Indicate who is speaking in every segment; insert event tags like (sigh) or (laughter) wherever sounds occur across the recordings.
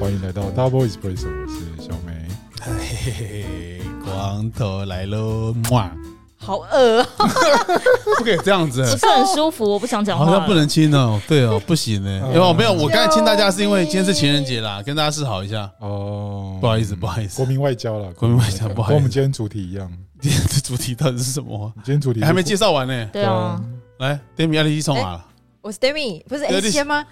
Speaker 1: 欢迎来到 Double Espresso，我是小美。
Speaker 2: 嘿嘿嘿， (laughs) 光头来喽！哇，
Speaker 3: 好饿、啊，
Speaker 2: 不可以这样子，
Speaker 3: 不是很舒服，我不想讲话
Speaker 2: 好
Speaker 3: 了。
Speaker 2: 像不能亲哦。对哦，不行呢。因为我没有，我刚才亲大家是因为今天是情人节啦，跟大家示好一下。
Speaker 1: 哦，
Speaker 2: 不好意思，不好意思
Speaker 1: (laughs) 国，民外交了，
Speaker 2: 国民外交不好意思
Speaker 1: 跟我们今天主题一样。
Speaker 2: 今天的主题到底是什么啊？
Speaker 1: 今天主题是
Speaker 2: 还没介绍完呢。
Speaker 3: 对啊，
Speaker 2: 来，Demi 要去冲啊！
Speaker 4: 我是 Demi，不是
Speaker 2: 有
Speaker 4: S
Speaker 2: 点
Speaker 4: 先吗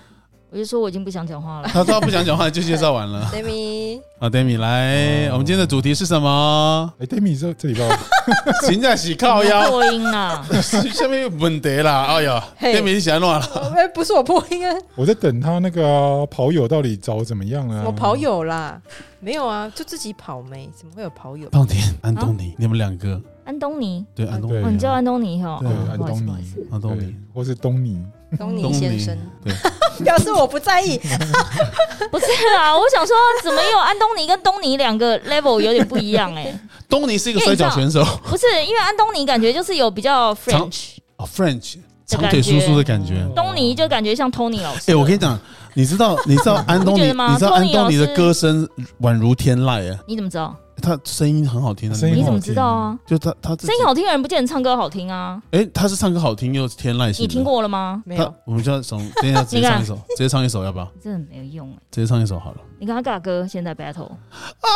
Speaker 3: 我就说我已经不想讲
Speaker 2: (laughs)
Speaker 3: 话了。
Speaker 2: 他说他不想讲话，就介绍完了。
Speaker 4: ？Demi，
Speaker 2: 好，Demi 来，我们今天的主题是什
Speaker 1: (laughs)
Speaker 2: 么？
Speaker 1: 哎，Demi 这这礼拜
Speaker 2: (laughs) 请假洗靠
Speaker 3: 你
Speaker 2: 腰，
Speaker 3: 破音啊！
Speaker 2: 下面有问题啦。哎呀
Speaker 4: 嘿
Speaker 2: ，Demi 你想乱了。
Speaker 4: 哎，不是我破音啊，
Speaker 1: 我在等他那个啊跑友到底找怎么样啊了？
Speaker 4: 我跑友啦，没有啊，就自己跑没，怎么会有跑友？
Speaker 2: 胖天、安东尼，你们两个
Speaker 3: 安东尼，
Speaker 2: 对 (laughs) 安东尼
Speaker 1: 对
Speaker 3: 哦，你叫安东尼哦
Speaker 2: 对
Speaker 1: 对
Speaker 2: 啊
Speaker 3: 哦
Speaker 1: 安
Speaker 3: 不好意思
Speaker 1: 东
Speaker 3: 不好意思
Speaker 1: 尼，
Speaker 2: 安东尼
Speaker 1: 对，或是东尼，
Speaker 4: 东
Speaker 2: 东
Speaker 4: 尼
Speaker 2: 尼
Speaker 4: 先生，
Speaker 2: 对。
Speaker 4: 表示我不在意。
Speaker 3: 不是啊，我想说怎么有安东尼跟东尼两个 level 有点不一
Speaker 2: (laughs)
Speaker 3: 样哎、
Speaker 2: 东尼是一个摔跤选手， (laughs) 哦
Speaker 3: 不是因为安东尼感觉就是有比较 French，
Speaker 2: f r e n c h
Speaker 3: 的
Speaker 2: 长
Speaker 3: 感觉
Speaker 2: 腿叔叔的感觉。哎、
Speaker 3: 东尼就感觉像 Tony 老师。
Speaker 2: 我跟你讲，你知
Speaker 3: (laughs)
Speaker 2: 道你知道安东
Speaker 3: 你不觉
Speaker 2: 尼，
Speaker 3: 得吗
Speaker 2: 你知道安东尼
Speaker 3: 托尼老师
Speaker 2: 的歌声宛如天籁哎，
Speaker 3: 你怎么知道？
Speaker 2: 他声音很好听的，
Speaker 1: 声音
Speaker 2: 你
Speaker 3: 你
Speaker 2: 知道吗
Speaker 3: 怎么知道啊？
Speaker 2: 就他他自己
Speaker 3: 声音好听的人不见得唱歌好听啊！
Speaker 2: 哎、他是唱歌好听又是天籁型的。
Speaker 3: 你听？过了吗？
Speaker 4: 没
Speaker 2: 他
Speaker 4: 有，
Speaker 2: 我们就要从等一下直接唱一
Speaker 3: (laughs)
Speaker 2: 首，直接唱一首要不要？
Speaker 3: 你真的没有用哎、
Speaker 2: 直接唱一首好了。
Speaker 3: 你跟他尬歌，现在 battle。
Speaker 2: 啊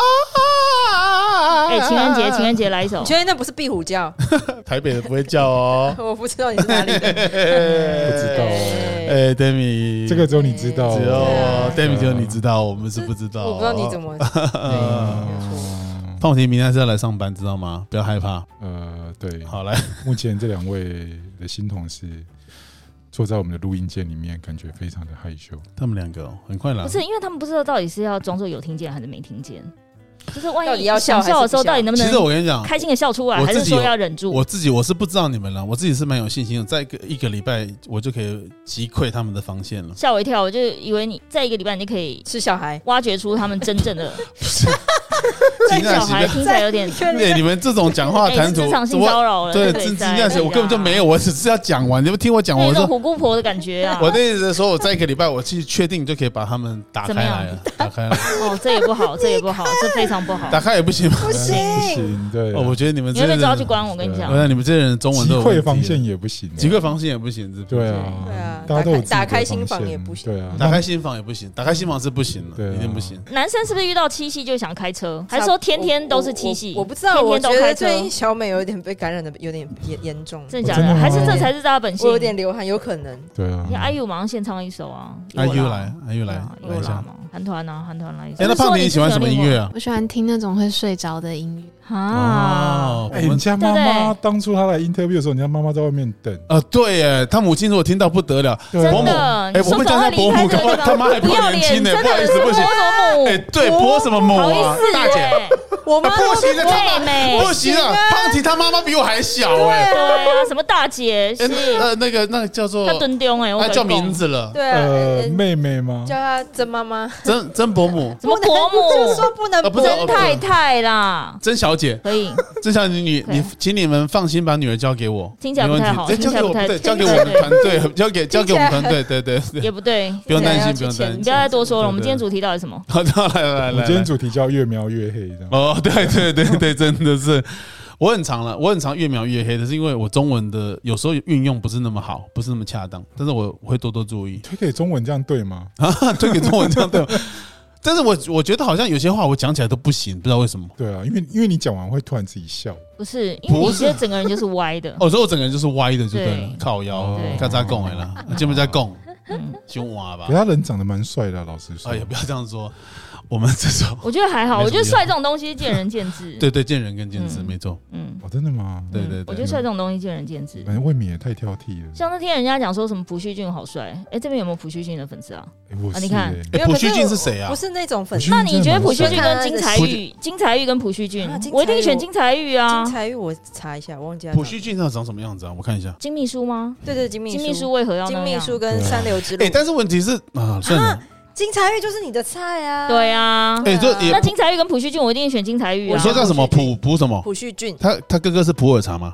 Speaker 3: (laughs) 哎、情人节，情人节来一首
Speaker 4: 你。确定那不是壁虎叫？。
Speaker 2: 节 (laughs) 台北的不会叫
Speaker 3: (laughs)
Speaker 2: 哦
Speaker 4: 我不知道你是哪里的。
Speaker 1: 不知道啊
Speaker 2: (laughs)
Speaker 3: 哦
Speaker 2: 哎、
Speaker 4: 哎
Speaker 2: d e m i
Speaker 1: 这个只有你知道哦。
Speaker 2: 只有
Speaker 4: 对啊
Speaker 2: Demi 只有你知道，我们是不知道。哦
Speaker 4: 我不知道你怎
Speaker 2: 么。
Speaker 4: 么。
Speaker 1: 嗯
Speaker 2: 胖虎婷明天还是要来上班，知道吗？不要害怕。
Speaker 1: 呃，对，
Speaker 2: 好来， (laughs)
Speaker 1: 目前这两位的新同事坐在我们的录音间里面，感觉非常的害羞。
Speaker 2: 他们两个哦很快来
Speaker 3: 不。是，因为他们不知道到底是要装作有听见还是没听见，就是
Speaker 4: 到
Speaker 3: 万一
Speaker 4: 底要笑
Speaker 3: 想
Speaker 4: 还是
Speaker 3: 笑的时候，
Speaker 4: 不笑
Speaker 3: 到底能不
Speaker 2: 其实
Speaker 3: 能
Speaker 2: 我跟你讲，
Speaker 3: 开心的笑出来，
Speaker 2: 我
Speaker 3: 还
Speaker 2: 自
Speaker 3: 是
Speaker 2: 己
Speaker 3: 说
Speaker 2: 有
Speaker 3: 要忍住？
Speaker 2: 我自己我是不知道你们了，我自己是蛮有信心的，在一个一个礼拜我就可以击溃他们的防线了。
Speaker 3: 吓我一跳，我就以为你在一个礼拜你就可以
Speaker 4: 是小孩，
Speaker 3: 挖掘出他们真
Speaker 2: (laughs)
Speaker 3: 正的
Speaker 2: 金
Speaker 3: 小孩，听起来有点
Speaker 2: 对你们这种讲话
Speaker 3: 哎
Speaker 2: 谈
Speaker 3: 是
Speaker 2: 吐
Speaker 3: 职场，性
Speaker 2: 我
Speaker 3: 骚扰了，
Speaker 2: 对
Speaker 3: 这
Speaker 2: 金
Speaker 3: 个在哎
Speaker 2: 金喜，我根本就没有，我只是要讲完，你们听我讲完，
Speaker 3: 那
Speaker 2: 我说。
Speaker 3: 种虎姑婆的感觉啊。
Speaker 2: 我的意思是说，我在一个礼拜，我去确定就可以把他们打开来了，打开来，
Speaker 3: 哦，这也不好，这也不好，这非 (laughs) 常不好。
Speaker 2: 打开也不行吗？
Speaker 4: 不行
Speaker 1: 不行，对，啊
Speaker 2: 哦，我觉得你们
Speaker 3: 你
Speaker 2: 这
Speaker 3: 会
Speaker 2: 些人，
Speaker 3: 被抓去关，我啊跟你
Speaker 1: 这
Speaker 3: 讲
Speaker 2: 我。想你们这些人的中文
Speaker 1: 击
Speaker 2: 都有问
Speaker 1: 溃
Speaker 2: 题了
Speaker 1: 防线也不行，啊
Speaker 2: 击溃防线也不行，是不是
Speaker 1: 对啊，
Speaker 4: 对啊
Speaker 1: 大家都有
Speaker 4: 打开打开
Speaker 1: 自己的
Speaker 4: 心
Speaker 1: 防
Speaker 4: 房
Speaker 1: 线
Speaker 4: 也不行
Speaker 1: 对啊，
Speaker 2: 打开心房也不行，打开心房是不行
Speaker 1: 对
Speaker 2: 的，
Speaker 1: 啊
Speaker 2: 一定不行。
Speaker 3: 男生是不是遇到七夕就想开车，还是说天天都是七夕？
Speaker 4: 我我我不知道，我
Speaker 3: 天
Speaker 4: 觉
Speaker 3: 天都开
Speaker 4: 得
Speaker 3: 车
Speaker 4: 最近小美有点被感染的有点严严重，
Speaker 3: 真的假
Speaker 1: 真的
Speaker 3: 的？
Speaker 1: 吗
Speaker 3: 还是这才是他的本性？
Speaker 4: 我有点流汗，有可能。
Speaker 1: 对啊
Speaker 3: 你，看 IU 马上献唱一首啊
Speaker 2: 哎，
Speaker 3: 有
Speaker 2: 又
Speaker 3: 啦
Speaker 2: 嗯来，哎，又来
Speaker 3: 对啊，
Speaker 2: 来
Speaker 3: 有
Speaker 2: 一
Speaker 3: 啦
Speaker 2: 下。
Speaker 3: 嘛，韩团啊，韩团来一首。
Speaker 2: 哎，那胖婷你喜欢什么音乐啊？
Speaker 5: 我喜欢听那种会睡着的音乐，
Speaker 3: 啊？
Speaker 2: 哦，我
Speaker 1: 哎，人
Speaker 2: 们
Speaker 1: 家妈妈当初她来 interview 的时候，人家妈妈在外面等，
Speaker 2: 呃，对耶，他母亲如果听到不得了，
Speaker 1: 对
Speaker 3: 真
Speaker 1: 啊
Speaker 2: 伯母，
Speaker 3: 的，
Speaker 2: 哎，我们叫他伯母，搞不好他妈还
Speaker 3: 不要
Speaker 2: 年
Speaker 3: 脸，
Speaker 2: 轻
Speaker 3: 真
Speaker 2: 呢，
Speaker 3: 的
Speaker 2: 不好意思，
Speaker 3: 是
Speaker 2: 不
Speaker 3: 伯
Speaker 2: 行，
Speaker 3: 母，
Speaker 2: 哎，对，伯什么母
Speaker 3: 好意
Speaker 2: 啊，
Speaker 3: 思
Speaker 2: 大姐，
Speaker 3: 哎，
Speaker 4: 我妈
Speaker 2: 不
Speaker 4: 都
Speaker 2: 行的，他妈
Speaker 3: 妹妹，
Speaker 2: 不行啊，胖婷他妈妈比我还小哎，
Speaker 3: 对啊，什么大姐
Speaker 2: 哎
Speaker 3: 啊是
Speaker 2: 那呃，那个那个叫做
Speaker 3: 她，蹲丢哎，我
Speaker 2: 那
Speaker 3: 跟你
Speaker 2: 叫
Speaker 3: 讲
Speaker 2: 名，字了，
Speaker 4: 对啊，
Speaker 1: 呃，
Speaker 4: 呃
Speaker 1: 妹妹吗？
Speaker 4: 叫她曾妈妈，
Speaker 2: 曾曾伯母，
Speaker 3: 什么伯
Speaker 4: 就
Speaker 3: 母，
Speaker 4: 说不能
Speaker 2: 呃不
Speaker 4: 播
Speaker 2: 是
Speaker 3: 曾太太啦，
Speaker 2: 曾小姐，
Speaker 3: 可以，
Speaker 2: 曾小姐，你
Speaker 3: 对
Speaker 2: 你，请你们放心把女儿交给我，
Speaker 3: 听起来不太好
Speaker 2: 没问题
Speaker 3: 听
Speaker 2: 哎
Speaker 3: 起来
Speaker 2: 交给我
Speaker 3: 不
Speaker 2: 对，交给
Speaker 3: 太听起来
Speaker 2: 我们
Speaker 3: 对
Speaker 2: 团队， (laughs) 交给交给我们团队，对对
Speaker 3: (laughs)
Speaker 2: 对，
Speaker 3: 也不对，
Speaker 2: 不用担
Speaker 4: 对
Speaker 2: 心，
Speaker 4: 要
Speaker 2: 不
Speaker 4: 去
Speaker 2: 用担
Speaker 4: 前
Speaker 2: 心
Speaker 3: 你不。要再多说了。我们今天主题到底什么？
Speaker 2: 好的，来来来，
Speaker 1: 我今
Speaker 2: 来
Speaker 1: 天主题叫越描越黑，这样。。
Speaker 2: 哦， (laughs) 对对对对，真的是。我很常了，我很常越描越黑的，是因为我中文的有时候运用不是那么好，不是那么恰当，但是我会多多注意
Speaker 1: 推给中文这样对吗？
Speaker 2: 啊推给中文这样对吗， (laughs) 但是我我觉得好像有些话我讲起来都不行，不知道为什么。
Speaker 1: 对啊，因为因为你讲完会突然自己笑，
Speaker 2: 啊
Speaker 3: 不是，因为
Speaker 2: 不
Speaker 3: 你
Speaker 2: 是
Speaker 3: 现在整个人就是歪的，
Speaker 2: 哦，所以我整个人就是歪的，就对了
Speaker 3: 对，
Speaker 2: 靠腰
Speaker 3: 对，
Speaker 2: 咔嚓拱来啊了，见不见拱， (laughs)
Speaker 3: 嗯。
Speaker 2: 胸挖吧
Speaker 1: 可是。他人长得蛮帅的啊，老实说
Speaker 2: 哎，呀，不要这样说，我们这种
Speaker 3: 我觉得还好，
Speaker 2: 没什么
Speaker 3: 我觉得帅这种东西见仁见智。，
Speaker 2: 对对见人跟见智，
Speaker 3: 嗯
Speaker 2: 没错，
Speaker 3: 嗯，
Speaker 1: 哦，真的吗？
Speaker 2: 对对
Speaker 3: 嗯我
Speaker 2: 对
Speaker 3: 觉得帅这种东西见仁见智。
Speaker 1: 反正未免也太挑剔了。
Speaker 3: 像那天人家讲说什么朴叙俊好帅，哎，这边有没有朴叙俊的粉丝啊？
Speaker 1: 哎我
Speaker 3: 啊
Speaker 1: 是
Speaker 3: 你看
Speaker 1: 欸
Speaker 4: 没
Speaker 2: 哎，
Speaker 4: 有
Speaker 2: 朴
Speaker 4: 可
Speaker 2: 叙俊
Speaker 4: 我
Speaker 2: 是谁啊
Speaker 4: 不？是那种粉丝。
Speaker 3: 那你觉得朴叙俊跟金财
Speaker 2: 朴
Speaker 3: 玉、金财玉跟朴叙俊
Speaker 4: 啊，金财玉
Speaker 3: 我一定选金财玉啊
Speaker 4: 金！财玉，我查一下，忘记了。
Speaker 2: 朴叙俊他长什么样子啊？我看一下。
Speaker 3: 金秘书吗？
Speaker 4: 对对，金秘
Speaker 3: 金秘书
Speaker 4: 书，
Speaker 3: 为何要
Speaker 4: 金
Speaker 3: 那
Speaker 4: 秘
Speaker 3: 样？
Speaker 4: 书跟
Speaker 1: 对啊
Speaker 4: 三流之路
Speaker 2: 哎，。但是问题是啊，算了，
Speaker 4: 金财玉就是你的菜啊。
Speaker 3: 对，啊，
Speaker 2: 哎，就也
Speaker 3: 那金财玉跟朴叙俊，我一定选金财玉
Speaker 2: 我
Speaker 3: 啊！
Speaker 2: 说叫什么
Speaker 4: 朴叙
Speaker 2: 普普什么？
Speaker 4: 朴叙俊，
Speaker 2: 他他哥哥是普洱茶吗？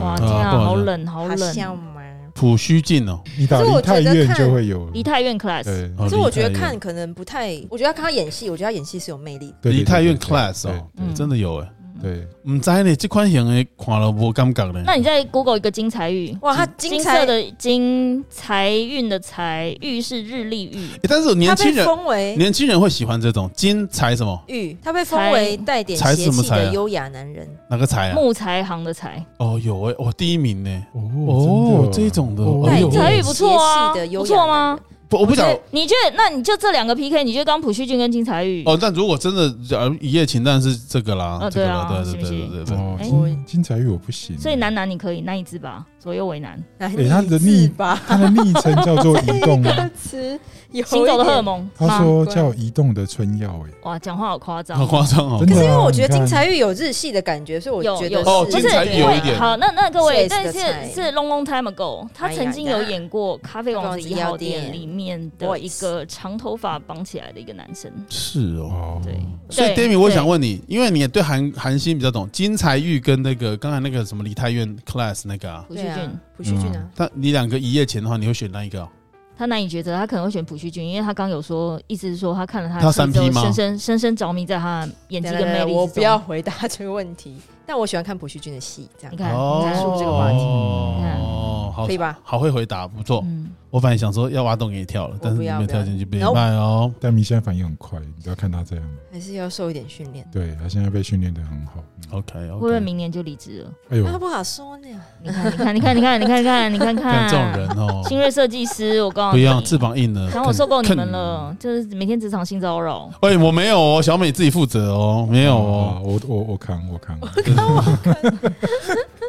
Speaker 3: 哇，
Speaker 1: 呃
Speaker 3: 天
Speaker 2: 啊
Speaker 3: 啊，
Speaker 2: 不好
Speaker 3: 好
Speaker 2: 说
Speaker 3: 冷，好
Speaker 4: 好像
Speaker 3: 冷！
Speaker 4: 吗？
Speaker 2: 朴虚静哦，
Speaker 1: 你打
Speaker 4: 可是
Speaker 1: 梨
Speaker 4: 我
Speaker 1: 泰
Speaker 4: 觉得
Speaker 1: 院
Speaker 4: 看
Speaker 1: 就会有，
Speaker 3: 梨泰院 class，
Speaker 1: 对
Speaker 2: 哦
Speaker 4: 所以我觉得
Speaker 2: 梨泰
Speaker 4: 看
Speaker 2: 院
Speaker 4: 可能不太，我觉得要看他演戏，我觉得他演戏是有魅力的。
Speaker 1: 对
Speaker 2: 梨
Speaker 1: 对
Speaker 2: 泰
Speaker 1: 对
Speaker 2: 院
Speaker 1: 对
Speaker 2: class
Speaker 1: 对
Speaker 2: 哦，
Speaker 3: 嗯
Speaker 2: 真的有哎，
Speaker 1: 对，
Speaker 2: 唔知呢，这款型的看了无感觉呢。
Speaker 3: 那你再 Google 一个金财玉，
Speaker 4: 哇，他
Speaker 3: 金
Speaker 4: 精彩
Speaker 3: 色，的金，财运的财，玉是日历玉，
Speaker 2: 欸但是有年
Speaker 4: 他
Speaker 2: 轻
Speaker 4: 被
Speaker 2: 人
Speaker 4: 封为
Speaker 2: 年轻人会喜欢这种金财什么
Speaker 4: 玉，他被封为带点
Speaker 2: 才才
Speaker 4: 邪气
Speaker 2: 什么才啊
Speaker 4: 的优雅男人。
Speaker 2: 哪个财啊？
Speaker 3: 木材行的材，
Speaker 2: 哦，有哎，我第一名呢。
Speaker 1: 哦
Speaker 2: 哦，
Speaker 1: 真
Speaker 2: 这
Speaker 1: 的
Speaker 2: 种的，
Speaker 1: 哦
Speaker 2: 哎呦
Speaker 3: 对，财
Speaker 4: 才
Speaker 3: 运不错啊
Speaker 4: 邪气的，优雅
Speaker 3: 不错吗？
Speaker 2: 不，我不讲
Speaker 4: 我觉得
Speaker 3: 你觉得？那你就这两个 PK，你觉得刚朴叙俊跟金财玉？
Speaker 2: 哦。但如果真的，假如一夜情，但是这个啦，
Speaker 3: 哦
Speaker 2: 这个啦，
Speaker 3: 对
Speaker 2: 对
Speaker 3: 啊
Speaker 2: 对
Speaker 3: 是不是
Speaker 2: 对对对对。
Speaker 1: 哦，
Speaker 3: 哎
Speaker 1: 金金财玉我不行，
Speaker 3: 所以男男你可以难以自拔，左右为难，
Speaker 4: 哎
Speaker 1: 欸他的逆
Speaker 4: 吧，
Speaker 1: 他的昵称叫
Speaker 4: (laughs)
Speaker 1: 做移动，啊
Speaker 4: 这个词有
Speaker 3: 行走
Speaker 4: 一
Speaker 3: 的荷尔
Speaker 4: 点
Speaker 3: 蒙
Speaker 1: 他
Speaker 3: 吗？
Speaker 1: 说叫移动的春药，哎，
Speaker 3: 哇，讲话好夸张
Speaker 2: 好
Speaker 3: 哦。
Speaker 2: 夸张哦
Speaker 1: 真！的啊
Speaker 4: 可是因为我觉得
Speaker 1: 你看
Speaker 4: 金财玉有日系的感觉，所以我
Speaker 3: 有
Speaker 4: 觉
Speaker 3: 有
Speaker 4: 得
Speaker 2: 哦
Speaker 4: 是
Speaker 3: 不
Speaker 2: 金
Speaker 3: 是
Speaker 2: 财玉
Speaker 3: 因
Speaker 2: 有一
Speaker 3: 为
Speaker 2: 点
Speaker 3: 好，那那各位，
Speaker 4: Swiss
Speaker 3: 但
Speaker 4: 的
Speaker 3: 是
Speaker 4: 菜
Speaker 3: 是 long long time ago，他
Speaker 4: 哎呀
Speaker 3: 曾经有演过《咖啡王子一号
Speaker 4: 咖啡
Speaker 3: 店
Speaker 4: 王子一号》店
Speaker 3: 里面的一个长头发绑起来的一个男生，
Speaker 2: 是哦。
Speaker 1: 哦，
Speaker 3: 对，
Speaker 2: 所以
Speaker 3: 对
Speaker 2: Demi，我
Speaker 3: 对
Speaker 2: 想问你，因为你也对韩韩星比较懂，金财玉跟那个刚才那个什么梨泰院 class 那个啊，
Speaker 3: 朴叙
Speaker 4: 对
Speaker 3: 俊
Speaker 4: 啊，，朴叙俊啊，
Speaker 2: 他你两个一夜情的话，你会选那一个哦？
Speaker 3: 他难以抉择，他可能会选朴叙俊，因为他刚有说，意思是说他看了他
Speaker 2: 他
Speaker 3: 的戏
Speaker 2: 三
Speaker 3: 之后
Speaker 2: P 吗
Speaker 3: 深深深深着迷在他演技
Speaker 4: 等
Speaker 3: 跟
Speaker 4: 等等
Speaker 3: 魅
Speaker 4: 等
Speaker 3: 力
Speaker 4: 我不
Speaker 3: 之中
Speaker 4: 要，回答这个问题，但我喜欢看朴叙俊的戏，这
Speaker 3: 你
Speaker 4: 样
Speaker 3: 看，你看，
Speaker 4: 这个话
Speaker 1: 题
Speaker 2: 哦，好
Speaker 4: 可以吧？
Speaker 2: 好会回答，不错。
Speaker 3: 嗯，
Speaker 2: 我本来想说要挖洞给你跳了，但是
Speaker 4: 不
Speaker 2: 你
Speaker 4: 要
Speaker 2: 没有
Speaker 4: 不要
Speaker 2: 跳进去，不明
Speaker 4: Nope
Speaker 2: 白哦。
Speaker 1: 但米现在反应很快，你不要看他这样，
Speaker 4: 还是要受一点训练。
Speaker 1: 对他现在被训练的很好，嗯
Speaker 2: OK
Speaker 3: 会不会
Speaker 2: OK，
Speaker 3: 明年就离职了？
Speaker 1: 哎呦
Speaker 2: 嗯
Speaker 4: 那，他啊不好说呢，
Speaker 3: 你看，你看，你看，你看，你看看， (laughs) 你看看，
Speaker 2: 干这种人哦，
Speaker 3: 啊 (laughs) 新锐设计师，我告诉
Speaker 2: 不
Speaker 3: 你，
Speaker 2: 一样，翅膀硬了。
Speaker 3: 然后我受够你
Speaker 2: 坑
Speaker 3: 们。了，就是每天职场性骚扰。
Speaker 2: 坑喂，我没有哦，小美自己负责哦，没有
Speaker 1: 哦
Speaker 2: 哦，，
Speaker 1: 我我我扛我扛，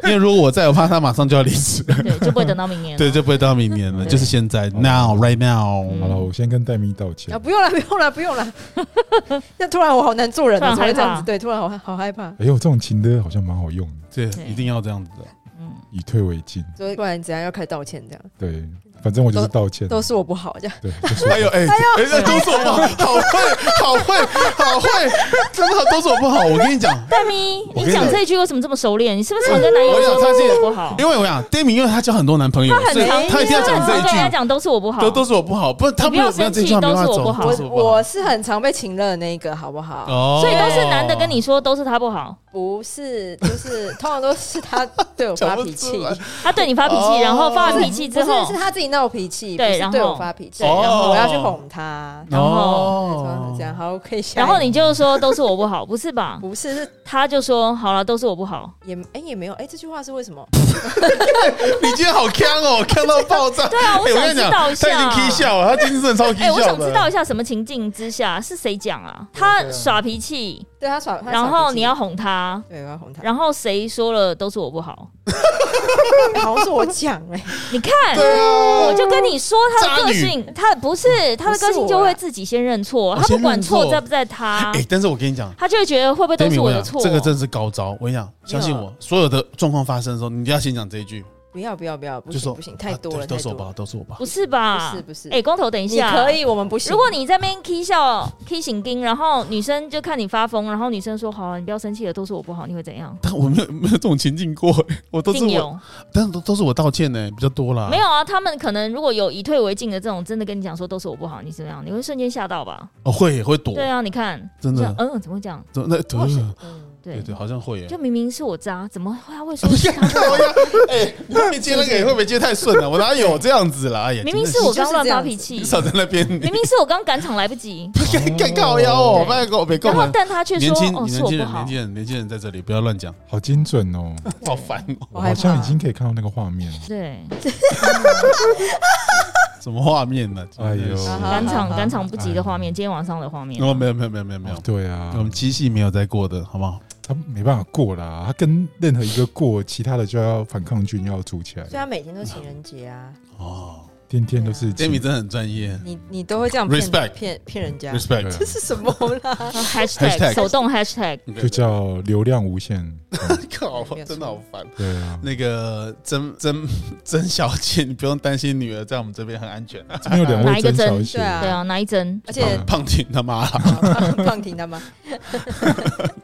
Speaker 2: 因为如果我在，我怕她马上就要离职，
Speaker 3: 对，就不会等到明年
Speaker 2: (laughs)
Speaker 3: 了。
Speaker 2: 对，就不会到明年了，
Speaker 3: 啊对
Speaker 2: 就是现在，now right now。
Speaker 1: 好了，我先跟戴咪道歉
Speaker 4: 啊，，不用了，不用了，不用了。 (laughs) 那突然我好难做人哦，
Speaker 3: 突
Speaker 4: 怎么
Speaker 3: 然
Speaker 4: 会
Speaker 3: 害怕
Speaker 4: 这样子？对，突然好好害怕。
Speaker 1: 哎呦，这种情歌好像蛮好用的，
Speaker 2: 对，
Speaker 3: 对
Speaker 2: 一定要这样子的。
Speaker 3: 嗯，
Speaker 1: 以退为进，
Speaker 4: 所以不然怎样要开始道歉？这样
Speaker 2: 嗯
Speaker 1: 对，反正我就是道歉，
Speaker 4: 都是我不好，这样
Speaker 1: 对，就是
Speaker 2: 哎呦，哎，哎，那都是我不好，好会，好会，好会，真的都是我不好。我跟你讲，
Speaker 3: 戴咪，
Speaker 2: 我
Speaker 3: 你
Speaker 2: 跟你
Speaker 3: 讲
Speaker 2: 讲
Speaker 3: 这一句为什么这么熟练？你是不是常跟男友
Speaker 2: 我
Speaker 3: 说
Speaker 2: 有他
Speaker 3: 都
Speaker 2: 是
Speaker 3: 是我不好？
Speaker 2: 因为我想 d a m i 因为她交很多男朋友，
Speaker 3: 很
Speaker 2: 所以
Speaker 3: 常，
Speaker 2: 她一定要
Speaker 3: 他
Speaker 2: 讲
Speaker 3: 很
Speaker 2: 这
Speaker 3: 常
Speaker 2: 一
Speaker 3: 跟人家
Speaker 2: 句，
Speaker 3: 讲都是我不好，
Speaker 2: 都都是我不好，不然她
Speaker 3: 你不
Speaker 2: 没
Speaker 3: 要
Speaker 2: 有那
Speaker 3: 生
Speaker 2: 这一
Speaker 3: 气
Speaker 2: 句话没
Speaker 3: 都
Speaker 2: 办法
Speaker 3: 是我
Speaker 2: 走，
Speaker 3: 不好
Speaker 2: 都
Speaker 3: 我
Speaker 2: 啊是我不好
Speaker 4: 我。是很常被情乐的那一个，好不好？
Speaker 2: 哦
Speaker 3: 所以都是男的跟你说都是他不好，
Speaker 4: 不是，就是通常都是他对我发
Speaker 2: (laughs) 讲不
Speaker 4: 脾
Speaker 2: 出
Speaker 4: 气，
Speaker 2: 来
Speaker 3: 他对你发脾
Speaker 2: 哦
Speaker 3: 气，然后发完脾气之
Speaker 4: 不
Speaker 3: 后
Speaker 4: 是，是他自己闹脾气，
Speaker 3: 对
Speaker 4: 不是
Speaker 3: 然后
Speaker 4: 对我发脾气，
Speaker 2: 哦
Speaker 4: 然后我要去哄他，
Speaker 3: 然后
Speaker 4: 对通常是这样。好，可以下一
Speaker 3: 然
Speaker 4: 个。
Speaker 3: 后你就说都是我不好，不是吧？
Speaker 4: 不是是
Speaker 3: 他就说好了，都是我不好。
Speaker 4: 也哎也没有哎，这句话是为什么？
Speaker 2: 你今天好坑哦，坑到爆炸。对
Speaker 3: 啊我想
Speaker 2: 跟你讲，
Speaker 3: 知道
Speaker 2: 他
Speaker 3: 一下
Speaker 2: 已经 K 笑了，他今天真的超 K
Speaker 3: 哎，
Speaker 2: 笑
Speaker 3: 我
Speaker 2: 的。
Speaker 3: 想知道一下什么情境之下是谁讲啊？他耍脾气，
Speaker 4: 对他耍，他耍
Speaker 3: 然后
Speaker 4: 脾气
Speaker 3: 你要哄他，
Speaker 4: 对我要哄他，
Speaker 3: 然后谁说了都是我不好？
Speaker 4: (laughs) 哎好像是我讲哎，
Speaker 3: 你看，我就跟你说，他的个性，他不是他的个性就会自己先认错，
Speaker 2: 哦
Speaker 3: 他不管
Speaker 2: 先认
Speaker 3: 错
Speaker 2: 错
Speaker 3: 在不在他
Speaker 2: 哎、，但是我跟你讲。
Speaker 3: 他就会觉得会不会都
Speaker 2: Demi，
Speaker 3: 是我的
Speaker 2: 跟你讲
Speaker 3: 错？哦
Speaker 2: 这个真是高招。我跟你讲，
Speaker 3: 啊
Speaker 2: 相信我，所有的状况发生的时候，你一定要先讲这一句，
Speaker 4: 不要不要不要，不
Speaker 2: 就说
Speaker 4: 行不行，太多
Speaker 2: 啊
Speaker 4: 了，
Speaker 2: 对都
Speaker 4: 太
Speaker 2: 是我
Speaker 4: 多
Speaker 2: 不好，
Speaker 4: 了，
Speaker 2: 都是我不好。
Speaker 3: 不是吧？
Speaker 4: 不是不是
Speaker 3: 哎，光头，等一
Speaker 4: 你
Speaker 3: 下，
Speaker 4: 可。以，我们不行。
Speaker 3: 如果你在那边 K 笑 K 醒丁，然后女生就看你发疯，然后女生说：“好啊了，你不要生气了，都是我不好。”你会怎样？
Speaker 2: 但 (laughs) 我没有没有这种情境过，我都是
Speaker 3: 定
Speaker 2: 我，
Speaker 3: 有
Speaker 2: 但是都都是我道歉呢，比较多啦。
Speaker 3: 没有啊？他们可能如果有以退为进的这种，真的跟你讲说都是我不好，你怎么样？你会瞬间吓到吧？
Speaker 2: 哦，会会躲，
Speaker 3: 对啊，你看，
Speaker 2: 真的
Speaker 3: 你想嗯，怎么会这样？
Speaker 2: 怎么那对
Speaker 4: 哦是
Speaker 2: 对
Speaker 4: 嗯
Speaker 3: 对
Speaker 2: 对，好像会耶
Speaker 3: 就。明明是我渣，怎么会他会说是他不好？
Speaker 2: (laughs) 哎，你会不会接那个？
Speaker 3: (laughs)
Speaker 2: 会不会接太顺了？我哪有这样子啦？哎呀，
Speaker 3: 明明
Speaker 2: 真
Speaker 3: 是
Speaker 2: 的
Speaker 3: 我刚乱发脾
Speaker 2: 你
Speaker 3: 气，
Speaker 2: 少在那边，
Speaker 3: 明明是我刚赶场来不及，
Speaker 2: (laughs) 干干靠腰哦，
Speaker 3: 对
Speaker 2: 拜托别跟
Speaker 3: 然
Speaker 2: 我
Speaker 3: 后
Speaker 2: 们。
Speaker 3: 但他却
Speaker 2: 年
Speaker 3: 说
Speaker 2: 轻，
Speaker 3: 哦
Speaker 2: 你年
Speaker 3: 是我
Speaker 2: 轻
Speaker 3: 不
Speaker 2: 人，
Speaker 3: 好
Speaker 2: 年，轻人，年轻人在这里，不要乱讲，
Speaker 1: 好精准
Speaker 4: (laughs)
Speaker 1: 哦，
Speaker 2: 好烦哦！
Speaker 1: 我
Speaker 4: 害
Speaker 1: 好
Speaker 4: 怕
Speaker 1: 像已经可以看到那个画面了，
Speaker 3: 对，
Speaker 2: 什么画面呢？
Speaker 1: 哎呦
Speaker 2: 真的是
Speaker 4: 好好
Speaker 3: 赶场
Speaker 4: 好
Speaker 3: 赶场不及的画面，今天晚上的画面，
Speaker 2: 哦，没有没有没有没有没有
Speaker 1: 哦，对啊
Speaker 2: 我，们七夕没有再过的，好不好？
Speaker 1: 他没办法过啦，他跟任何一个过，其他的就要反抗军要组起
Speaker 4: 所以
Speaker 1: 来，
Speaker 4: 他每天都情人节啊，
Speaker 2: 哦
Speaker 1: 天天都是
Speaker 2: ，Jamie 真的很专业
Speaker 4: 你你都会这样骗
Speaker 2: Respect
Speaker 4: 骗骗人家，
Speaker 1: 对啊
Speaker 2: ，respect，
Speaker 4: 这是什么 (laughs) 啦？
Speaker 3: 然后啊 hashtag
Speaker 2: Hashtag
Speaker 3: 手动 hashtag，
Speaker 1: 就叫流量无限，嗯
Speaker 2: 靠，真的好烦。
Speaker 1: 对
Speaker 2: (laughs)
Speaker 1: 啊，
Speaker 2: 那个曾曾 (laughs) 曾小姐，你不用担心，女儿在我们这边很安全。啊
Speaker 1: 这边有两
Speaker 3: 哪
Speaker 1: 位
Speaker 3: 一个
Speaker 1: 真
Speaker 3: 真
Speaker 1: 小姐
Speaker 4: (laughs) 对，啊
Speaker 3: 对啊，哪一针？
Speaker 4: 而且
Speaker 2: 胖婷他妈啦，
Speaker 4: (laughs) 胖胖婷他妈，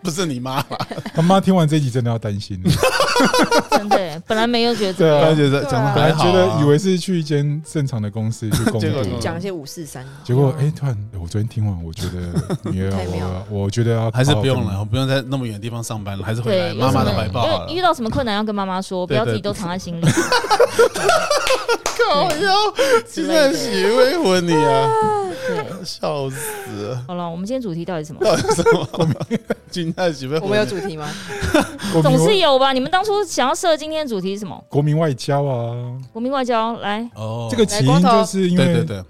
Speaker 2: 不是你妈啦，
Speaker 1: 他妈听完这一集真的要担心了，
Speaker 3: 真
Speaker 2: (laughs)
Speaker 3: 的耶，本来没有觉得怎
Speaker 1: 对
Speaker 3: 么
Speaker 1: 啊
Speaker 2: 而
Speaker 3: 样，
Speaker 2: 且在
Speaker 4: 对啊
Speaker 2: 讲的
Speaker 4: 本
Speaker 1: 本
Speaker 2: 还
Speaker 1: 来
Speaker 2: 好啊，
Speaker 1: 觉得以为是去一间正常的公司去工
Speaker 2: (laughs) 结果
Speaker 1: 作，
Speaker 4: 讲一些五四三，
Speaker 1: 结果哎，突然我昨天听完，我觉得女儿
Speaker 4: 太妙了，
Speaker 1: 我我觉得要
Speaker 2: 还是
Speaker 1: 好好
Speaker 2: 不用
Speaker 1: 跟
Speaker 2: 了，我不用在那么远的地方上班了，还是回来
Speaker 3: 对，
Speaker 2: 妈妈的
Speaker 1: 有什么
Speaker 2: 怀抱好了
Speaker 3: 因。为遇到什么困难要跟妈妈说，不要
Speaker 2: 对对
Speaker 3: 自己都藏在心里。 (laughs)
Speaker 2: 靠腰，现在洗未婚你啊，
Speaker 3: 对，
Speaker 2: 笑死了！
Speaker 3: (laughs) 好了，我们今天主题到底什么？
Speaker 2: 到底什么？今天洗未
Speaker 4: 我们有
Speaker 2: 婚？
Speaker 4: 主题吗？
Speaker 1: 国
Speaker 3: 总
Speaker 1: 民
Speaker 3: 是
Speaker 1: 外
Speaker 3: 有吧？你们当初想要设今天的主题是什么？
Speaker 1: 国民外交啊，
Speaker 3: 国民外交来，
Speaker 2: 哦
Speaker 1: 这个
Speaker 4: 来
Speaker 1: 起
Speaker 4: 光
Speaker 1: 因
Speaker 4: 头
Speaker 1: 就是因
Speaker 2: 对对
Speaker 1: 为
Speaker 2: 对，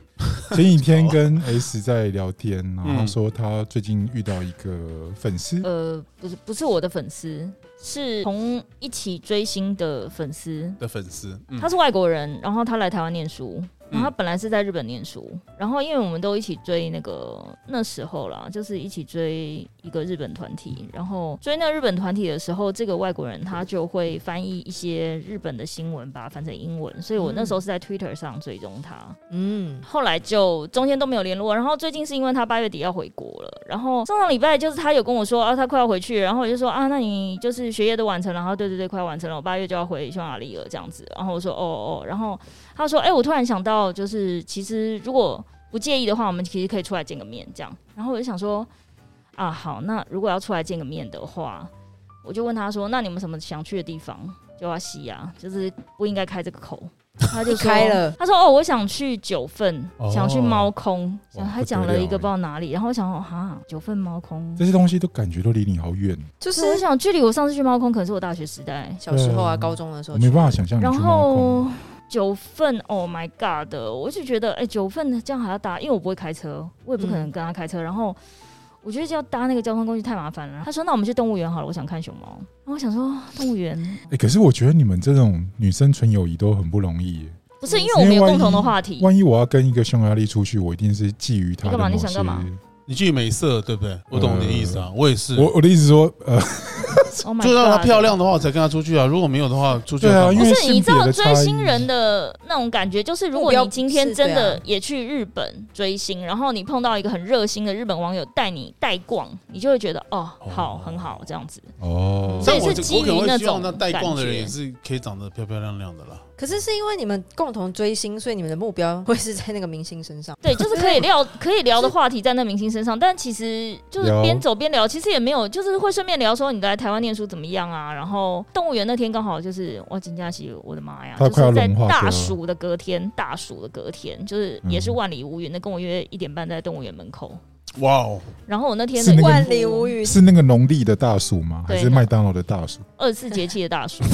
Speaker 3: (laughs)
Speaker 1: 前几天跟 S 在聊天，然后
Speaker 2: 嗯
Speaker 1: 说他最近遇到一个粉丝，
Speaker 3: 呃，不是不是我的粉丝，是同一起追星的粉丝。
Speaker 2: 的粉丝，嗯
Speaker 3: 他是外国人，然后他来台湾念书，然后
Speaker 2: 嗯
Speaker 3: 他本来是在日本念书，然后因为我们都一起追那个那时候啦，就是一起追一个日本团
Speaker 2: 嗯
Speaker 3: 体，然后追那日本团体的时候，这个外国人他就会翻译一些日本的新闻，把它翻成英文，所以我那
Speaker 2: 嗯
Speaker 3: 时候是在 Twitter 上追踪他，
Speaker 4: 嗯，
Speaker 3: 后来就中间都没有联络，然后最近是因为他八月底要回国了，然后上上礼拜就是他有跟我说啊，他快要回去了，然后我就说啊，那你就是学业都完成了，然后对对对，快要完成了，我八月就要回匈牙利了这样子，然后我说哦哦，然后他说哎、我突然想到，就是其实如果不介意的话，我们其实可以出来见个面这样，然后我就想说啊，好，那如果要出来见个面的话，我就问他说，那你们什么想去的地方？就要西啊，就是不应该开这个口。他就说
Speaker 4: 开了
Speaker 3: 他说：“哦，我想去九份，
Speaker 2: 哦
Speaker 3: 想去猫空。”
Speaker 1: 哇
Speaker 3: 然后他
Speaker 1: 不得
Speaker 3: 讲了一
Speaker 1: 了欸
Speaker 3: 个不知道哪里，然后我想说：“哈，九份猫空
Speaker 1: 这。些东西都感觉都离你好远，
Speaker 4: 就”
Speaker 3: 是我
Speaker 4: 是
Speaker 3: 想，距离我上次去猫空可能是我大学时代，
Speaker 4: 小时候
Speaker 1: 对
Speaker 4: 啊，
Speaker 1: 啊
Speaker 4: 高中的时
Speaker 1: 我
Speaker 4: 候，
Speaker 1: 没办法。想象你
Speaker 3: 然
Speaker 1: 去猫空
Speaker 3: 后九份，Oh my God 的，我就觉得，哎、九份这样还要搭，因为我不会开车，我也不可能跟他开车，
Speaker 1: 嗯
Speaker 3: 然后。我觉得要搭那个交通工具太麻烦了。他说：“那我们去动物园好了，我想看熊猫。”然后我想说，动物园
Speaker 1: 哎，可是我觉得你们这种女生纯友谊都很不容易耶。
Speaker 3: 不是因为我们有共同的话题，
Speaker 1: 嗯万一我要跟一个匈牙利出去，我一定是觊觎他的
Speaker 3: 嗯你干嘛
Speaker 1: 某
Speaker 3: 你
Speaker 1: 些
Speaker 3: 想。干嘛嗯
Speaker 2: 你去美色对不对？我懂你的意思啊，我也是。
Speaker 1: 嗯我我的意思说，呃，
Speaker 3: (laughs) Oh my
Speaker 2: 就让她
Speaker 3: God
Speaker 2: 漂亮的话，我才跟她出去啊。如果没有的话，出去
Speaker 1: 对啊
Speaker 2: 干嘛
Speaker 1: 因
Speaker 3: 不
Speaker 1: 为
Speaker 3: 是，你知道
Speaker 1: 性别的
Speaker 3: 追
Speaker 1: 差异
Speaker 3: 星人的那种感觉，就是如
Speaker 4: 目
Speaker 3: 果
Speaker 4: 标
Speaker 3: 你今
Speaker 4: 是
Speaker 3: 天真
Speaker 4: 对
Speaker 3: 的
Speaker 4: 啊
Speaker 3: 也去日本追星，然后你碰到一个很热心的日本网友带你带逛，你就会觉得哦，好，很好这样子。
Speaker 1: 哦，
Speaker 3: 所以
Speaker 2: 但
Speaker 3: 是
Speaker 2: 我
Speaker 3: 基
Speaker 2: 我可能
Speaker 3: 于那
Speaker 2: 会希望
Speaker 3: 种
Speaker 2: 那带逛的
Speaker 3: 感
Speaker 2: 人
Speaker 3: 觉
Speaker 2: 也是可以长得漂漂亮亮的啦。
Speaker 4: 可是是因为你们共同追星，所以你们的目标会是在那个明星身上。
Speaker 3: 对，就是
Speaker 4: (laughs)
Speaker 3: 可以聊可以聊的话题在那明星身上，但其实就是
Speaker 1: 聊
Speaker 3: 边走边聊，其实也没有，就是会顺便聊说你来台湾念书怎么样啊。然后动物园那天刚好就是哇，金佳琪，我的妈呀，
Speaker 1: 他快要
Speaker 3: 就是在
Speaker 1: 融化掉
Speaker 3: 大
Speaker 1: 了嗯
Speaker 3: 暑的隔天，大暑的隔天，就是也是万里无云的，跟我约一点半在动物园门口。
Speaker 2: 哇哦，
Speaker 3: 然后我那天
Speaker 1: 是
Speaker 3: 的
Speaker 1: 那个
Speaker 4: 万里无云，
Speaker 1: 是那个农历的大暑吗？还
Speaker 3: 对
Speaker 1: 是麦当劳的大暑？
Speaker 3: 二十四节气的大叔，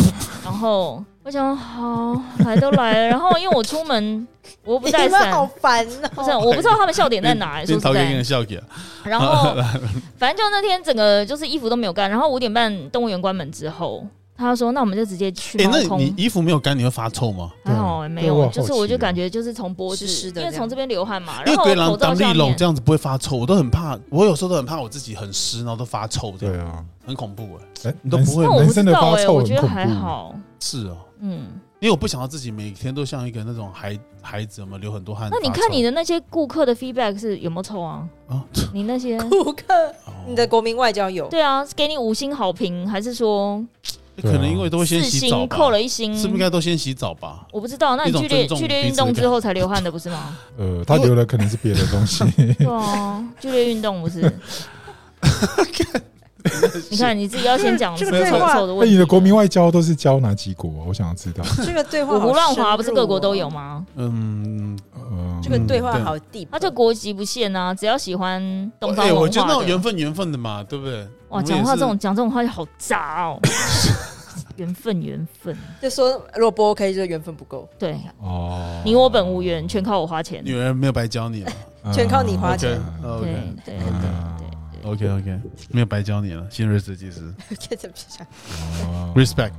Speaker 3: 然后我想好来都来了，然后因为我出门我又不
Speaker 4: 你
Speaker 3: 带
Speaker 4: 们
Speaker 3: 伞，
Speaker 4: 好烦
Speaker 3: 不是
Speaker 4: 哦。
Speaker 3: 我不知道他们笑点在哪、欸，说
Speaker 2: 今天
Speaker 3: 实
Speaker 2: 陶哥跟
Speaker 3: 在
Speaker 2: 人，笑起来，
Speaker 1: 啊
Speaker 3: 然后反正就那天整个就是衣服都没有干，然后五点半动物园关门之后，他说那我们就直接去
Speaker 2: 哎，
Speaker 3: 猫
Speaker 2: 那
Speaker 3: 空。
Speaker 2: 你衣服没有干，你会发臭吗？
Speaker 3: 还
Speaker 1: 对
Speaker 3: 好、
Speaker 1: 啊
Speaker 3: 欸、没
Speaker 1: 对我
Speaker 3: 有，
Speaker 1: 好
Speaker 3: 就是我
Speaker 1: 奇
Speaker 3: 就
Speaker 1: 哦
Speaker 3: 感觉就是从脖子，
Speaker 4: 湿湿的
Speaker 3: 因为
Speaker 4: 这
Speaker 3: 从
Speaker 4: 样
Speaker 3: 这边流汗嘛，
Speaker 2: 因
Speaker 3: 然
Speaker 2: 为
Speaker 3: 后
Speaker 2: 鬼
Speaker 3: 口
Speaker 2: 狼
Speaker 3: 罩
Speaker 2: 挡
Speaker 3: 下
Speaker 2: 立龙
Speaker 3: 面
Speaker 2: 这，样子不会发臭，我都很怕，我有时候都很怕我自己很湿，然后都发臭，这
Speaker 1: 对
Speaker 2: 样
Speaker 1: 啊，
Speaker 2: 很恐怖哎。
Speaker 1: 哎，
Speaker 2: 你都
Speaker 1: 男
Speaker 2: 不会
Speaker 3: 那我
Speaker 1: 男
Speaker 3: 不知
Speaker 1: 生的
Speaker 3: 道
Speaker 1: 发
Speaker 3: 哎、
Speaker 1: 臭
Speaker 3: 我
Speaker 1: 很
Speaker 3: 觉得
Speaker 1: 恐
Speaker 3: 还
Speaker 1: 怖。
Speaker 3: 好，
Speaker 2: 是哦，
Speaker 3: 嗯。
Speaker 2: 因为我不想要自己每天都像一个那种孩孩子嘛，流很多汗。
Speaker 3: 那你
Speaker 2: 发
Speaker 3: 看
Speaker 2: 臭
Speaker 3: 你的那些顾客的 feedback 是有没有臭啊？
Speaker 2: 啊
Speaker 3: 你那些
Speaker 4: 顾客，
Speaker 2: 哦
Speaker 4: 你的国民外交有
Speaker 3: 对啊，给你五星好评，还是说
Speaker 2: 哦可能因为都会
Speaker 3: 四
Speaker 2: 先洗澡
Speaker 3: 星
Speaker 2: 吧，
Speaker 3: 扣了一星？
Speaker 2: 是不是应该都先洗澡吧？
Speaker 3: 我不知道，那你
Speaker 2: 一种
Speaker 3: 剧烈
Speaker 2: 尊重
Speaker 3: 剧烈
Speaker 2: 彼
Speaker 3: 运
Speaker 2: 此的
Speaker 3: 动
Speaker 2: 感
Speaker 3: 之后才流汗的，不
Speaker 2: (laughs)
Speaker 3: 是吗？
Speaker 1: 呃，他留的可能是别的东
Speaker 3: (laughs)
Speaker 1: 西。
Speaker 3: 对啊，剧烈运动不
Speaker 2: (laughs)
Speaker 3: 是？你看你自己要先讲
Speaker 4: 这
Speaker 3: 什
Speaker 4: 个
Speaker 3: 么
Speaker 2: 对
Speaker 3: 臭
Speaker 4: 话
Speaker 3: 臭的
Speaker 1: 那
Speaker 3: 问题。
Speaker 1: 你的国民外交都是教哪几国啊？我想要知道。
Speaker 4: 这个对话好深
Speaker 3: 五
Speaker 4: 入哦，哦
Speaker 3: 胡乱华不是各国都有吗？
Speaker 2: 嗯，
Speaker 1: 呃，
Speaker 4: 这个对话
Speaker 2: 嗯
Speaker 4: 好 deep，哦
Speaker 3: 他就国籍不限啊，只要喜欢东方
Speaker 2: 哎，我
Speaker 3: 文
Speaker 2: 觉得那
Speaker 3: 化
Speaker 2: 种缘
Speaker 3: 的。
Speaker 2: 分缘分的嘛，对不对？我
Speaker 3: 哇，
Speaker 2: 们
Speaker 3: 讲
Speaker 2: 也
Speaker 3: 话
Speaker 2: 是
Speaker 3: 这种讲这种话就好渣
Speaker 2: (laughs)
Speaker 3: 哦。缘分，缘分，
Speaker 4: 就说如果不 OK，就是缘分不够， (laughs)
Speaker 3: 对
Speaker 1: 哦，
Speaker 3: 你我本无缘，全靠我花钱。
Speaker 2: 女人没有白教你了。哦
Speaker 1: 呃
Speaker 4: 全靠你花钱
Speaker 2: OK
Speaker 3: 对
Speaker 2: OK
Speaker 3: 对对
Speaker 1: 啊
Speaker 3: 对对。
Speaker 2: OK OK，没有白教你了，新锐设计师
Speaker 4: 这怎么想？
Speaker 1: 哦
Speaker 2: respect。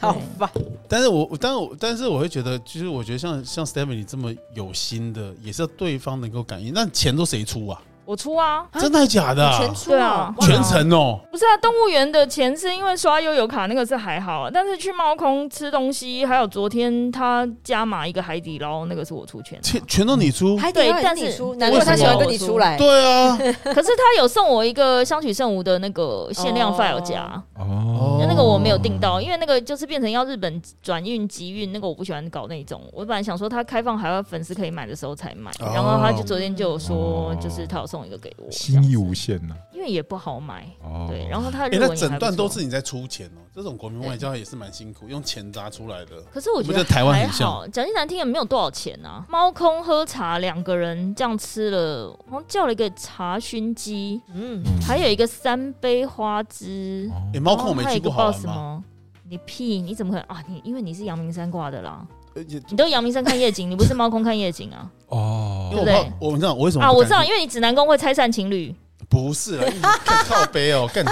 Speaker 4: 好烦。
Speaker 2: 但是我我但我但是我会觉得，其实我觉得像像 Stephanie 这么有心的，也是要对方能够感应。那钱都谁出啊？
Speaker 3: 我出啊，
Speaker 4: 啊
Speaker 2: 真的还假的啊？
Speaker 4: 全出
Speaker 3: 对啊
Speaker 4: 了，
Speaker 3: 哇
Speaker 2: 全程哦，
Speaker 3: 不是啊，动物园的钱是因为刷悠游卡那个是还好啊，但是去猫空吃东西，还有昨天他加码一个海底捞，那个是我出钱啊、
Speaker 2: 全全都你出。
Speaker 4: 还得要
Speaker 3: 对但是
Speaker 4: 你出，难怪他喜欢跟你出
Speaker 3: 嗯
Speaker 2: (laughs)
Speaker 4: 来。
Speaker 2: 对
Speaker 3: (laughs)
Speaker 2: 啊，
Speaker 3: 可是他有送我一个香取慎吾的那个限量
Speaker 4: 哦
Speaker 3: file 夹，
Speaker 1: 哦，
Speaker 3: 那那个我没有订到，因为那个就是变成要日本转运集运，那个我不喜欢搞那种。我本来想说他开放海外粉丝可以买的时候才买，
Speaker 2: 哦
Speaker 3: 然后他就昨天就有说
Speaker 1: 哦，
Speaker 3: 就是他有送一个给我，
Speaker 1: 心意
Speaker 3: 这样子
Speaker 1: 无限呐、
Speaker 3: 因为也不好买。
Speaker 1: 哦，
Speaker 3: 对，然后他
Speaker 2: 哎、
Speaker 3: 日文也
Speaker 2: 那整
Speaker 3: 还不
Speaker 2: 段
Speaker 3: 错
Speaker 2: 都是你在出钱哦，这种国民外交也是蛮辛苦，用钱砸出来的。
Speaker 3: 可是我觉
Speaker 2: 我觉
Speaker 3: 得
Speaker 2: 得台湾
Speaker 3: 还
Speaker 2: 很像
Speaker 3: 好，讲句难听也没有多少钱啊。猫空喝茶，两个人这样吃了，好像叫了一个茶熏鸡，
Speaker 4: 嗯，
Speaker 1: 嗯
Speaker 3: 还有一个三杯花枝，
Speaker 1: 哦
Speaker 2: 哎、猫
Speaker 3: 然
Speaker 2: 控
Speaker 3: 后
Speaker 2: 我没
Speaker 3: 还有
Speaker 2: 去
Speaker 3: 一个
Speaker 2: 过，
Speaker 3: 不
Speaker 2: 好
Speaker 3: 知道
Speaker 2: 玩
Speaker 3: 什
Speaker 2: 吗？
Speaker 3: 么。你屁！你怎么可能啊？你因为你是阳明山挂的啦，
Speaker 2: 呃也
Speaker 3: 你都阳明山看夜景，你不是猫空看夜景啊？
Speaker 1: 哦
Speaker 2: 因为我
Speaker 3: 对
Speaker 2: 怕，我知道我为什么
Speaker 3: 啊，
Speaker 2: 不
Speaker 3: 我
Speaker 2: 敢
Speaker 3: 知道，
Speaker 2: 去
Speaker 3: 因为你指南宫会拆散情侣，
Speaker 2: 不是啦，因为看 (laughs) 靠背 (laughs) 哦，干。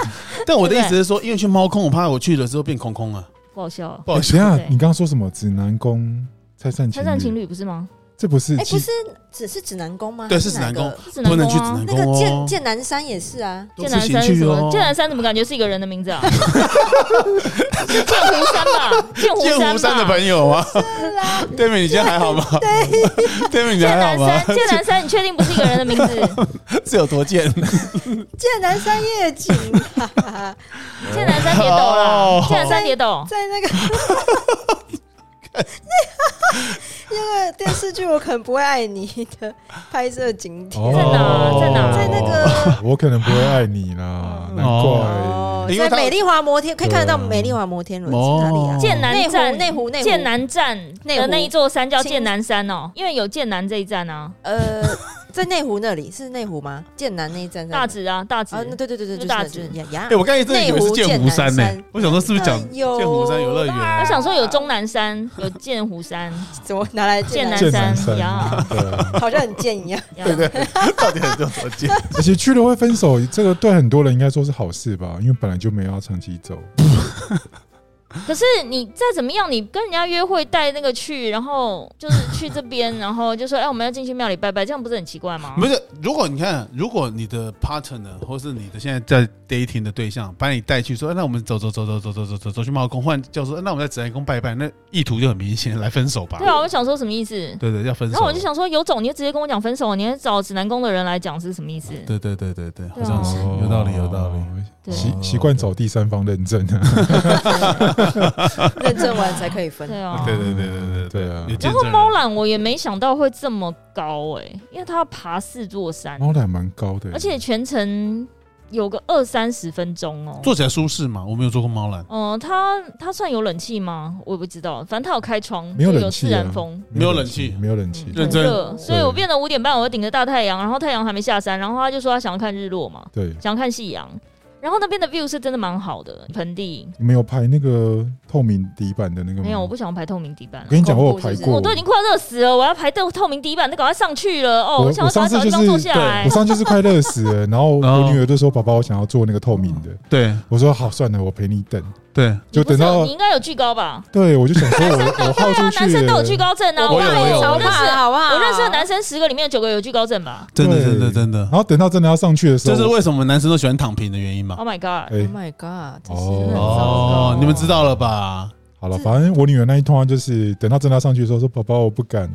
Speaker 2: 但我的意思是说，因为去猫空，我怕我去了之后变空空啊，
Speaker 3: 不好笑啊。
Speaker 2: 不好
Speaker 1: 等一
Speaker 2: 笑。
Speaker 1: 下，
Speaker 3: 对
Speaker 1: 你刚刚说什么？指南宫拆散
Speaker 3: 拆散情
Speaker 1: 侣，
Speaker 3: 侣不是吗？
Speaker 1: 这不是
Speaker 4: 哎，
Speaker 1: 基
Speaker 4: 不是只是指南宫吗？
Speaker 2: 对
Speaker 4: 还
Speaker 2: 是指
Speaker 4: 哪
Speaker 2: 南宫
Speaker 4: 个
Speaker 3: 是指
Speaker 2: 不能
Speaker 3: 南宫
Speaker 2: 去指南
Speaker 3: 啊。
Speaker 4: 那
Speaker 2: 宫
Speaker 4: 个剑
Speaker 2: 哦，
Speaker 4: 剑南山也是啊，
Speaker 2: 都
Speaker 3: 剑
Speaker 2: 是
Speaker 3: 南
Speaker 2: 行
Speaker 3: 山是
Speaker 2: 去
Speaker 3: 什
Speaker 2: 哦
Speaker 3: 么？。剑南山怎么感觉是一个人的名字啊？是剑湖山吧？剑湖
Speaker 2: 剑湖山的
Speaker 3: 吧？
Speaker 2: 朋友吗？
Speaker 3: 啊
Speaker 2: 对面，你今天还好吗？ (laughs) 对面，你今天
Speaker 3: 剑
Speaker 2: 还
Speaker 3: 南
Speaker 2: 好吗
Speaker 3: 山，？剑南山，你确定不是一个人的名字？
Speaker 2: (laughs) 是有多贱？
Speaker 4: 剑南山夜景啊，
Speaker 3: 剑南山跌倒
Speaker 2: 哦
Speaker 3: 啦，剑南山跌倒。
Speaker 4: 在那个那个电视剧《我可能不会爱你》的拍摄景点，
Speaker 1: 哦
Speaker 3: 在哪在哪
Speaker 4: 在那个
Speaker 1: 我可能不会爱你啦，难
Speaker 4: 哦，
Speaker 1: 怪。
Speaker 2: 因为哦它
Speaker 4: 在美丽华摩天可以看得到
Speaker 1: 对啊
Speaker 4: 美丽华摩天轮是哪里啊？
Speaker 3: 剑南站
Speaker 4: 内湖内湖内湖
Speaker 3: 剑南站
Speaker 4: 内湖
Speaker 3: 的那一座山叫
Speaker 4: 青
Speaker 3: 剑南山哦，因为有剑南这一站啊，
Speaker 4: 呃，在内湖那里是内湖吗？剑南那一站在哪
Speaker 3: 大直啊，大直
Speaker 4: 啊，那对对对对，就是
Speaker 3: 是大
Speaker 4: 那
Speaker 3: 直
Speaker 4: 就是呀呀
Speaker 2: (laughs) 哎，，我刚才真的以为是剑湖山呢
Speaker 4: 内湖剑南山，
Speaker 2: 我想说是不是讲
Speaker 4: 哎呦
Speaker 2: 剑湖山游乐园
Speaker 3: 我？想
Speaker 4: 啊
Speaker 3: 说有钟南山，有剑湖山，
Speaker 4: 怎么拿来剑
Speaker 3: 剑南
Speaker 4: 南？
Speaker 1: 剑南
Speaker 3: 山呀
Speaker 1: 山，对啊，
Speaker 4: 好像很贱一样。
Speaker 3: 对对，
Speaker 2: 到底有多贱？
Speaker 1: 而且去了会分手，这个对很多人应该说是好事吧，因为本来就没有要长期走。
Speaker 3: 可是你再怎么样，你跟人家约会带那个去，然后就是去这边，然后就说哎，我们要进去庙里拜拜，这样不是很奇怪吗？
Speaker 2: 不是，如果你看，如果你的 partner 或是你的现在在 dating 的对象把你带去说，哎那我们走走走走走走走走走去猫空，换叫说，哎那我们在指南宫拜拜，那意图就很明显，来分手吧
Speaker 3: 对。啊，我想说什么意思？
Speaker 2: 对对，要分手。
Speaker 3: 然后我就，想说，有种你就直接跟我讲分手，你还找指南宫的人来讲是什么意思？
Speaker 2: 对对对对对，好
Speaker 3: 对啊
Speaker 2: 像是有道理，有道理。
Speaker 3: 对
Speaker 1: 哦习习惯找第三方认证啊，
Speaker 4: 认证完才可以
Speaker 3: (laughs)
Speaker 4: 分。
Speaker 3: 对啊，
Speaker 2: 对对对对对
Speaker 1: 对啊
Speaker 2: 有见
Speaker 3: 然后
Speaker 2: 证人
Speaker 3: 猫缆我也没想到会这么高哎、因为它要爬四座山，
Speaker 1: 猫缆蛮高的，欸
Speaker 3: 而且全程有个二三十分钟哦、
Speaker 2: 坐起来舒适嘛？我没有坐过猫缆，
Speaker 3: 嗯、它它算有冷气吗？我也不知道，反正它有开窗，
Speaker 1: 没有
Speaker 3: 就
Speaker 1: 冷
Speaker 3: 自
Speaker 1: 气啊
Speaker 3: 然风。
Speaker 1: 没有冷
Speaker 2: 没有冷气
Speaker 1: 没有冷气
Speaker 3: 嗯，
Speaker 2: 认真
Speaker 3: 很热所以
Speaker 1: 对
Speaker 3: 我变得五点半，我会顶着大太阳，然后太阳还没下山，然后他就说他想要看日落嘛，
Speaker 1: 对，
Speaker 3: 想要看夕阳，然后那边的 view 是真的蛮好的，盆地
Speaker 1: 没有拍那个透明底板的那个吗
Speaker 3: 没有，我不想排透明地板
Speaker 1: 我
Speaker 3: 了，
Speaker 1: 跟你讲，
Speaker 4: 恐
Speaker 1: 我
Speaker 4: 怖
Speaker 1: 有排
Speaker 4: 是不是
Speaker 1: 过，
Speaker 3: 我都已经快要热死了，我要排透透明地板，都赶快上去了哦，
Speaker 1: 我
Speaker 3: 想要
Speaker 1: 我
Speaker 3: 找
Speaker 1: 上次
Speaker 3: 找地
Speaker 1: 就
Speaker 3: 方
Speaker 1: 是
Speaker 3: 坐下来
Speaker 1: 我，上次是快热死了，然后
Speaker 2: 然后
Speaker 1: 我女儿就说：“爸爸，我想要做那个透明的。
Speaker 2: 对”
Speaker 1: 我说：“好，算了，我陪你等。
Speaker 2: 对，”
Speaker 1: 就等
Speaker 3: 你不
Speaker 1: 到
Speaker 3: 是有你应该有惧高吧？
Speaker 1: 对，我就想说我我耗
Speaker 3: 对啊
Speaker 1: 出，去，
Speaker 3: 男生都有惧，高症啊！
Speaker 2: 我
Speaker 3: 我
Speaker 2: 有我有
Speaker 3: 我
Speaker 2: 我
Speaker 3: 认识
Speaker 4: 怕啊好不好？
Speaker 3: 我认识的男生十个里面有九个有惧高症吧
Speaker 2: 真的
Speaker 1: 对
Speaker 2: 真的真的
Speaker 1: 然，后等到真的要上去的时
Speaker 2: 这
Speaker 1: 候，
Speaker 2: 是为什么男生都喜欢躺平的原因嘛？
Speaker 3: ？Oh
Speaker 4: (laughs)
Speaker 3: my god！
Speaker 1: 哎
Speaker 4: ，Oh my god！这
Speaker 1: 哦
Speaker 4: 是
Speaker 2: 哦，你们知道了吧？
Speaker 1: 好了，反正我女儿那一通话就是等到真的要上去的时候说：“爸爸，我不敢。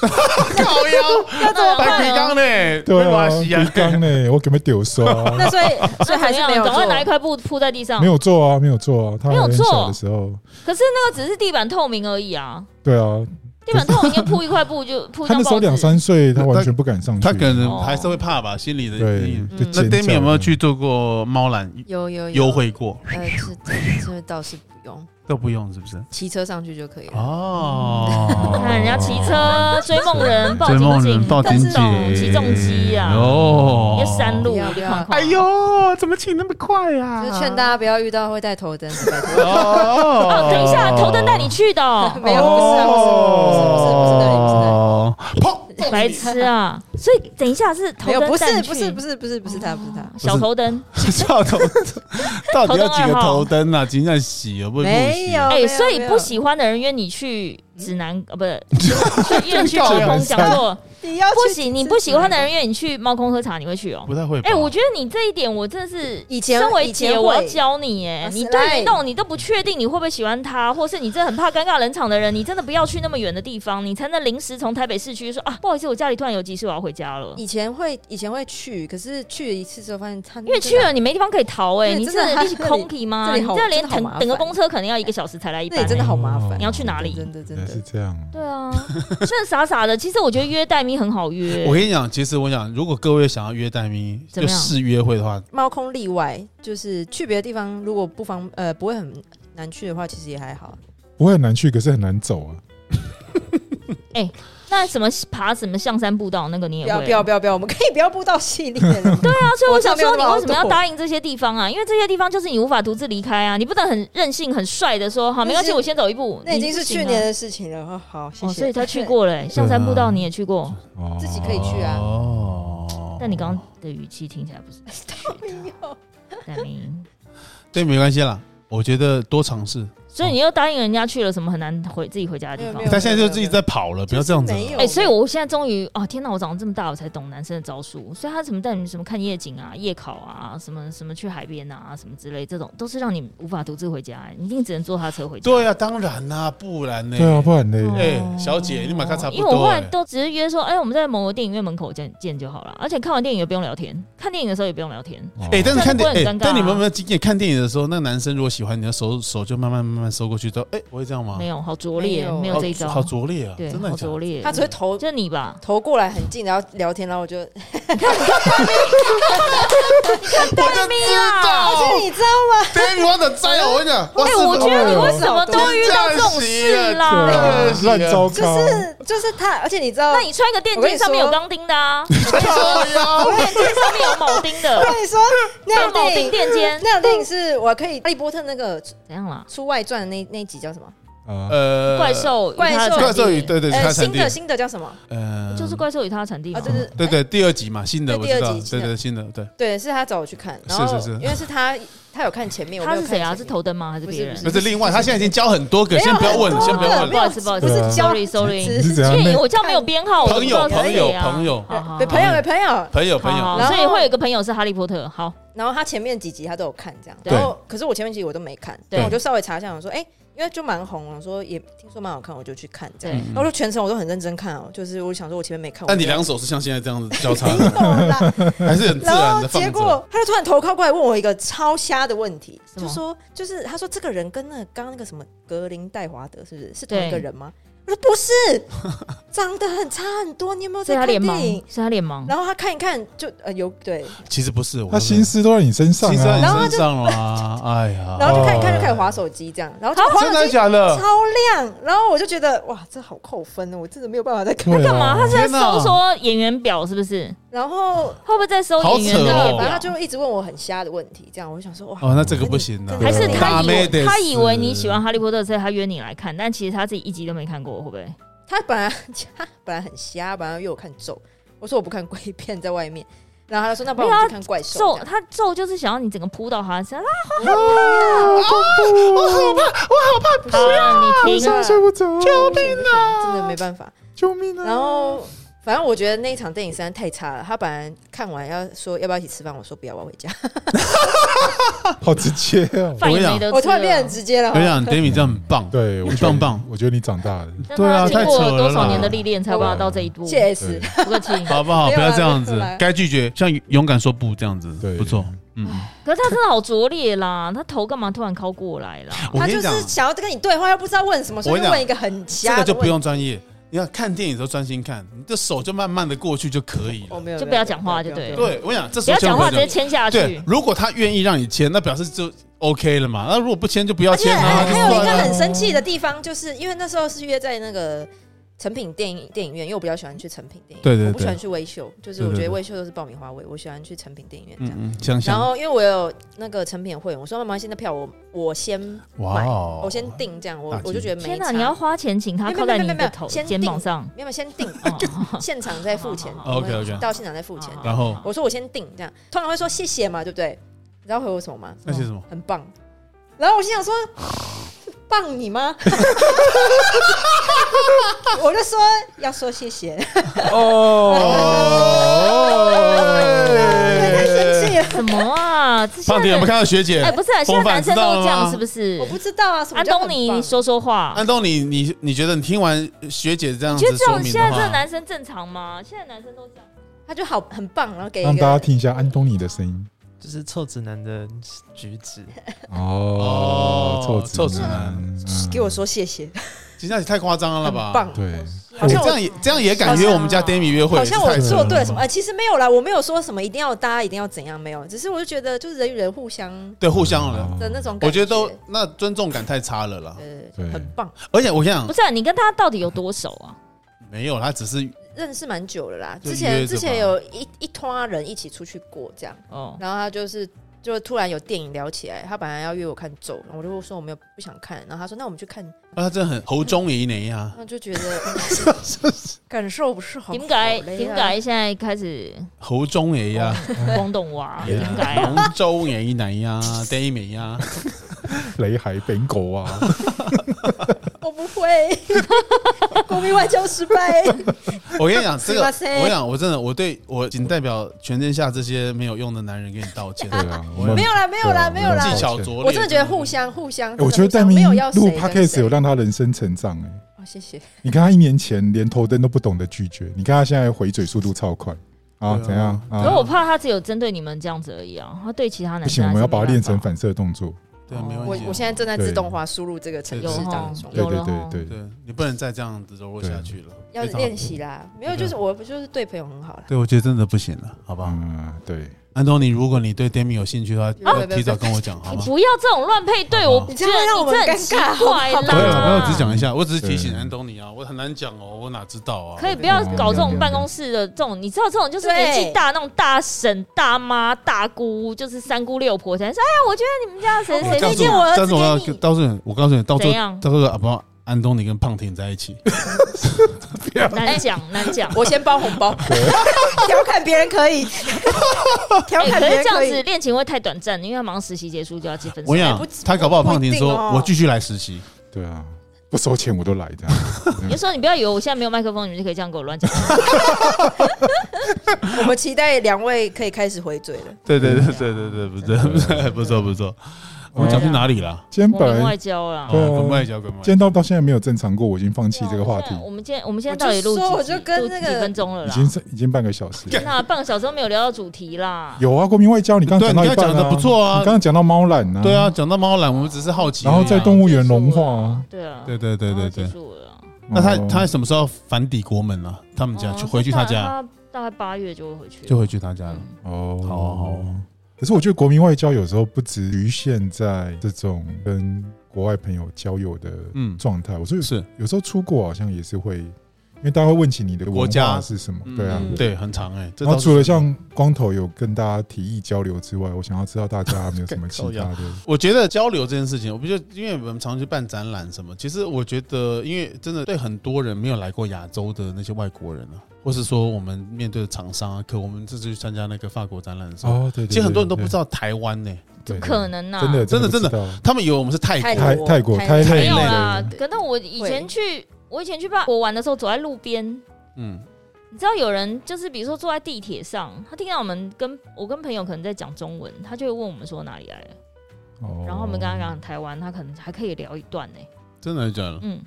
Speaker 2: 靠腰，
Speaker 3: 要怎么
Speaker 2: 白皮刚？呢？”
Speaker 1: 对啊，
Speaker 2: 哇西
Speaker 1: 鱼缸呢，我给没丢
Speaker 3: (laughs)
Speaker 1: 刷，
Speaker 3: 哦
Speaker 4: 那所以所以还是没有
Speaker 3: 赶
Speaker 4: 做
Speaker 3: 快拿一块布铺在地上
Speaker 1: 没。有做啊，没有做啊，她还
Speaker 3: 没有
Speaker 1: 很
Speaker 3: 做
Speaker 1: 小的时候，
Speaker 3: 可是那个只是地板透明而已啊，
Speaker 1: 对啊，
Speaker 3: 地板透明就铺一块布就铺
Speaker 1: 她
Speaker 3: 张
Speaker 1: 那时候
Speaker 3: 报
Speaker 1: 两
Speaker 3: 纸。
Speaker 1: 三岁，她完全不敢上去，
Speaker 2: 他可能还是会怕吧，心里的阴
Speaker 1: 对
Speaker 2: 影。，
Speaker 1: 就
Speaker 3: 嗯
Speaker 2: 那
Speaker 1: 尖叫
Speaker 2: Demi 有没有去做过猫缆
Speaker 4: 有有
Speaker 2: 优？惠过？
Speaker 4: 呃，是这这倒是不用，
Speaker 2: 都不用，是不是？
Speaker 4: 骑车上去就可以了。
Speaker 2: 哦，
Speaker 3: 看人家骑
Speaker 4: 哦
Speaker 3: 车追梦人、报
Speaker 2: 追
Speaker 3: 警
Speaker 2: 梦
Speaker 3: 警
Speaker 2: 人、报警
Speaker 3: 这种
Speaker 2: 姐、
Speaker 3: 起重机啊，
Speaker 2: 哦
Speaker 3: 要山路
Speaker 4: 不要
Speaker 3: 一块块。
Speaker 2: 哎，呦，怎么骑那么快啊？
Speaker 4: 就劝大家不要遇到会带头灯的，拜托
Speaker 2: 哦
Speaker 3: 哦，等一下，头灯带你去的哦，
Speaker 4: (laughs) 没有，不是啊，不是，不是，不是那里，不是那里。
Speaker 2: 是
Speaker 3: 白痴啊！所以等一下是头
Speaker 4: 没有，
Speaker 3: 灯
Speaker 4: 不
Speaker 3: 带
Speaker 4: 是
Speaker 3: 你
Speaker 4: 不是不
Speaker 3: 去
Speaker 4: 是不是不是他不是他，
Speaker 3: 小头灯。
Speaker 2: 炮，头，到底要几个头灯啊？今天洗啊，不会不洗
Speaker 4: 没有，
Speaker 3: 哎、
Speaker 4: 哦没有
Speaker 3: 所以
Speaker 4: 没有
Speaker 3: 不喜欢的人约你去指南呃，
Speaker 4: (laughs)
Speaker 3: 不是去夜去猫空讲座，
Speaker 4: 你 (laughs) 要去
Speaker 3: 不行，你不喜欢的人约你去猫空喝茶，你会去哦？
Speaker 2: 不太会吧。
Speaker 3: 哎，我觉得你这一点，我真的是
Speaker 4: 以前
Speaker 3: 身为
Speaker 4: 以
Speaker 3: 姐，
Speaker 4: 前
Speaker 3: 我要
Speaker 4: 会
Speaker 3: 教你哎
Speaker 4: 啊，
Speaker 3: 你
Speaker 4: 是
Speaker 3: 对
Speaker 4: 来
Speaker 3: 于那种你都不确定你会不会喜欢他，或是你真的很怕尴尬冷场的人，你真的不要去那么远的地方，你才能临时从台北市区说啊，不好意思，我家里突然有急事，我要回家了。
Speaker 4: 以前会以前会去，可是去了一次之后发现他
Speaker 3: 因为去了你没地方可以逃哎、
Speaker 4: 对
Speaker 3: 你
Speaker 4: 真
Speaker 3: 是
Speaker 4: 的
Speaker 3: 你是
Speaker 4: 它这里
Speaker 3: 空体吗？
Speaker 4: 这里
Speaker 3: 你
Speaker 4: 好
Speaker 3: 这连
Speaker 4: 真的好
Speaker 3: 等
Speaker 4: 麻
Speaker 3: 等个
Speaker 4: 烦
Speaker 3: 公车可能要一个小时才来一
Speaker 4: 那
Speaker 3: 班、
Speaker 4: 里真的
Speaker 3: 欸。
Speaker 4: 好麻烦。
Speaker 3: 你要去哪里
Speaker 4: 真的真
Speaker 1: 哦原来是
Speaker 4: 的，
Speaker 1: 这样哦，
Speaker 3: 对啊，真的傻傻的。其实我觉得约代咪很好约、
Speaker 2: 我跟你讲，其实我讲，如果各位想要约戴咪，
Speaker 3: 怎
Speaker 2: 就
Speaker 3: 么样
Speaker 2: 试约会的话，
Speaker 4: 猫空例外，就是去别的地方如果不方呃不会很难去的话，其实也还好。
Speaker 1: 不会很难去，可是很难走啊。
Speaker 3: 那什么爬什么象山步道那个你也
Speaker 4: 不
Speaker 3: 会、
Speaker 4: 要不要不要不要，我们可以不要步到系列
Speaker 3: (laughs)
Speaker 4: 了。对，
Speaker 3: 那所以我
Speaker 4: 我
Speaker 3: 想
Speaker 4: 真的
Speaker 3: 说，
Speaker 4: 没
Speaker 3: 你
Speaker 4: 有那么
Speaker 3: 为什么要
Speaker 4: 多
Speaker 3: 答应这些地方啊？因为这些地方就是你无法独自离开啊，你不能很任性、很帅的说好，没关系，
Speaker 4: 那是
Speaker 3: 我先走一步。
Speaker 4: 那已
Speaker 3: 你
Speaker 4: 经是
Speaker 3: 不行
Speaker 4: 去
Speaker 3: 啊
Speaker 4: 年的事情了。哦好，谢
Speaker 3: 哦，
Speaker 4: 谢。
Speaker 3: 所
Speaker 4: (laughs)
Speaker 3: 以他去过了、欸，象山
Speaker 2: 啊
Speaker 3: 步道你也去过，
Speaker 1: 哦，
Speaker 4: 自己可以去啊
Speaker 2: 哦，
Speaker 3: 但你刚刚的语气听起来不是
Speaker 4: 没有。
Speaker 3: 代咪，
Speaker 4: (laughs)
Speaker 2: 对没关系啦，我觉得多尝试。
Speaker 3: 所以你又答应人家去了什么很难回自己回家的地
Speaker 4: 没
Speaker 3: 方
Speaker 4: 有。
Speaker 2: 他现在就自己在跑了，不要这样子了。
Speaker 4: 就是没有
Speaker 3: 哎、所以我现在终于哦，天哪！我长这么大，我才懂男生的招数。所以他什么带你什么看夜景啊、夜考啊、什么什么去海边啊、什么之类，这种都是让你无法独自回家、你一定只能坐他车回家。
Speaker 2: 对啊，当然啦，不然呢？
Speaker 1: 对啊，不然嘞，
Speaker 2: 哎、小姐，你买咖差不
Speaker 3: 哦因为我后
Speaker 2: 多、
Speaker 3: 来
Speaker 2: 欸。
Speaker 3: 都只是约说，哎、我们在某个电影院门口见见就好了。而且看完电影也不用聊天，看电影的时候也不用聊天。
Speaker 1: 哦
Speaker 2: 哎、但是看电
Speaker 3: 这
Speaker 2: 哎、
Speaker 3: 样会很尴尬啊
Speaker 2: 但你们有没有经验？看电影的时候，那男生如果喜欢你的手，手就慢慢慢慢收过去，之后，哎、我会这样吗？
Speaker 3: 没有，好拙
Speaker 4: 没
Speaker 3: 劣，
Speaker 4: 有
Speaker 3: 没有
Speaker 2: 好
Speaker 3: 这一招，
Speaker 2: 好拙劣啊！
Speaker 3: 对，
Speaker 2: 真的
Speaker 3: 好
Speaker 2: 假
Speaker 3: 拙
Speaker 2: 的？
Speaker 3: 劣。
Speaker 4: 他只会投
Speaker 3: 就你吧，
Speaker 4: 投过来很近，然后聊天，然后我就，
Speaker 3: 哦代咪啦。
Speaker 4: 而且你知道
Speaker 2: 天王的灾哦！我跟你讲，哇
Speaker 3: 哎、
Speaker 2: 是
Speaker 3: 我觉得你为
Speaker 4: 哦
Speaker 3: 什么都会遇到这种事
Speaker 1: 对
Speaker 3: 啦？
Speaker 1: 啊乱糟糕，啊
Speaker 2: 哦
Speaker 4: 吗？就是就是他，而且你知道，
Speaker 3: 那你穿一个垫肩上面有钢钉的啊，垫肩上面有铆钉
Speaker 4: 我
Speaker 3: 的，
Speaker 4: 跟你说，那
Speaker 3: 放
Speaker 4: 种
Speaker 3: 铆
Speaker 4: 电
Speaker 3: 钉
Speaker 4: 影，
Speaker 3: 垫肩，
Speaker 4: 那种电影是我可以《哈利波特》那个
Speaker 3: 怎样啦？
Speaker 4: 出外传的那那一集叫什么？
Speaker 1: 啊，
Speaker 2: 呃，
Speaker 3: 怪兽与它的产地
Speaker 2: 怪兽与 (laughs) 对对它
Speaker 4: 呃，
Speaker 2: 产
Speaker 4: 新
Speaker 2: 地
Speaker 4: 的新的叫什么？
Speaker 2: 呃
Speaker 3: 就是怪兽与它的产地
Speaker 4: 啊，
Speaker 3: 嘛
Speaker 4: 就是
Speaker 2: 对对第二集嘛，新的
Speaker 4: 对
Speaker 2: 我知
Speaker 4: 第
Speaker 2: 道，
Speaker 4: 二集
Speaker 2: 对对新的对，
Speaker 4: 对，是他找我去看，然
Speaker 2: 是
Speaker 4: 后
Speaker 2: 是是
Speaker 4: 因为是他，他有看前面，我
Speaker 3: 他
Speaker 4: 没有
Speaker 3: 是
Speaker 4: 看
Speaker 3: 谁啊？
Speaker 4: 前面
Speaker 3: 是头灯吗？还是别人
Speaker 4: 不
Speaker 2: 那
Speaker 4: 是
Speaker 2: 是另外，他现在已经教很多个，
Speaker 4: 没有
Speaker 2: 先不要问了，
Speaker 4: 很
Speaker 2: 先
Speaker 4: 多
Speaker 2: 不要问
Speaker 3: 不
Speaker 4: 没
Speaker 2: 了。
Speaker 4: 有
Speaker 3: 好意思，不好意思
Speaker 4: 不
Speaker 1: 对啊
Speaker 4: 是教
Speaker 3: ，sorry sorry。
Speaker 1: 你是
Speaker 4: (laughs) 只
Speaker 1: 怎
Speaker 2: 啊
Speaker 3: 因
Speaker 1: 样
Speaker 3: 为
Speaker 1: 内
Speaker 3: 我叫没有编号，我都不
Speaker 2: 朋
Speaker 3: 知
Speaker 2: 友
Speaker 3: 道是
Speaker 2: 朋
Speaker 3: 谁
Speaker 2: 友
Speaker 3: 啊
Speaker 2: 朋友
Speaker 3: 好好
Speaker 4: 对朋友的朋友，
Speaker 2: 朋友朋
Speaker 3: 好
Speaker 2: 友，
Speaker 3: 好，
Speaker 4: 然后
Speaker 3: 所以会有一个朋友是哈利波特。好，
Speaker 4: 然后他前面几集他都有看这样，
Speaker 3: 对
Speaker 4: 然后可是我前面几集我都没看，
Speaker 3: 对
Speaker 4: 然后我就稍微查一下，我说哎、诶因为就蛮红了，我说也听说蛮好看，我就去看这样，
Speaker 3: 对，
Speaker 4: 然后就全程我都很认真看哦，就是我想说我前面没看，
Speaker 2: 但你
Speaker 4: 我就
Speaker 2: 两手是像现在这样子交叉
Speaker 4: (laughs) 没
Speaker 2: 的，
Speaker 4: 有啦，
Speaker 2: 还是很自
Speaker 4: 然
Speaker 2: 然
Speaker 4: 后
Speaker 2: 的放
Speaker 4: 结
Speaker 2: 着。
Speaker 4: 果他就突然头靠过来问我一个超瞎的问题，
Speaker 3: 什么
Speaker 4: 就说就是他说这个人跟那个刚刚那个什么格林戴华德是不是是同一个
Speaker 3: 对
Speaker 4: 人吗？我说不是，长得很差很多，你有没有
Speaker 3: 是
Speaker 4: 在
Speaker 3: 他
Speaker 4: 看
Speaker 3: 脸
Speaker 4: 电
Speaker 3: 盲
Speaker 4: 影？，
Speaker 3: 是他脸盲。
Speaker 4: 然后他看一看就呃有对，
Speaker 2: 其实不是，我
Speaker 1: 他心思都在你身上
Speaker 2: 心思在
Speaker 1: 啊，
Speaker 4: 然后
Speaker 2: 你
Speaker 4: 他
Speaker 2: 身
Speaker 4: 就
Speaker 2: 上了啊！哎呀，
Speaker 4: 然后就看一看就开始划手机这样，然后就划
Speaker 2: 真
Speaker 4: 手
Speaker 2: 的
Speaker 4: 机
Speaker 2: 假的？
Speaker 4: 超亮，然后我就觉得哇这好扣分哦，我真的没有办法再 (laughs) 看。
Speaker 1: 对啊
Speaker 3: 干嘛？他是在
Speaker 2: 天哪
Speaker 3: 搜索演员表，是不是？
Speaker 4: 然后
Speaker 3: 会不会在搜
Speaker 2: 好
Speaker 3: 演员的
Speaker 2: 扯哦
Speaker 3: 列
Speaker 4: 对，反正
Speaker 3: 表
Speaker 4: 他？就一直问我很瞎的问题，这样我就想说哇
Speaker 2: 哦，那这个不行啊！
Speaker 4: 对
Speaker 3: 还是他
Speaker 2: 大
Speaker 3: 以
Speaker 2: 妹
Speaker 3: 为
Speaker 2: 得
Speaker 3: 他以为你喜欢
Speaker 2: 死，
Speaker 3: 哈利波特，所以他约你来看，但其实他自己一集都没看过，会不会？
Speaker 4: 他本来他本来很瞎，本来约我看咒，我说我不看鬼片，在外面。然后他就说：“那不然我们去看怪兽。
Speaker 3: 咒
Speaker 4: (laughs) 这样
Speaker 3: 他咒就是想要你整个扑到他身上，
Speaker 4: 不
Speaker 3: 好让啊你听
Speaker 1: 晚上睡不着，
Speaker 4: 救命啊！真的没办法。
Speaker 1: 救命啊！
Speaker 4: 然后反正我觉得那一场电影实在太差了。他本来看完要说要不要一起吃饭，我说不要，我要回 (laughs) 家。
Speaker 1: 好直接哦，
Speaker 3: 饭也没得吃了。
Speaker 4: 我突然变得很直接了哦
Speaker 2: 我。跟你讲 d a m i 这样很棒，
Speaker 1: 对，我
Speaker 2: 你
Speaker 1: 觉得
Speaker 2: 棒棒
Speaker 1: 我觉得你长大了，
Speaker 3: 但
Speaker 2: 对啊
Speaker 3: 他经
Speaker 2: 太扯
Speaker 3: 过
Speaker 2: 了
Speaker 3: 多
Speaker 2: 啦
Speaker 3: 少年的历练才有办法到这一步？
Speaker 4: 谢
Speaker 1: 对
Speaker 4: 谢。
Speaker 3: 不客气。
Speaker 2: 好不好？
Speaker 4: 没
Speaker 2: 不
Speaker 4: 有啦
Speaker 2: 要这样子
Speaker 4: 没有啊啦，
Speaker 2: 该拒绝，像勇敢说不这样子，
Speaker 1: 对，
Speaker 2: 不错。嗯，嗯
Speaker 3: (laughs) 可是他真的好拙劣啦，他头干嘛突然靠过来啦？
Speaker 2: 我
Speaker 4: 他
Speaker 2: 跟
Speaker 4: 就
Speaker 2: 你讲
Speaker 4: 是，想要跟你对话，又不知道问什么，所
Speaker 2: 我
Speaker 4: 以
Speaker 2: 跟你
Speaker 4: 就
Speaker 2: 讲
Speaker 4: 问一个很
Speaker 2: 这
Speaker 4: 瞎
Speaker 2: 个
Speaker 4: 的
Speaker 2: 就不
Speaker 4: 问题。
Speaker 2: 用专业，你要看电影的时候专心看，你的手就慢慢的过去就可以
Speaker 4: 哦，
Speaker 2: 了。
Speaker 4: 没有，
Speaker 3: 就
Speaker 4: 没有
Speaker 3: 不要讲话
Speaker 4: 不要
Speaker 3: 就对了
Speaker 4: 不要
Speaker 2: 对，我跟你讲，这
Speaker 3: 不
Speaker 2: 时
Speaker 3: 要
Speaker 2: 候千
Speaker 3: 讲
Speaker 2: 万不要
Speaker 3: 话，
Speaker 2: 讲
Speaker 3: 直接签下
Speaker 2: 对
Speaker 3: 去，。
Speaker 2: 如果他愿意让你签，那表示就 OK 了嘛。那如果不签就不要
Speaker 4: 而且
Speaker 2: 签啊。
Speaker 4: 还还有一
Speaker 2: 就
Speaker 4: 个
Speaker 2: 算了
Speaker 4: 很生气的地方，就是因为那时候是约在那个成品电影电影院，因为我比较喜欢去成品电影院，
Speaker 2: 对对对
Speaker 4: 我不喜欢去微秀，就是
Speaker 2: 对对
Speaker 4: 我觉得
Speaker 2: 对
Speaker 4: 微秀都是爆米花味，我喜欢去成品电影院这
Speaker 2: 嗯
Speaker 4: 样。
Speaker 2: 嗯，香
Speaker 4: 然
Speaker 2: 香，
Speaker 4: 后因为我有那个成品的会员，我说妈妈现在票我我先买，
Speaker 2: 哦
Speaker 4: 我先订这样，我
Speaker 2: 大吉
Speaker 4: 我就觉得没
Speaker 3: 天
Speaker 4: 差。
Speaker 3: 哪，你要花钱请他靠在你
Speaker 4: 没有没有没
Speaker 3: 的
Speaker 4: 有
Speaker 3: 头
Speaker 4: 先定
Speaker 3: 肩膀上。
Speaker 4: 没有先订，
Speaker 3: (laughs) 哦
Speaker 4: 现场再
Speaker 2: (laughs)
Speaker 4: 付钱。
Speaker 3: 好
Speaker 2: 好好 OK，OK
Speaker 4: 到现场再付
Speaker 3: 哦
Speaker 4: 钱。
Speaker 2: 然后
Speaker 4: 我说我先订这样，通常会说谢谢嘛，对不对？你知道回我什么吗？
Speaker 2: 那些什么？
Speaker 4: 很棒。然后我心想说，棒你吗？ (laughs) 我就说要说谢谢，
Speaker 2: 哦
Speaker 4: (laughs) 太生气了。
Speaker 3: 什么啊？这
Speaker 2: 胖
Speaker 3: 现
Speaker 2: 迪有
Speaker 3: 在
Speaker 2: 没有
Speaker 3: 的
Speaker 2: 看到学姐
Speaker 3: 哎，？不是啊，现
Speaker 2: 风帆
Speaker 3: 在男生
Speaker 2: 知道了
Speaker 3: 都这
Speaker 2: 吗
Speaker 3: 样是不是
Speaker 4: 我？不知道啊，什么
Speaker 3: 安
Speaker 4: 叫
Speaker 3: 东
Speaker 4: 很
Speaker 3: 尼，
Speaker 4: 棒
Speaker 3: 你说说话。
Speaker 2: 安东尼，你你觉得你听完学姐这样
Speaker 3: 你
Speaker 2: 子
Speaker 3: 觉得这
Speaker 2: 说
Speaker 3: 种
Speaker 2: 明
Speaker 3: 现
Speaker 2: 的
Speaker 3: 在这个
Speaker 2: 话，
Speaker 3: 男生正常吗？现在男生都这样。
Speaker 4: 他就好很棒，然后给
Speaker 1: 让
Speaker 4: 一
Speaker 1: 大家
Speaker 4: 个
Speaker 1: 听一下安东尼的声音。
Speaker 6: 就是臭直男的举止，
Speaker 1: 哦
Speaker 2: 哦，
Speaker 1: 臭
Speaker 2: 臭
Speaker 1: 直
Speaker 2: 直
Speaker 1: 男
Speaker 2: 男，
Speaker 1: 嗯
Speaker 4: 给我，说谢谢，
Speaker 2: 现在太夸张了
Speaker 4: 很
Speaker 2: 吧？
Speaker 4: 棒。
Speaker 1: 对，
Speaker 4: 好像
Speaker 2: 这样也这样也敢约我们家 Demi 约会，
Speaker 4: 好像我
Speaker 2: 也是太嗯扯
Speaker 4: 做对
Speaker 2: 了
Speaker 4: 了什么？呃，其实没有啦，我没有说什么一定要大家一定要怎样，没有，只是我就觉得就是人与人互相
Speaker 2: 对，互相了。
Speaker 1: 哦
Speaker 4: 的那种感
Speaker 2: 我觉得都那尊重感太差了啦，
Speaker 4: 呃
Speaker 1: 对
Speaker 4: 很棒，
Speaker 2: 而且我想
Speaker 3: 不是啊，你跟他到底有多熟啊？
Speaker 2: 没有，他只是
Speaker 4: 认识蛮久了啦。
Speaker 2: 就
Speaker 4: 之
Speaker 2: 约
Speaker 4: 前
Speaker 2: 着吧
Speaker 4: 之前有一一团人一起出去过这样，
Speaker 3: 哦，
Speaker 4: 然后他就是就突然有电影聊起来，他本来要约我看咒，然后我就说我没有不想看，然后他说那我们去看，
Speaker 2: 啊他真的很侯忠怡那样啊
Speaker 4: 然，后就觉得感受不是好
Speaker 3: 点
Speaker 4: 好嘞
Speaker 3: 解
Speaker 4: 啊，
Speaker 3: 点解现在开始
Speaker 2: 侯忠怡呀，
Speaker 3: 轰动
Speaker 1: 哦
Speaker 2: (laughs)
Speaker 3: 娃？点解啊？
Speaker 2: 洪忠怡那呀，Demi 呀，
Speaker 1: 雷海本狗啊，
Speaker 4: 我不会，国民外交失败，
Speaker 2: 我跟你讲这个，
Speaker 4: すいません
Speaker 2: 我想我真的我对我仅代表全天下这些没有用的男人给你道歉，
Speaker 1: 对 (laughs) 啊，我们
Speaker 4: 没有啦，没有啦，没有啦，
Speaker 2: 技巧拙劣，
Speaker 4: 我真的觉得互相互相，
Speaker 1: 哎我觉得戴
Speaker 4: 真
Speaker 1: 咪
Speaker 4: 的互相没有要
Speaker 1: 录
Speaker 4: 谁跟
Speaker 1: podcast
Speaker 4: 谁
Speaker 1: 有让他人生成长哎。
Speaker 4: 哦，谢谢。
Speaker 1: 你看他一年前连头灯都不懂得拒绝，你看他现在回嘴速度超快啊，
Speaker 2: 对啊
Speaker 1: 怎样
Speaker 3: 可是
Speaker 1: 啊？
Speaker 3: 我怕他只有针对你们这样子而已啊，他对其他男
Speaker 1: 不行，
Speaker 3: 生
Speaker 1: 我
Speaker 3: 还
Speaker 1: 们
Speaker 3: 是
Speaker 1: 要把它
Speaker 3: 没办法
Speaker 1: 练成反射动作。
Speaker 2: 对，没
Speaker 4: 我
Speaker 2: 问题。
Speaker 4: 我现在正在自动化输入这个城
Speaker 2: 对
Speaker 4: 市
Speaker 2: 是
Speaker 3: 有
Speaker 2: 这
Speaker 3: 哈
Speaker 4: 当
Speaker 2: 样
Speaker 4: 中，
Speaker 1: 对
Speaker 3: 有
Speaker 1: 对
Speaker 3: 了
Speaker 1: 对
Speaker 3: 哈。
Speaker 1: 对，
Speaker 2: 对你不能再这样子柔弱下去了，
Speaker 4: 要
Speaker 2: 非常
Speaker 4: 练。习啦。没有，就是我就是对朋友很好啦。
Speaker 2: 对，我觉得真的不行了，好不好？
Speaker 1: 嗯，对，
Speaker 2: 安东尼，如果你对 Demi 有兴趣的话，
Speaker 4: 啊
Speaker 2: 要提早跟我讲好
Speaker 3: 你
Speaker 2: 吗？
Speaker 3: 不要这种乱配对，
Speaker 2: 好吧
Speaker 3: 我
Speaker 4: 你
Speaker 3: 觉
Speaker 4: 这
Speaker 3: 得
Speaker 4: 样会让我们
Speaker 3: 你这很
Speaker 4: 尴
Speaker 3: 奇
Speaker 4: 尬哦
Speaker 3: 怪啊
Speaker 4: 好不
Speaker 3: 啦。
Speaker 2: 不
Speaker 4: 好
Speaker 2: 会了，不要只讲一下，我只是
Speaker 1: 对
Speaker 2: 提醒安东尼啊，我很难讲哦，我哪知道啊？
Speaker 3: (laughs) 可以不要搞这种办公室的这种，你知道这种就是
Speaker 4: 对
Speaker 3: 年纪大那种大婶、大妈、大姑，就是三姑六婆才说，哎呀，我觉得你们家谁谁
Speaker 2: 告诉
Speaker 4: 推
Speaker 3: 谁
Speaker 4: 荐我儿
Speaker 2: 你，
Speaker 4: 子
Speaker 2: 但是我要
Speaker 4: 给你
Speaker 2: 告诉你，我告诉你，到最
Speaker 3: 怎
Speaker 2: 后
Speaker 3: 样，
Speaker 2: 到最后啊，不，安东尼跟胖婷在一
Speaker 4: (laughs)
Speaker 2: 起，啊
Speaker 1: 嗯
Speaker 3: 难讲难讲。
Speaker 4: 我先包红包， (laughs) 调侃别人可以，调
Speaker 3: 哎，
Speaker 4: 侃
Speaker 3: 可
Speaker 4: 别
Speaker 3: 是
Speaker 4: 人
Speaker 3: 这样
Speaker 4: 可
Speaker 3: 子
Speaker 4: 以。
Speaker 3: 恋情会太短暂，因为他忙实习结束就要去分手
Speaker 2: 我跟。你
Speaker 4: 哎不
Speaker 2: 讲，他搞不好胖婷
Speaker 4: 不一定
Speaker 2: 说
Speaker 4: 哦，
Speaker 2: 我继续来实习，
Speaker 1: 对啊，不收钱我都来这样。
Speaker 3: 你就说你不要以为我现在没有麦克风，你们就可以这样给我乱讲。
Speaker 4: 我们期待两位可以开始回嘴了。
Speaker 2: 对对对对对 (laughs) 对，不对不对，不错不错，我们讲
Speaker 4: 啊
Speaker 2: 去哪里了？
Speaker 1: 今天
Speaker 3: 我
Speaker 1: 本
Speaker 3: 们
Speaker 1: 来
Speaker 3: 外交啦
Speaker 2: 哦，
Speaker 1: 对啊
Speaker 2: 滚外交滚外
Speaker 1: 今天到到现在没有正常过，我已经放弃这个话题
Speaker 3: 对啊，我啊们现在我们现在
Speaker 4: 我就
Speaker 3: 到底录几集？
Speaker 4: 说我就跟
Speaker 3: 录
Speaker 4: 那
Speaker 3: 几
Speaker 4: 个
Speaker 3: 分钟了
Speaker 1: 已
Speaker 3: 啦？
Speaker 1: 经是已经半个小时了。
Speaker 3: 那半个小时都没有聊到主题啦。
Speaker 1: 有啊，国民外交，你刚刚
Speaker 2: 对
Speaker 1: 讲到
Speaker 2: 你
Speaker 1: 一半
Speaker 2: 刚刚讲
Speaker 1: 啊，
Speaker 2: 得不错啊
Speaker 1: 你刚刚讲到猫懒啊，
Speaker 2: 对啊，，讲到猫懒，我们只是好奇而已
Speaker 1: 然
Speaker 2: 啊，
Speaker 1: 后在动物园融化啊。
Speaker 3: 对啊，
Speaker 2: 对对对
Speaker 3: 然后
Speaker 2: 对
Speaker 3: 结
Speaker 4: 哦
Speaker 2: 对，
Speaker 3: 束了啦。
Speaker 2: 那他
Speaker 1: 哦
Speaker 2: 他什么时候返抵国门了？他
Speaker 1: 嗯
Speaker 2: 们家
Speaker 3: 哦
Speaker 2: 去回去他家，，
Speaker 3: 大概八月就会回去，
Speaker 2: 就回去他家了
Speaker 3: 嗯。。
Speaker 1: 哦，
Speaker 2: 好啊好啊
Speaker 1: 可是我觉得国民外交有时候不只局限在这种跟国外朋友交友的
Speaker 2: 嗯
Speaker 1: 状态，我说有
Speaker 2: 是
Speaker 1: 有时候出国好像也是会，因为大家会问起你的文化
Speaker 2: 国家
Speaker 1: 是什么，对啊。
Speaker 3: 嗯
Speaker 2: 对，很长哎。这
Speaker 1: 然
Speaker 2: 倒
Speaker 1: 后
Speaker 2: 是
Speaker 1: 除了
Speaker 2: 真的
Speaker 1: 像光头有跟大家提议交流之外，我想要知道大家还有没有什么其
Speaker 2: (laughs) 靠腰
Speaker 1: 他的
Speaker 2: 我觉得交流这件事情，我不就因为我们常去办展览什么，其实我觉得，因为真的对很多人没有来过亚洲的那些外国人啊，或是说我们面对的厂商啊，可我们这次去参加那个法国展览的时候，
Speaker 1: (laughs) 哦，对，对
Speaker 2: 其实很多人都不知，道台湾呢、
Speaker 1: 对对对
Speaker 3: 可能呐，啊
Speaker 1: 真的
Speaker 2: 真的
Speaker 1: 真
Speaker 2: 真
Speaker 1: 的
Speaker 2: 他们以为我们是泰
Speaker 4: 泰
Speaker 2: 国，
Speaker 1: 泰
Speaker 4: 国
Speaker 1: 泰国
Speaker 4: 泰
Speaker 1: 泰
Speaker 4: 国
Speaker 3: 没
Speaker 1: 累
Speaker 3: 有
Speaker 1: 了
Speaker 3: 啦。可能我以前去，我以前去法国玩的时候，走在路边，
Speaker 2: 嗯，
Speaker 3: 你知道有人就是比如说坐在地铁上，他听到我们跟我跟朋友可能在讲中文，他就会问我们说哪里来的，
Speaker 1: 哦
Speaker 3: 然后我们跟他讲台湾，他可能还可以聊一段呢、
Speaker 2: 真的还是假的？
Speaker 3: 嗯，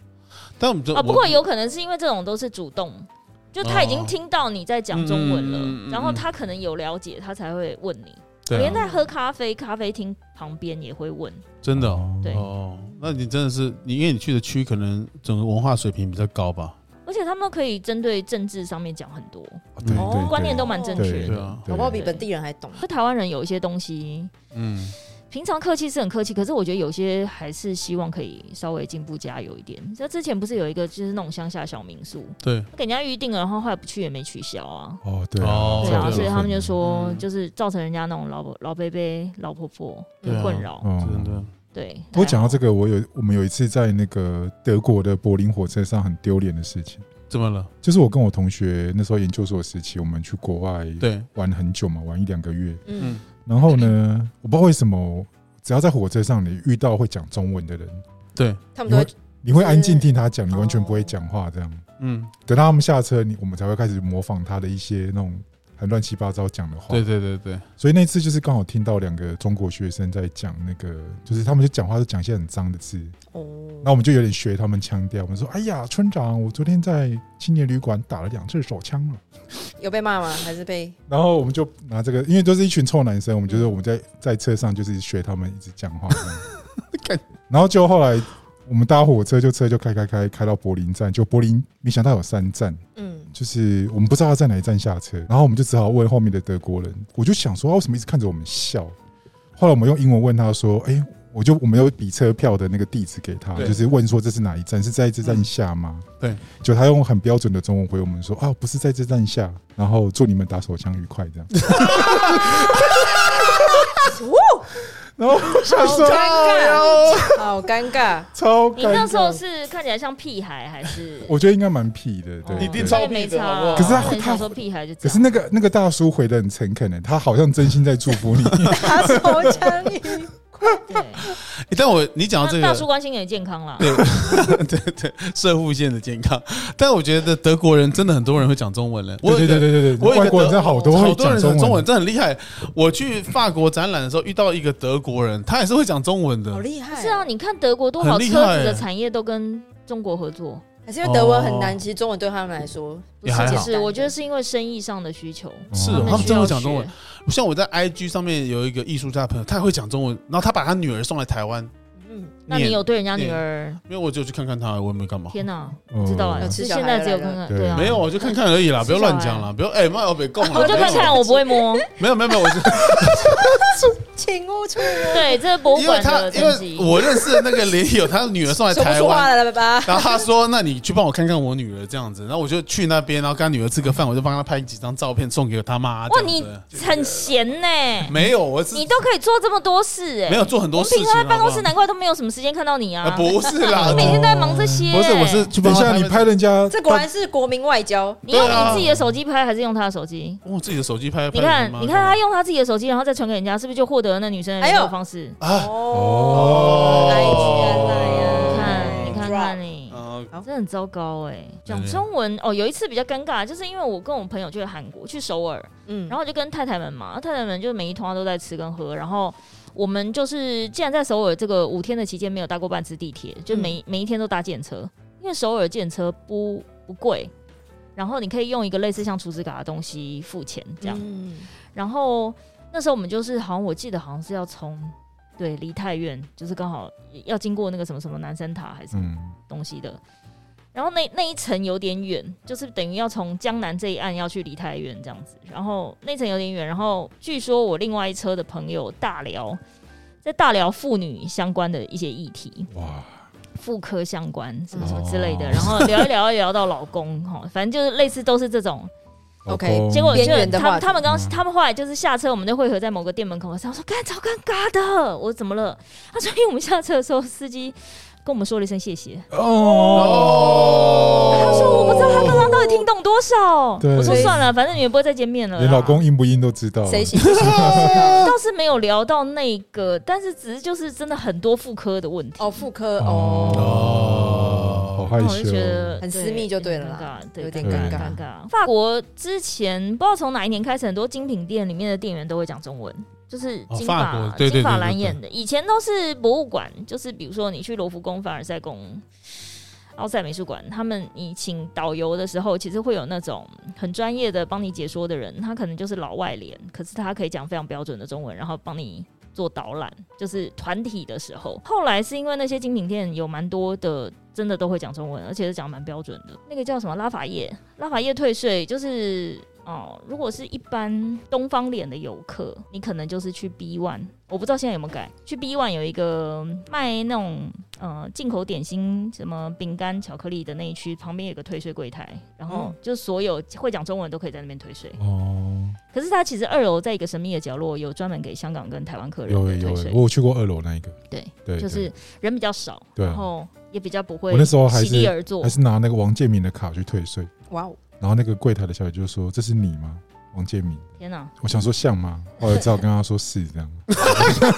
Speaker 2: 但我们就
Speaker 3: 啊，不过有可能是因为这种都是主动。就他已经听到你在讲中文了，
Speaker 2: 哦嗯嗯嗯嗯
Speaker 3: 然后他可能有了解，他才会问你。
Speaker 2: 对
Speaker 3: 连
Speaker 2: 啊、
Speaker 3: 在喝咖啡，咖啡厅旁边也会问。
Speaker 2: 真的哦
Speaker 3: 对
Speaker 2: 哦，那你真的是你，因为你去的区可能整个文化水平比较高吧？
Speaker 3: 而且他们可以针对政治上面讲很多，
Speaker 1: 对
Speaker 2: 哦
Speaker 1: 对
Speaker 3: 观念都蛮正确
Speaker 1: 对
Speaker 2: 对
Speaker 3: 的。
Speaker 2: 啊，
Speaker 1: 对
Speaker 4: 宝宝比本地人还懂。
Speaker 3: 可台湾人有一些东西，
Speaker 2: 嗯，
Speaker 3: 平常客气是很客气，可是我觉得有些还是希望可以稍微进步加油一点。像之前不是有一个就是那种乡下小民宿，
Speaker 2: 对，
Speaker 3: 给人家预定了，然后后来不去也没取消啊。
Speaker 1: 哦对
Speaker 2: 哦
Speaker 3: 对
Speaker 2: 这
Speaker 3: 啊，
Speaker 2: 样
Speaker 3: 所以他们就
Speaker 1: 说
Speaker 3: 说，
Speaker 2: 嗯
Speaker 3: 就是造成人家那种老老伯伯、老婆婆
Speaker 2: 对啊
Speaker 3: 的困扰。
Speaker 1: 哦
Speaker 2: 真的。
Speaker 3: 对，啊
Speaker 1: 我嗯讲到这
Speaker 3: 个，
Speaker 1: 个，我有我们有一次在那个德国的柏林火车上很丢脸的事情，
Speaker 2: 怎么了？
Speaker 1: 就是我跟我同学那时候研究所时期，我们去国外
Speaker 2: 对，
Speaker 1: 玩很久嘛，玩一两个月。
Speaker 4: 嗯，
Speaker 1: 然后呢，我不知道为什么，只要在火车上你遇到会讲中文的人，
Speaker 2: 对，
Speaker 4: 他们都会
Speaker 1: 你你会安静听他讲，你完全不会讲话，这样。
Speaker 2: 嗯，
Speaker 1: 等到他们下车，你我们才会开始模仿他的一些那种很乱七八糟讲的话。
Speaker 2: 对对对对，
Speaker 1: 所以那次就是刚好听到两个中国学生在讲那个，就是他们就讲话都讲一些很脏的字，
Speaker 4: 哦
Speaker 1: 那我们就有点学他们腔调，我们说：“哎呀，村长，我昨天在青年旅馆打了两次手枪了。
Speaker 4: 有被骂吗？还是被”
Speaker 1: 然后我们就拿这个，因为都是一群臭男生，我们就是我们在在车上就是学他们一直讲话这样
Speaker 2: 干。
Speaker 1: 然后就后来我们搭火车，就车就开开开开到柏林站，就柏林没想到有三站，
Speaker 4: 嗯
Speaker 1: 就是我们不知道他在哪一站下车，然后我们就只好问后面的德国人。我就想说，他为什么一直看着我们笑？后来我们用英文问他说：“哎、我就我们有比车票的那个地址给他，
Speaker 2: 对
Speaker 1: 就是问说这是哪一站？是在这站下吗？”
Speaker 2: 对，
Speaker 1: 就他用很标准的中文回我们说：“啊，不是在这站下。”然后祝你们打手枪愉快这
Speaker 3: (laughs)
Speaker 1: 样。
Speaker 3: 哦
Speaker 1: 然后我想说，
Speaker 4: 好尴尬
Speaker 1: 哎呦
Speaker 4: 好尴尬，
Speaker 1: 超
Speaker 3: 你
Speaker 1: 尴
Speaker 3: 那时候
Speaker 1: 尬。
Speaker 3: 是看起来像屁孩还是？
Speaker 1: 我觉得应该蛮痞的，对，
Speaker 2: 哦一
Speaker 1: 对
Speaker 2: 定超
Speaker 3: 也没
Speaker 2: 屁的
Speaker 3: 差
Speaker 2: 好不好
Speaker 3: 啊。
Speaker 1: 可是他
Speaker 3: 我很
Speaker 1: 他
Speaker 3: 想说屁孩就
Speaker 1: 可
Speaker 3: 这样
Speaker 1: 是那个那个大叔回的很诚恳的，欸他好像真心在祝福你。
Speaker 4: 打手枪你
Speaker 3: 对，
Speaker 2: 欸但我你讲到这
Speaker 3: 那大叔
Speaker 2: 个，
Speaker 3: 关心你的健康啦。
Speaker 2: 对对，社会线的健康，但我觉得德国人真的很多人会讲中文了，我有一
Speaker 1: 对
Speaker 2: 个
Speaker 1: 对对对对，
Speaker 2: 我有一个
Speaker 1: 外国人真的好多
Speaker 2: 好
Speaker 1: 会
Speaker 2: 多
Speaker 1: 讲
Speaker 2: 人讲中
Speaker 1: 中
Speaker 2: 文，
Speaker 1: 文，
Speaker 2: 这很厉害。我去法国展览的时候遇到一个德国人，他也是会讲中文的
Speaker 4: (laughs) 好。厉害，
Speaker 3: 是啊，，你看德国多少
Speaker 2: 很
Speaker 3: 车
Speaker 2: 厉
Speaker 3: 子
Speaker 2: 害欸
Speaker 3: 的产业都跟中国合作，
Speaker 4: 还是因为德文
Speaker 2: 哦
Speaker 4: 很难，其实中文对他们来说
Speaker 3: 不
Speaker 2: 也
Speaker 3: 是
Speaker 2: 还？好
Speaker 3: 其实我觉得是因为生意上的需求，
Speaker 2: 是
Speaker 1: 哦
Speaker 2: 哦，他们
Speaker 3: 需
Speaker 2: 真
Speaker 3: 要
Speaker 2: 的会讲中文
Speaker 3: 学。。
Speaker 2: 像我在 IG 上面有一个艺术家朋友，他也会讲中文，然后他把他女儿送来台湾，
Speaker 4: 嗯，
Speaker 3: 那你
Speaker 2: 念
Speaker 3: 有对人家女
Speaker 2: 念
Speaker 3: 儿？
Speaker 2: 因为我就去看看他，我也没干嘛。
Speaker 3: 天哪，
Speaker 1: 嗯
Speaker 3: 不知道哎，
Speaker 4: 要吃
Speaker 3: 是
Speaker 4: 小
Speaker 3: 现
Speaker 4: 孩
Speaker 3: 在只有
Speaker 4: 了
Speaker 3: 看
Speaker 2: 哦
Speaker 3: 看，
Speaker 1: 对
Speaker 3: 对啊，
Speaker 2: 没有，我就看看而已啦，不要乱讲啦，不要哎，妈有被供啦。
Speaker 3: 啊我就看看，我不会摸。
Speaker 2: 没有没有没有，我就
Speaker 4: 请勿出，
Speaker 3: (laughs) 对，这是博物
Speaker 2: 因为
Speaker 3: 馆
Speaker 2: 他
Speaker 3: 的
Speaker 2: 因
Speaker 3: 等
Speaker 2: 为
Speaker 3: 级。
Speaker 2: 我认识的那个林友，他女儿送来
Speaker 4: 说不
Speaker 2: 台
Speaker 4: 出
Speaker 2: 湾
Speaker 4: 话，来了，
Speaker 2: (laughs)
Speaker 4: 爸爸。
Speaker 2: 然后他说：“那你去帮我看看我女儿这样子。”然后我就去那边，然后跟他女儿吃个饭，我就帮他拍几张照片送给他妈。
Speaker 3: 哇，
Speaker 2: 这样
Speaker 3: 你
Speaker 2: 子
Speaker 3: 很闲呢，
Speaker 2: 没有，我是
Speaker 3: 你都可以做这么多事哎
Speaker 2: 没。有做很
Speaker 3: 我
Speaker 2: 多
Speaker 3: 们
Speaker 2: 事
Speaker 3: 平
Speaker 2: 情。啊
Speaker 3: 常在办公室，
Speaker 2: 好不好
Speaker 3: 难怪都没有什么时间看到你啊
Speaker 2: 啊，。不是啦
Speaker 3: (laughs) 你，每天都在忙这些。欸
Speaker 2: 不是，我是去
Speaker 1: 等
Speaker 2: 帮
Speaker 1: 一
Speaker 2: 他
Speaker 1: 下你拍人家，
Speaker 4: 这果然是国民外交，
Speaker 3: 你用
Speaker 2: 对啊
Speaker 3: 你自己的手机拍，还是用他的手机？
Speaker 2: 我自己的手机拍。
Speaker 3: 你
Speaker 2: 拍
Speaker 3: 看
Speaker 2: 给，妈
Speaker 3: 你看他用他自己的手机，然后再传给人家，是不是就获得了那女生的
Speaker 4: 哎呦
Speaker 3: 联络方式？
Speaker 2: 啊，
Speaker 1: 哦
Speaker 4: 来呀
Speaker 3: 你
Speaker 4: 来呀
Speaker 3: 看，你看看你，
Speaker 2: 呃
Speaker 4: 好
Speaker 3: 真的很糟糕哎、讲
Speaker 2: 对
Speaker 3: 中文哦，有一次比较尴尬，就是因为我跟我朋友去韩国，去首尔，
Speaker 4: 嗯，
Speaker 3: 然后就跟太太们嘛，太太们就每一通都在吃跟喝，然后我们就是既然在首尔这个五天的期间没有搭过半次地铁，就
Speaker 4: 嗯
Speaker 3: 每、每一天都搭电车，因为首尔电车不不贵，然后你可以用一个类似像储值卡的东西付钱这样，
Speaker 4: 嗯
Speaker 3: 然后那时候我们就是好像我记得好像是要从对梨泰院，就是刚好要经过那个什么什么南山塔还是什么。
Speaker 1: 嗯，
Speaker 3: 东西的。然后那那一层有点远，就是等于要从江南这一岸要去梨泰院这样子。然后那层有点远，然后据说我另外一车的朋友大聊，在大聊妇女相关的一些议题，
Speaker 1: 哇，
Speaker 3: 妇科相关什么什么之类的，
Speaker 1: 哦
Speaker 3: 然后聊一聊，聊到老公 (laughs) 哈，齁反正就是类似都是这种。
Speaker 4: OK，
Speaker 1: 老公
Speaker 3: 结果
Speaker 4: 边
Speaker 3: 就
Speaker 4: 缘的
Speaker 3: 他
Speaker 4: 话
Speaker 3: 们
Speaker 4: 题
Speaker 3: 他们刚
Speaker 1: 哦嗯
Speaker 3: 他们后来就是下车，我们就汇合在某个店门口，他说：“干，超尴尬的，我怎么了？”他说：“因哎为我们下车的时候，司机跟我们说了一声谢谢。”
Speaker 1: 哦，
Speaker 3: 他说我不知道他刚刚到底听懂多少。
Speaker 1: 对
Speaker 3: 我说算了，反正你们不会再见面了啦。
Speaker 1: 连老公硬不硬都知道
Speaker 2: 哦
Speaker 1: 了，
Speaker 4: 谁
Speaker 1: (laughs)
Speaker 4: 行谁行？
Speaker 3: 倒是没有聊到那个，但是只是就是真的很多妇科的问题。
Speaker 4: 哦，妇科哦，
Speaker 1: 哦，好害
Speaker 3: 那我就
Speaker 1: 羞
Speaker 3: 觉，得
Speaker 4: 很
Speaker 3: 对
Speaker 4: 私密就对了啦
Speaker 3: 很尴尬对，
Speaker 4: 有点
Speaker 1: 尴
Speaker 3: 尬
Speaker 4: 尬
Speaker 3: 尬。法国之前不知道从哪一年开始，很多精品店里面的店员都会讲中文，就是
Speaker 2: 哦
Speaker 3: 金
Speaker 2: 法
Speaker 3: 发
Speaker 2: 国对对
Speaker 3: 金发
Speaker 2: 对对
Speaker 3: 蓝
Speaker 2: 对
Speaker 3: 眼的。以前都是博物馆，就是比如说你去罗浮宫、凡尔赛宫。奥赛美术馆，他们你请导游的时候，其实会有那种很专业的帮你解说的人，他可能就是老外脸，可是他可以讲非常标准的中文，然后帮你做导览，就是团体的时候。后来是因为那些精品店有蛮多的，真的都会讲中文，而且是讲蛮标准的。那个叫什么拉法叶，拉法叶退税就是。哦，如果是一般东方脸的游客，你可能就是去 B One，我不知道现在有没有改。去 B One 有一个卖那种呃进口点心、什么饼干、巧克力的那一区，旁边有个退税柜台，然后
Speaker 4: 嗯
Speaker 3: 就所有会讲中文的都可以在那边退税。
Speaker 1: 哦，
Speaker 3: 可是它其实二楼在一个神秘的角落，有专门给香港跟台湾客人
Speaker 1: 有
Speaker 3: 的
Speaker 1: 欸有
Speaker 3: 退
Speaker 1: 欸，
Speaker 3: 税。
Speaker 1: 我有去过二楼那一个，
Speaker 3: 对，
Speaker 1: 对，
Speaker 3: 就是人比较少，
Speaker 1: 对
Speaker 2: 嗯
Speaker 1: 啊
Speaker 3: 然后也比较不会
Speaker 1: 我那时候还
Speaker 3: 席
Speaker 1: 是
Speaker 3: 地而坐
Speaker 1: 还。是拿那个王建民的卡去退税，
Speaker 4: 哇哦，
Speaker 1: 然后那个柜台的小姐就说：“这是你吗？”王建民。
Speaker 3: 天哪，
Speaker 1: 我想说像吗？后来只好跟他说是这样。
Speaker 2: 啊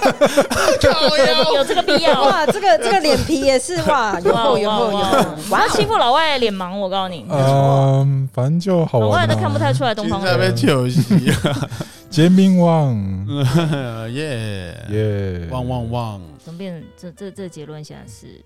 Speaker 3: 有有这个必
Speaker 2: (laughs)
Speaker 3: 要？
Speaker 4: 哇，这个这个脸皮也 (laughs) 是哇，有厚有厚有厚，
Speaker 3: 他
Speaker 4: 哇，
Speaker 3: 欺负老外脸盲，我告诉
Speaker 2: (laughs)
Speaker 3: 你，
Speaker 1: 嗯，反正就好
Speaker 3: 老外
Speaker 1: 玩
Speaker 3: 都看不
Speaker 1: 啊。
Speaker 3: 太出来东方
Speaker 2: 呃哦在那嗯 (laughs)
Speaker 3: 人。
Speaker 2: 边球戏，
Speaker 1: 杰明旺，
Speaker 2: 嗯耶，
Speaker 1: 耶，
Speaker 2: 旺旺旺，
Speaker 3: 怎么变成这这这结论？现在是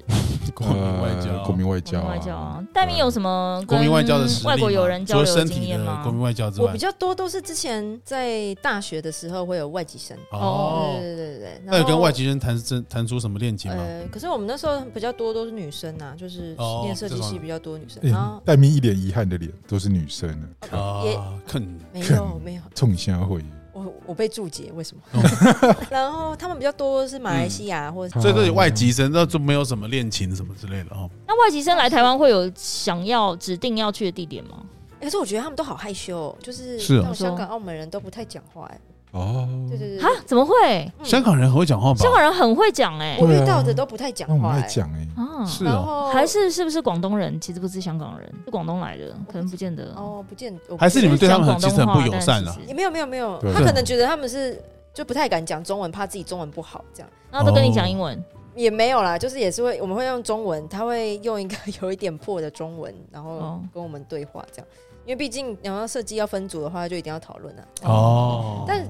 Speaker 2: 国民外
Speaker 1: 呃
Speaker 2: 交，
Speaker 1: 国民外
Speaker 3: 国
Speaker 1: 交
Speaker 3: 民
Speaker 1: 啊，
Speaker 3: 外交啊？戴明有什么
Speaker 2: 嗯国民外交的实力嘛，
Speaker 3: 跟嗯外国友人
Speaker 2: 除
Speaker 3: 交
Speaker 2: 了
Speaker 3: 流的
Speaker 2: 身
Speaker 3: 经
Speaker 2: 体
Speaker 3: 验
Speaker 2: 的
Speaker 3: 吗
Speaker 2: 国？民外交之
Speaker 4: 我
Speaker 2: 外
Speaker 4: 比，较多都是之前在大学的时候会有外籍生，
Speaker 2: 哦，
Speaker 3: 嗯
Speaker 4: 对对对对对。
Speaker 2: 那
Speaker 4: 然
Speaker 2: 有
Speaker 4: 后
Speaker 2: 跟外籍人谈真谈出什么恋情吗？
Speaker 4: 呃，可是我们那时候比较多都是女生呐，就是
Speaker 2: 哦
Speaker 4: 念设计
Speaker 2: 这
Speaker 4: 系
Speaker 2: 种嗯
Speaker 4: 比较多女生，
Speaker 1: 哎
Speaker 4: 然
Speaker 3: 啊
Speaker 4: 后呃
Speaker 1: 戴明一脸遗憾的脸，都是女生的，
Speaker 4: 也
Speaker 2: 啊，肯
Speaker 4: 没有没有，
Speaker 1: 冲下会。
Speaker 4: 我我被注解为什么？
Speaker 2: 哦
Speaker 4: (laughs) 然后他们比较多是马来西亚或者
Speaker 2: 所以这里外籍生那就没有什么恋情什么之类的哦。
Speaker 3: 那外籍生来台湾会有想要指定要去的地点吗？
Speaker 4: 欸可是我觉得他们都好害羞哦，就是
Speaker 2: 是哦
Speaker 4: 那种香港、澳门人都不太讲话哎、
Speaker 1: 哦，
Speaker 4: 对对对
Speaker 3: 啊
Speaker 4: 对，？
Speaker 3: 怎么会？
Speaker 4: 嗯
Speaker 2: 香港人很会讲话吧？
Speaker 3: 香港人很会讲哎、
Speaker 4: 我
Speaker 1: 对啊
Speaker 4: 遇到的都不太讲
Speaker 1: 那我们
Speaker 4: 话、
Speaker 1: 来
Speaker 4: 欸，
Speaker 1: 讲哎，
Speaker 3: 啊，
Speaker 2: 是
Speaker 4: 然
Speaker 2: 哦，
Speaker 4: 后
Speaker 3: 还是是不是广东人？其实不是香港人，是广东来的，可能不见得。
Speaker 4: 哦，不见我不
Speaker 2: 还是你们对他们很其
Speaker 3: 就是
Speaker 2: 实
Speaker 3: 讲
Speaker 2: 很
Speaker 3: 广
Speaker 2: 不
Speaker 3: 东话
Speaker 2: 友善啊
Speaker 3: 但。其
Speaker 4: 也
Speaker 3: 实
Speaker 4: 没有没有没有，
Speaker 1: 对
Speaker 4: 他可能觉得他们是就不太敢讲中文，怕自己中文不好这样。
Speaker 3: 然后都跟你讲英文，
Speaker 4: 也没有啦，就是也是会，我们会用中文，他会用一个 (laughs) 有一点破的中文，然后
Speaker 3: 哦
Speaker 4: 跟我们对话这样。因为毕竟然后设计要分组的话，就一定要讨论啊。
Speaker 2: 哦，
Speaker 4: 但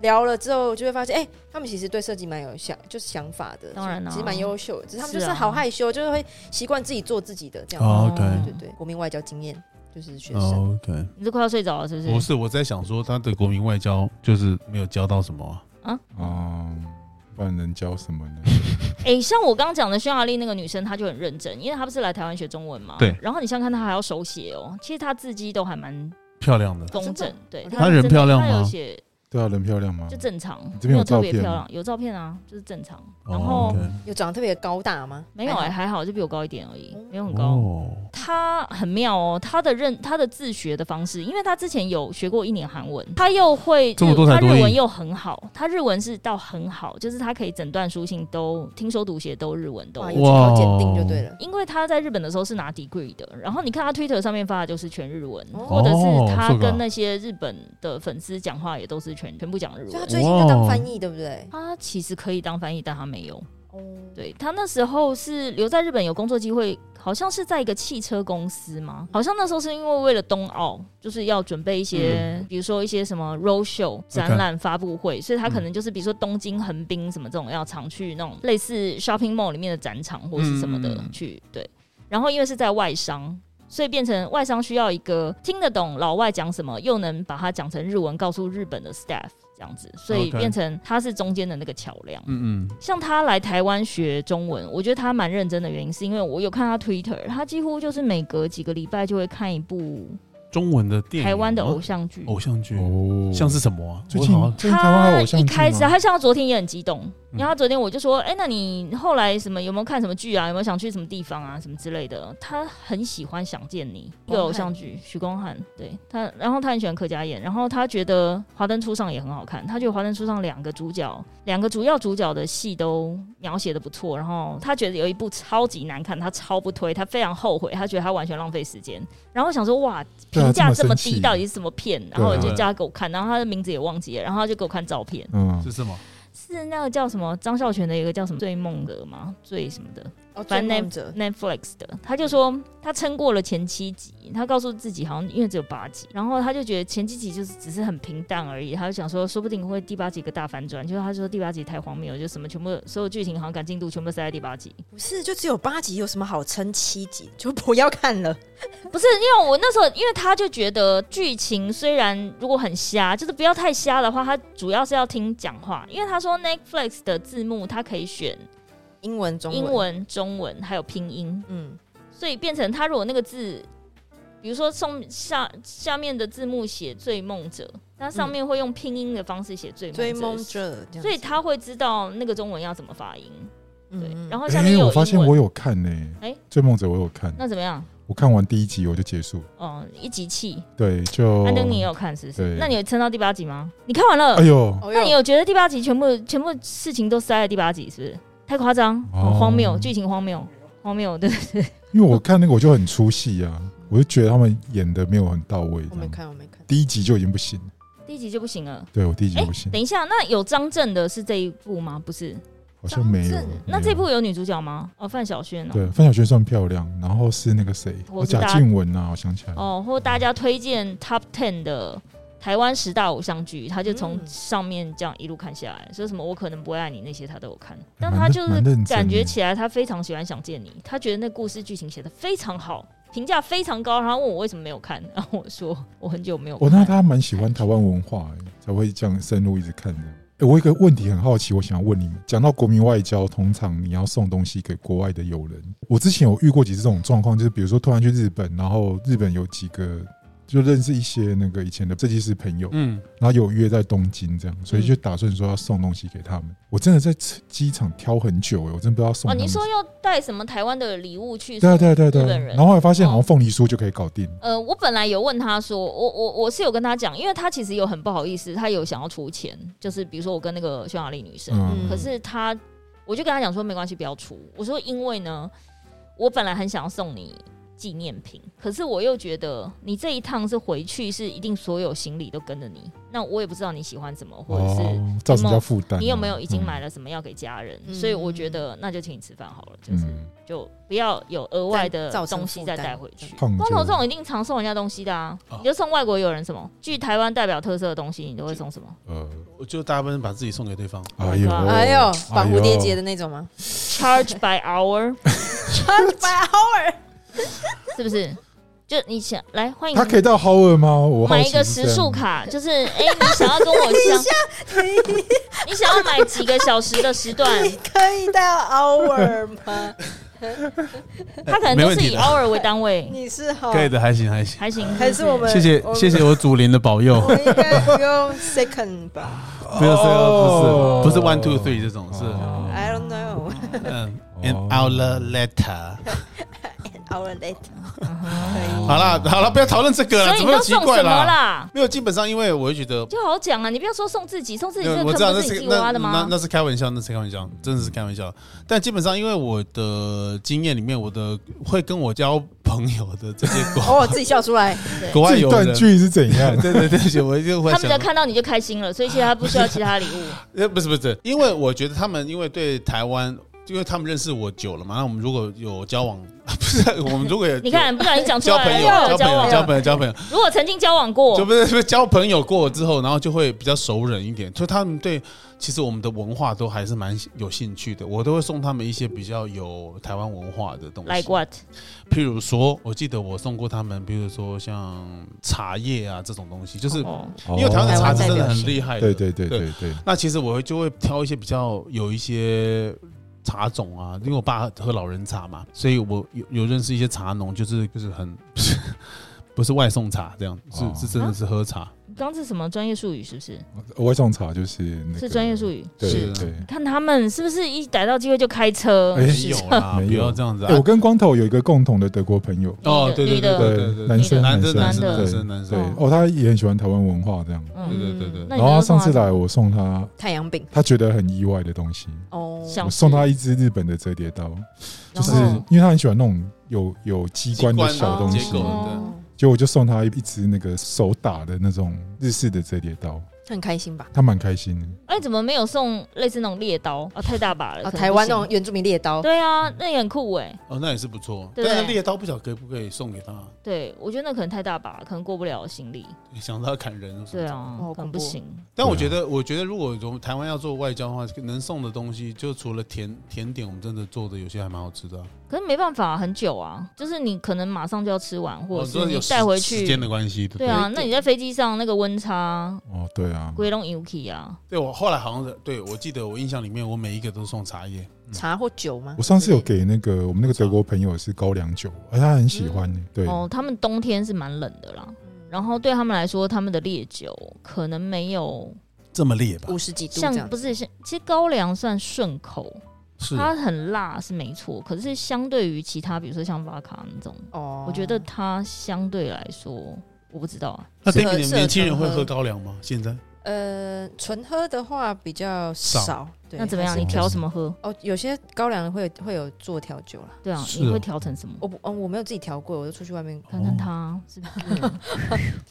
Speaker 4: 聊了之后，就会发现，哎、他们其实对设计蛮有想，就是想法的，
Speaker 3: 当然啦
Speaker 4: 其实蛮优秀的，只是他们就是是
Speaker 3: 啊
Speaker 4: 好害羞，就是会习惯自己做自己的这样。
Speaker 2: 哦
Speaker 4: 对
Speaker 2: OK
Speaker 4: 对对，国民外交经验就是学生，
Speaker 2: 哦 OK，
Speaker 3: 你是快要睡着了是不是？
Speaker 2: 不是我在想说他的国民外交就是没有教到什么啊。
Speaker 1: 哦，不然能教什么
Speaker 3: (laughs)
Speaker 1: 呢？
Speaker 3: 哎、像我刚刚讲的匈牙利那个女生，她就很认真，因为她不是来台湾学中文嘛。
Speaker 2: 对
Speaker 3: 然后你想想看，她还要手写哦，其实她字迹都还蛮
Speaker 2: 漂亮的，
Speaker 3: 工整，对。
Speaker 4: 哦
Speaker 3: 她
Speaker 4: 她
Speaker 3: 真
Speaker 2: 人
Speaker 3: 的
Speaker 2: 漂亮
Speaker 3: 她有
Speaker 2: 吗
Speaker 3: 写
Speaker 1: 对啊，人漂亮吗
Speaker 3: 就？正常，
Speaker 1: 这边
Speaker 3: 没
Speaker 1: 有
Speaker 3: 有特别
Speaker 1: 照片
Speaker 3: 漂
Speaker 1: 吗
Speaker 3: 亮，有照片啊，就是正常。
Speaker 2: 哦
Speaker 3: 然后
Speaker 2: OK
Speaker 4: 有长得特别高大吗？
Speaker 3: 没有哎、
Speaker 4: 还好
Speaker 3: 还好，就比我高一点而已
Speaker 4: 嗯，
Speaker 3: 没有很高。
Speaker 2: 哦，
Speaker 3: 他很妙哦，他的认他的自学的方式，因为他之前有学过一年韩文，他又会
Speaker 2: 这么多才
Speaker 3: 他
Speaker 2: 多艺
Speaker 3: 日文又很好，他日文是到很好，就是他可以整段书信都听说读写都日文都
Speaker 4: 哇，
Speaker 3: 会。
Speaker 4: 有条鉴定就对了。
Speaker 3: 因为他在日本的时候是拿 degree 的，然后你看他 Twitter 上面发的就是全日文，
Speaker 4: 哦
Speaker 3: 或者是他
Speaker 2: 是吧
Speaker 3: 跟那些日本的粉丝讲话也都是全全部讲日
Speaker 4: 所以他
Speaker 3: 文。
Speaker 4: 最近就当翻译，对不对？
Speaker 3: 他其实可以当翻译，但他没有。
Speaker 4: 哦，
Speaker 3: 哦
Speaker 2: 嗯
Speaker 3: 对他那时候是留在日本有工作机会，好像是在一个汽车公司嘛，好像那时候是因为为了冬奥，就是要准备一些，
Speaker 2: 嗯
Speaker 3: 比如说一些什么 road show 展览发布会，所以
Speaker 2: 嗯
Speaker 3: 他可能就是比如说东京横滨什么这种要常去那种类似 shopping mall 里面的展场或是什么的
Speaker 2: 嗯嗯嗯
Speaker 3: 去对，然后因为是在外商。所以变成外商需要一个听得懂老外讲什么，又能把它讲成日文，告诉日本的 staff 这样子，所以
Speaker 2: OK
Speaker 3: 变成他是中间的那个桥梁。
Speaker 2: 嗯嗯，
Speaker 3: 像他来台湾学中文，我觉得他蛮认真的原因，是因为我有看他 Twitter，他几乎就是每隔几个礼拜就会看一部
Speaker 2: 中文的电影吗，
Speaker 3: 台湾的偶像剧。
Speaker 2: 偶像剧，
Speaker 1: 哦，
Speaker 2: 像是什么啊？
Speaker 1: 最
Speaker 2: 我
Speaker 1: 近
Speaker 2: 好像
Speaker 1: 最近台湾还有偶
Speaker 3: 一
Speaker 1: 像剧
Speaker 3: 开始，
Speaker 1: 吗嗯
Speaker 3: 他像他昨天也很激动，然后他昨天我就说，哎、那你后来什么有没有看什么剧啊？有没有想去什么地方啊？什么之类的？他很喜欢《想见你》一个偶像剧，许光汉对他，然后他很喜欢柯佳燕，然后他觉得《华灯初上》也很好看，他觉得《华灯初上》两个主角，两个主要主角的戏都描写的不错，然后他觉得有一部超级难看，他超不推，他非常后悔，他觉得他完全浪费时间。然后我想说，哇，
Speaker 1: 对啊
Speaker 3: 评价
Speaker 1: 这么
Speaker 3: 这么
Speaker 1: 生
Speaker 3: 低，
Speaker 1: 气
Speaker 3: 到底是什么片？然
Speaker 1: 对啊
Speaker 3: 后我就叫他给我看，然后他的名字也忘记了，然后他就给我看照片。
Speaker 1: 嗯
Speaker 2: 是，什么？
Speaker 3: 是那个叫什么张孝全的一个叫什么醉梦的吗？醉什么的
Speaker 4: 哦，
Speaker 3: 反
Speaker 4: 追
Speaker 3: 正
Speaker 4: 梦者
Speaker 3: Netflix 的，他就说他撑过了前七集，他告诉自己好像因为只有八集，然后他就觉得前几集就是只是很平淡而已，他就想说说不定会第八集一个大反转，就是他说第八集太荒谬了，就什么全部所有剧情好像赶进度全部塞在第八集，
Speaker 4: 不是就只有八集，有什么好撑七集？就不要看
Speaker 3: 嗯
Speaker 4: 了。
Speaker 3: 不是因为我那时候因为他就觉得剧情虽然如果很瞎，就是不要太瞎的话，他主要是要听讲话，因为他说 Netflix 的字幕他可以选
Speaker 4: 英文、中文、
Speaker 3: 英，文、中文还有拼音。
Speaker 4: 嗯，
Speaker 3: 所以变成他如果那个字，比如说送下下面的字幕写“醉梦者”，那上面会用拼音的方式写“醉
Speaker 4: 追梦
Speaker 3: 嗯梦者
Speaker 4: 者这”，样。
Speaker 3: 所以他会知道那个中文要怎么发音。对，然
Speaker 4: 后
Speaker 3: 后下面
Speaker 1: 哎，
Speaker 3: 又
Speaker 1: 我
Speaker 3: 有
Speaker 1: 发
Speaker 3: 英
Speaker 1: 现我
Speaker 3: 文，
Speaker 1: 有看呢，
Speaker 3: 哎
Speaker 1: 追梦者我有看，
Speaker 3: 那怎么样？
Speaker 1: 我看完第一集我就结束，
Speaker 3: 哦，一集气，
Speaker 1: 对，就
Speaker 3: 安东尼也哦有看是不是
Speaker 1: 哦对？
Speaker 3: 那你有撑到第八集吗？你看完了
Speaker 1: 哎，呦，
Speaker 4: 哦
Speaker 3: 那你有觉得第八集全部全部事情都塞在第八集是不是？太夸张，
Speaker 1: 哦
Speaker 3: 很荒谬，剧情荒谬，荒谬，对 (laughs) 对对。
Speaker 1: 因为我看那个我就很出戏啊，我就觉得他们演的没有很到位
Speaker 4: 我没
Speaker 1: 这样，
Speaker 4: 看，我没看。
Speaker 1: 第一集就已经不行了，
Speaker 3: 第一集就不行了。
Speaker 1: 对我第一集
Speaker 3: 哎
Speaker 1: 不行，
Speaker 3: 等一下，那有张震的是这一部吗？不是，
Speaker 1: 好像没有
Speaker 4: 张。震
Speaker 3: 那
Speaker 1: 没
Speaker 3: 这
Speaker 1: 有
Speaker 3: 部有女主角吗？哦，范晓萱哦。
Speaker 1: 对范晓萱算漂亮，然后是那个谁，
Speaker 3: 我
Speaker 1: 哦
Speaker 3: 知道
Speaker 1: 贾静雯啊，我想起来了。
Speaker 3: 哦，或大家推荐 Top Ten 的台湾十大偶像剧，他就从
Speaker 4: 嗯
Speaker 3: 上面这样一路看下来，说什么我可能不会爱你那些他都有看，
Speaker 1: 蛮
Speaker 3: 但他就
Speaker 1: 蛮
Speaker 3: 是
Speaker 1: 认真
Speaker 3: 感觉
Speaker 1: 耶
Speaker 3: 起来他非常喜欢想见你，他觉得那故事剧情写的非常好，评价非常高，然后问我为什么没有看， (laughs) 然后我说我很久没有
Speaker 1: 我
Speaker 3: 看，
Speaker 1: 哦那他蛮喜欢台湾文化、欸，才会这样深入一直看的。欸我有一个问题很好奇，我想要问你们：讲到国民外交，通常你要送东西给国外的友人，我之前有遇过几次这种状况，就是比如说突然去日本，然后日本有几个就认识一些那个以前的设计师朋友，
Speaker 2: 嗯，
Speaker 1: 然后有约在东京这样，所以就打算说要送东西给他们。我真的在机场挑很久、欸，我真不知道送
Speaker 3: 嗯
Speaker 1: 他
Speaker 3: 哦，
Speaker 1: 们
Speaker 3: 你
Speaker 1: 什么。
Speaker 3: 说要带什么台湾的礼物去？
Speaker 1: 对啊对啊对啊对
Speaker 3: 日
Speaker 1: 啊
Speaker 3: 本，人
Speaker 1: 然后后来发现好像凤梨酥就可以搞定，
Speaker 3: 呃，我本来有问他说，我我我是有跟他讲，因为他其实有很不好意思，他有想要出钱，就是比如说我跟那个匈牙利女生，
Speaker 1: 嗯，
Speaker 3: 哦可是他，我就跟他讲说没关系，不要出。我说因为呢，我本来很想要送你纪念品，可是我又觉得你这一趟是回去是一定所有行李都跟着你，那我也不知道你喜欢什么，或者是
Speaker 1: 哦，造成人家负担啊。
Speaker 3: 你有没有已经
Speaker 1: 嗯
Speaker 3: 买了什么要给家人，
Speaker 4: 嗯
Speaker 3: 所以我觉得那就请你吃饭好了，就是、
Speaker 1: 嗯，
Speaker 3: 就不要有额外的
Speaker 4: 造成
Speaker 3: 东西再带回去。
Speaker 1: 胖
Speaker 3: 光头
Speaker 1: 就
Speaker 3: 这种一定常送人家东西的啊，
Speaker 2: 哦
Speaker 3: 你就送外国友人什么具台湾代表特色的东西，你都会送什么？
Speaker 1: 呃，
Speaker 2: 我就大部分把自己送给对方。
Speaker 1: 哎呦，
Speaker 3: Oh
Speaker 4: 哎呦，绑蝴蝶结
Speaker 1: 的，
Speaker 4: 的那种吗？
Speaker 3: Charge by hour，
Speaker 4: 八号
Speaker 3: 是不是？就你想来欢迎
Speaker 1: 他可以到 Howard 吗？我好
Speaker 3: 买
Speaker 1: 奇
Speaker 3: 一个
Speaker 1: 是
Speaker 3: 时
Speaker 1: 这样
Speaker 3: 数，卡，就是哎、你想要跟我相，你想要买几个小时的时段，
Speaker 4: 可以到 hour 吗？
Speaker 3: 他可能
Speaker 2: 没
Speaker 3: 都
Speaker 2: 问
Speaker 3: 是
Speaker 2: 题
Speaker 3: 以
Speaker 2: 的
Speaker 3: hour 为单位，
Speaker 4: 你是好，
Speaker 2: 可以的，还行还行。
Speaker 3: 还行，
Speaker 4: 还是我们
Speaker 2: 谢谢
Speaker 4: 我
Speaker 2: 谢谢我祖灵的保佑
Speaker 4: 我，们应该不用 second 吧
Speaker 2: 没有
Speaker 1: 哦
Speaker 2: 不是不是 one two three 这种是
Speaker 1: 哦
Speaker 4: ？I don't know. (laughs)
Speaker 2: 嗯
Speaker 1: 哦
Speaker 2: an hour later。
Speaker 4: An hour later.
Speaker 3: 嗯
Speaker 2: 好啦好了，不要讨论这个
Speaker 3: 所
Speaker 2: 了，
Speaker 3: 以
Speaker 2: 怎
Speaker 3: 你
Speaker 2: 么
Speaker 3: 都
Speaker 2: 有奇
Speaker 3: 送
Speaker 2: 怪
Speaker 3: 什么
Speaker 2: 啦？
Speaker 3: 啦？
Speaker 2: 没有，基本上因为我会觉得
Speaker 3: 就好好讲啊，你不要说送自己，送自己这
Speaker 2: 那
Speaker 3: 个
Speaker 2: 我知道
Speaker 3: 坑
Speaker 2: 那
Speaker 3: 不是你自己
Speaker 2: 那
Speaker 3: 挖
Speaker 2: 那
Speaker 3: 的吗？
Speaker 2: 那是开玩笑，那是开玩笑，真的是开玩笑。但基本上，因为我的经验里面，我的会跟我交朋友的这些
Speaker 4: 哦，
Speaker 2: 国
Speaker 4: 我自己笑出来。
Speaker 2: 国外
Speaker 1: 这
Speaker 2: 友
Speaker 1: 一
Speaker 2: 人
Speaker 1: 段，剧是怎样？
Speaker 2: 对对对不起，我就会
Speaker 3: 他们只
Speaker 2: 想，
Speaker 3: 要看到你就开心了，所以其实他不需要其他
Speaker 2: (laughs)
Speaker 3: 礼物。
Speaker 2: 呃，不是不是，因为我觉得他们因为对台湾。因为他们认识我久了嘛，那我们如果有交往，不是我们如果有
Speaker 3: 你看，不小心讲出
Speaker 2: 交
Speaker 3: 来
Speaker 2: 朋
Speaker 3: 了，
Speaker 2: 友、
Speaker 3: 又有
Speaker 2: 交朋友、
Speaker 3: 往
Speaker 2: 交朋友、交朋友，
Speaker 3: 如果曾经交往过
Speaker 2: 就，不是不是交朋友过之后，然后就会比较熟人一点，所以他们对其实我们的文化都还是蛮有兴趣的。我都会送他们一些比较有台湾文化的东西
Speaker 3: like what？
Speaker 2: 譬如说，我记得我送过他们，比如说像茶叶啊这种东西，就是
Speaker 3: 哦
Speaker 2: (laughs) 因为台湾的
Speaker 4: 哦
Speaker 2: 茶是真的
Speaker 4: 台湾代表
Speaker 2: 很
Speaker 4: 性
Speaker 2: 厉害的，
Speaker 1: 对对对对对，
Speaker 2: 那其实我会就会挑一些比较有一些茶种啊，因为我爸喝老人茶嘛，所以我有有认识一些茶农，就是就是很 (laughs) 不是外送茶这样，是、
Speaker 1: 哦
Speaker 2: 是真的是喝茶。
Speaker 3: 你刚刚是什么专业术语？是不是？
Speaker 1: 外送茶就是那个
Speaker 3: 是专业术，语。
Speaker 1: 对
Speaker 2: 是
Speaker 1: 对。
Speaker 3: 看他们是不是一逮到机会就开车？
Speaker 1: 哎
Speaker 2: 没有啦，
Speaker 1: 没
Speaker 2: 不
Speaker 1: 有
Speaker 2: 要这样子、啊
Speaker 1: 欸我。跟光头有一个共同的德国朋友，
Speaker 2: 哦，对对
Speaker 3: 女的
Speaker 2: 对
Speaker 3: 女
Speaker 2: 对
Speaker 3: 的
Speaker 2: 对对，
Speaker 1: 男生
Speaker 2: 男生
Speaker 1: 男
Speaker 2: 男
Speaker 1: 生
Speaker 2: 生男
Speaker 1: 对
Speaker 2: 生男
Speaker 1: 对
Speaker 2: 生，
Speaker 1: 哦，他也很喜欢台湾文化这样。
Speaker 2: 对
Speaker 3: 嗯，
Speaker 2: 对对对对。
Speaker 3: 那
Speaker 1: 然
Speaker 3: 你
Speaker 1: 后他
Speaker 3: 刚
Speaker 1: 上次
Speaker 3: 刚送他
Speaker 1: 来，我送他，
Speaker 4: 太阳饼
Speaker 1: 他觉得很意外的东西，
Speaker 4: 哦，
Speaker 3: 像
Speaker 1: 我送他一只日本的折叠刀，
Speaker 3: 然
Speaker 1: 就是
Speaker 4: 嗯
Speaker 3: 后
Speaker 1: 因为他很喜欢那种有有机关的小东
Speaker 2: 机
Speaker 1: 西，
Speaker 2: 关啊的
Speaker 4: 哦
Speaker 1: 结果我就送他一只那个手打的那种日式的折叠刀，
Speaker 4: 很开心吧？
Speaker 1: 他蛮开心的。
Speaker 3: 哎，怎么没有送类似那种猎刀啊？太大把了，
Speaker 4: 哦，
Speaker 3: 可能不
Speaker 4: 台湾那
Speaker 3: 行
Speaker 4: 种原住民猎刀，
Speaker 3: 对啊，那也很酷哎。
Speaker 2: 哦，那也是不错。
Speaker 3: 对
Speaker 2: 但是猎刀不晓得可不可以送给他，
Speaker 3: 对，我觉得那可能太大把了，可能过不了心理。
Speaker 2: 想到他砍人。
Speaker 3: 对，啊
Speaker 4: 哦，
Speaker 3: 可能
Speaker 4: 恐怖
Speaker 3: 不行。
Speaker 2: 但我
Speaker 1: 对
Speaker 2: 觉
Speaker 1: 啊
Speaker 2: 得，我觉得如果我们台湾要做外交的话，能送的东西就除了甜甜点，我们真的做的有些还蛮好吃的啊、
Speaker 3: 可是没办法，很久啊，就是你可能马上就要吃完，或
Speaker 2: 我
Speaker 3: 者
Speaker 2: 哦说
Speaker 3: 是你
Speaker 2: 有
Speaker 3: 带回
Speaker 2: 时时间的
Speaker 3: 去。
Speaker 2: 关系，对不
Speaker 3: 对
Speaker 2: 对？
Speaker 3: 啊，那你在飞机上那个温差，
Speaker 1: 哦，对啊，
Speaker 3: 归拢 Yuki 啊，
Speaker 2: 对我后来好像是，对我记得我印象里面，我每一个都送茶叶，
Speaker 4: 茶或酒吗？
Speaker 1: 我上次有给那个我们那个德国朋友是高粱酒，而他很喜欢。对，
Speaker 3: 哦，他们冬天是蛮冷的啦。嗯然后对他们来说，他们的烈酒可能没有
Speaker 2: 这么烈吧
Speaker 4: 五？十几度这
Speaker 3: 像
Speaker 4: 样
Speaker 3: 不，是像，其实高粱算顺口，
Speaker 2: 是
Speaker 3: 它很辣是没错，可是相对于其他，比如说像瓦卡那种，
Speaker 4: 哦
Speaker 3: 我觉得它相对来说，我不知道啊。
Speaker 2: 那
Speaker 4: 适合
Speaker 2: David
Speaker 4: 适合
Speaker 2: 年轻人
Speaker 4: 常喝
Speaker 2: 会喝高粱吗？现在
Speaker 4: 呃，纯喝的话比较少，
Speaker 2: 少
Speaker 4: 对，
Speaker 3: 那怎么样？
Speaker 1: 是
Speaker 3: 你调什么喝？
Speaker 4: 哦，有些高粱会会有做调酒啦。
Speaker 3: 对啊，
Speaker 2: 是
Speaker 3: 你
Speaker 2: 哦
Speaker 3: 会调成什么？
Speaker 4: 我不，哦，我没有自己调过，我就出去外面
Speaker 3: 看看他是不是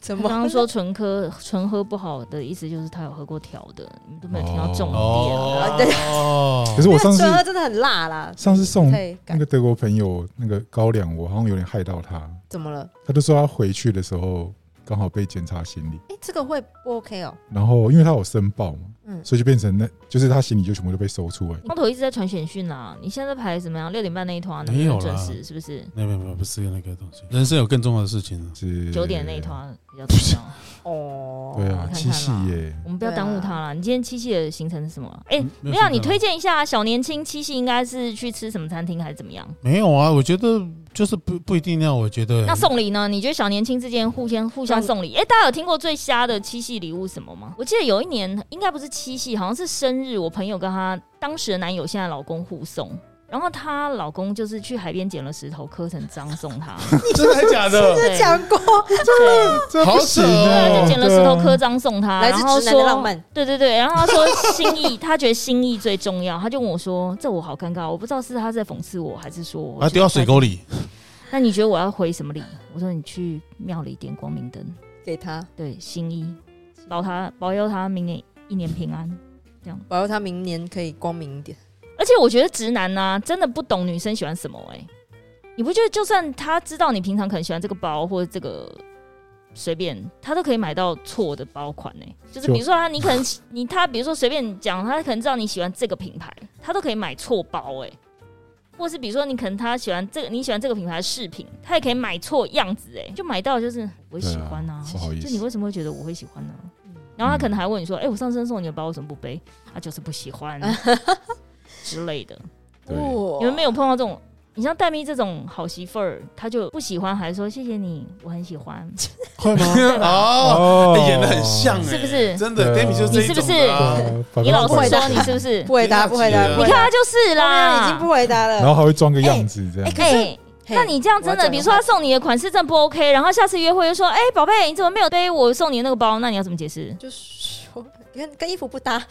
Speaker 4: 怎
Speaker 3: 他
Speaker 4: 么
Speaker 3: 刚
Speaker 4: (laughs)
Speaker 3: 刚说纯喝纯喝不好的意思就是他有喝过调的，你们都没有听到重点。
Speaker 4: 啊
Speaker 2: 哦
Speaker 4: 对
Speaker 2: 哦
Speaker 1: 可是我上次
Speaker 4: 纯喝真的很辣啦，
Speaker 1: 上次嗯送
Speaker 4: 太
Speaker 1: 那
Speaker 4: 敢
Speaker 1: 个德国朋友那个高粱，我好像有点害到他。
Speaker 4: 怎么了？
Speaker 1: 他就说他回去的时候刚好被检查行李，
Speaker 4: 哎，这个会不 OK 哦？
Speaker 1: 然后因为他有申报嘛，
Speaker 4: 嗯，
Speaker 1: 所以就变成那就是他行李就全部都被搜出来。
Speaker 3: 光头一直在传简讯啦，你现在排怎么样？六点半那一团能
Speaker 2: 没
Speaker 3: 不
Speaker 2: 有
Speaker 3: 能准
Speaker 2: 啦
Speaker 3: 时？是不是？
Speaker 2: 没有没有没有，不是那个东西，人生有更重要的事情啊。
Speaker 1: 是
Speaker 3: 九点那一团比较重要。
Speaker 4: 哦，
Speaker 1: 对啊
Speaker 3: 看，看
Speaker 1: 七夕耶，
Speaker 3: 我们不要耽误他啦。你今天七夕的行程是什么啊？哎、
Speaker 2: 嗯
Speaker 3: 没有啊，你推
Speaker 2: 荐
Speaker 3: 荐一下小年轻七夕应该是去吃什么餐厅还是怎么样？
Speaker 2: 没有啊？我觉得就是不不一定要，我觉得
Speaker 3: 那
Speaker 2: (laughs)
Speaker 3: 送礼呢？你觉得小年轻之间互相互相送礼？哎、大家有听过最瞎的七夕礼物是什么吗？我记得有一年应该不是七夕，好像是生日，我朋友跟她当时的男友现在老公互送。然后她老公就是去海边捡了石头磕成章送
Speaker 4: (laughs)
Speaker 3: 她，
Speaker 2: 真的还假的？哦
Speaker 3: 对
Speaker 4: 讲过
Speaker 3: 对，
Speaker 1: 这不行啊
Speaker 3: 对，就捡了石头
Speaker 1: 对
Speaker 3: 刻
Speaker 1: 啊
Speaker 3: 章送他，
Speaker 4: 哦来自
Speaker 3: 然后
Speaker 4: 直男的浪
Speaker 3: 说，
Speaker 4: 漫，
Speaker 3: 对对对，然后他说心意，他觉得心意最重要，他就问我说：“这我好尴尬，我不知道是他在讽刺我，还是说我
Speaker 2: 啊，丢到水沟
Speaker 3: 里。
Speaker 2: 里，
Speaker 3: 那你觉得我要回什么礼？我说你去庙里点光明灯，
Speaker 4: 给他，
Speaker 3: 对，心意，保他保佑他明年一年平安。
Speaker 4: 我要他明年可以光明一点。
Speaker 3: 而且我觉得直男呢、啊真的不懂女生喜欢什么哎、你不觉得就算他知道你平常可能喜欢这个包或者这个随便，他都可以买到错的包款呢、就是
Speaker 1: 就
Speaker 3: 比如说他，你可能 (laughs) 你他比如说随便讲，他可能知道你喜欢这个品牌，他都可以买错包哎、或是比如说，你可能他喜欢这个，你喜欢这个品牌的饰品，他也可以买错样子，哎，就买到就是我会喜欢呐、
Speaker 1: 对啊不好意思
Speaker 3: 就你为什么会觉得我会喜欢呢、
Speaker 4: 嗯
Speaker 3: 然后他可能还问你说，哎、我上身送你的包为什么不背？他就是不
Speaker 4: (laughs)
Speaker 3: 喜欢之类的。
Speaker 1: 对
Speaker 3: 你们没有碰到这种？你像黛咪这种好媳妇儿，她就不喜欢，还说谢谢你，我很喜欢，
Speaker 2: 会吗？ (laughs) 哦，
Speaker 1: (laughs) 哦
Speaker 2: 哎演的很像，
Speaker 3: 是
Speaker 2: 哎
Speaker 3: 不是
Speaker 2: 真的
Speaker 1: 对啊
Speaker 2: ，Demi 就是这一种的啊
Speaker 1: 对啊
Speaker 3: 你老
Speaker 1: 百分之
Speaker 3: 实说，
Speaker 1: 百
Speaker 3: 你是不是
Speaker 4: 不？回 (laughs) 答，不回答，
Speaker 3: 你看她就是
Speaker 4: 后面啊已
Speaker 3: 啦，
Speaker 4: 经不回答
Speaker 1: 啊然
Speaker 4: 了。
Speaker 1: 后还会装个样子这样
Speaker 4: 哎。可
Speaker 3: 哎、
Speaker 4: 是嘿
Speaker 3: 那你这样
Speaker 4: 我
Speaker 3: 真
Speaker 4: 要
Speaker 3: 的，
Speaker 4: 讲
Speaker 3: 比如说他送你的款式真的不 OK，然后下次约会就说，哎、宝贝，你怎么没有背我送你的那个包？那你要怎么解释？
Speaker 4: 就是说跟跟衣服不搭，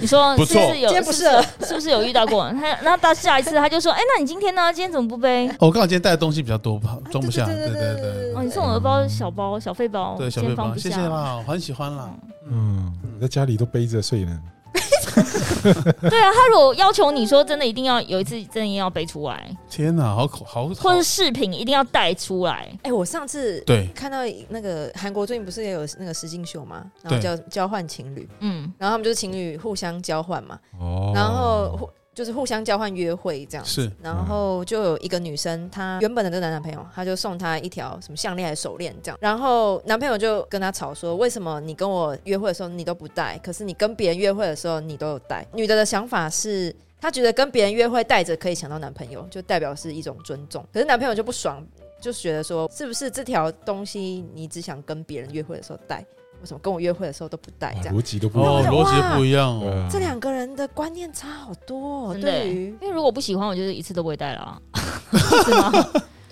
Speaker 3: 你说
Speaker 2: 不
Speaker 3: 是
Speaker 2: 错
Speaker 3: 不是有
Speaker 4: 今天不适合
Speaker 3: 是不是有遇到过？他那到下一次他就说，哎、那你今天呢？今天怎么不背？
Speaker 2: 哦我刚好今天带的东西比较多，
Speaker 3: 啊
Speaker 2: 怕装不下。
Speaker 4: 对
Speaker 2: 对
Speaker 4: 对对
Speaker 2: 对
Speaker 4: 对
Speaker 2: 对
Speaker 4: 对
Speaker 3: 哦，
Speaker 2: 对，
Speaker 3: 你送我的包小包小费包，
Speaker 2: 对小
Speaker 3: 哦今
Speaker 2: 背
Speaker 3: 天放
Speaker 2: 包，
Speaker 3: 不
Speaker 2: 谢啊
Speaker 3: 下。
Speaker 2: 谢啦，我很喜欢啦。
Speaker 1: 嗯，在家里都背着睡呢。
Speaker 3: 对啊，他如果要求你说真的一定要有一次真的要背出来，
Speaker 2: 天哪，好口好，
Speaker 3: 或
Speaker 2: 好
Speaker 3: 是饰品一定要带出来，
Speaker 4: 哎，我上次
Speaker 2: 对
Speaker 4: 看到那个韩国最近不是也有那个实境秀嘛，然后
Speaker 2: 对
Speaker 4: 交交换情侣，
Speaker 3: 嗯，
Speaker 4: 然后他们就是情侣互相交换嘛，
Speaker 1: 哦，
Speaker 4: 然后互就是互相交换约会这样。嗯
Speaker 2: 是
Speaker 4: 然后就有一个女生，她原本的这个男男朋友，她就送她一条什么项链还是手链这样。然后男朋友就跟她吵说，为什么你跟我约会的时候你都不戴，可是你跟别人约会的时候你都有戴？女的的想法是。她觉得跟别人约会带着可以抢到男朋友，就代表是一种尊重。可是男朋友就不爽，就觉得说，是不是这条东西你只想跟别人约会的时候戴，为什么跟我约会的时候都不戴？
Speaker 1: 啊
Speaker 4: 这样
Speaker 1: 逻辑都不一
Speaker 2: 哦，
Speaker 1: 样。
Speaker 2: 逻辑不一样
Speaker 1: 对
Speaker 2: 哦。
Speaker 1: 啊
Speaker 4: 这两个人的观念差好多、哦。
Speaker 3: 真的欸
Speaker 4: 对于
Speaker 3: 因为如果不喜欢，我就是一次都不会带
Speaker 4: (laughs)
Speaker 3: 了啊，是吗？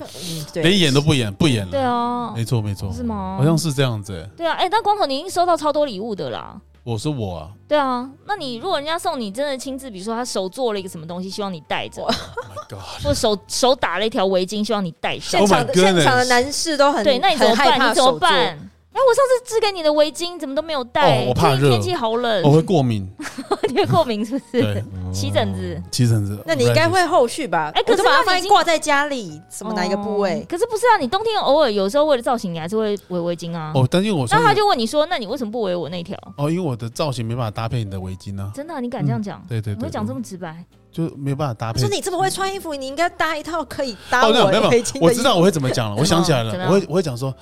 Speaker 4: 嗯，
Speaker 2: 连
Speaker 4: 对，
Speaker 2: 演都不演，不演
Speaker 3: 对
Speaker 2: 了。
Speaker 3: 啊，
Speaker 2: 没错没错，
Speaker 3: 是吗？
Speaker 2: 好像是这样子欸。
Speaker 3: 对啊，哎、那光头你已经收到超多礼物的啦。
Speaker 2: 我说我啊
Speaker 3: 对啊，那你如果人家送你真的亲自，比如说他手做了一个什么东西，希望你带着，
Speaker 2: ，Oh my God，
Speaker 3: 或手手打了一条围巾，希望你带上。
Speaker 4: 现场
Speaker 2: Oh
Speaker 4: 的
Speaker 2: my goodness
Speaker 4: 现场的男士都很
Speaker 3: 对，那你怎么
Speaker 4: 很害
Speaker 3: 办？
Speaker 4: 怕
Speaker 3: 你怎么
Speaker 4: 手作
Speaker 3: 办？哎、我上次织给你的围巾怎么都没有带？
Speaker 2: 哦我怕
Speaker 3: 最
Speaker 2: 热
Speaker 3: 近
Speaker 2: 哦
Speaker 3: 天气好冷，
Speaker 2: 我会过
Speaker 3: (laughs)
Speaker 2: 敏，
Speaker 3: 你会过敏是不是
Speaker 2: 对？，
Speaker 3: 起疹子。
Speaker 2: 起疹子。
Speaker 4: 那你应该会后续吧？
Speaker 3: 哎可
Speaker 4: 我
Speaker 3: 是
Speaker 4: 都把它
Speaker 3: 那
Speaker 4: 放
Speaker 3: 你
Speaker 4: 在
Speaker 3: 已经
Speaker 4: 挂在家里，什么哪一个部
Speaker 3: 哦
Speaker 4: 位？
Speaker 3: 可是不是啊，你冬天偶尔有时候为了造型，你还是会围围巾啊。
Speaker 2: 哦，但因为我
Speaker 3: 那
Speaker 2: 上
Speaker 3: 他
Speaker 2: 次
Speaker 3: 就问你说，那你为什么不围我那条？
Speaker 2: 哦，因为我的造型没办法搭配你的围巾呢，
Speaker 3: 真的啊、你敢这样讲？
Speaker 2: 嗯对对
Speaker 3: 你
Speaker 2: 对，
Speaker 3: 会讲这
Speaker 2: 么
Speaker 3: 么直白？
Speaker 2: 就没办法搭
Speaker 4: 他
Speaker 2: 配
Speaker 4: 说。你这么会穿衣服，你应该搭一套可以搭
Speaker 2: 哦，
Speaker 4: 我
Speaker 2: 没有没有没
Speaker 4: 围
Speaker 2: 有
Speaker 4: 巾，的
Speaker 2: 我知道我会怎么讲了，我想起来
Speaker 3: 怎么
Speaker 2: 了，
Speaker 3: 样
Speaker 2: 我会我会讲说，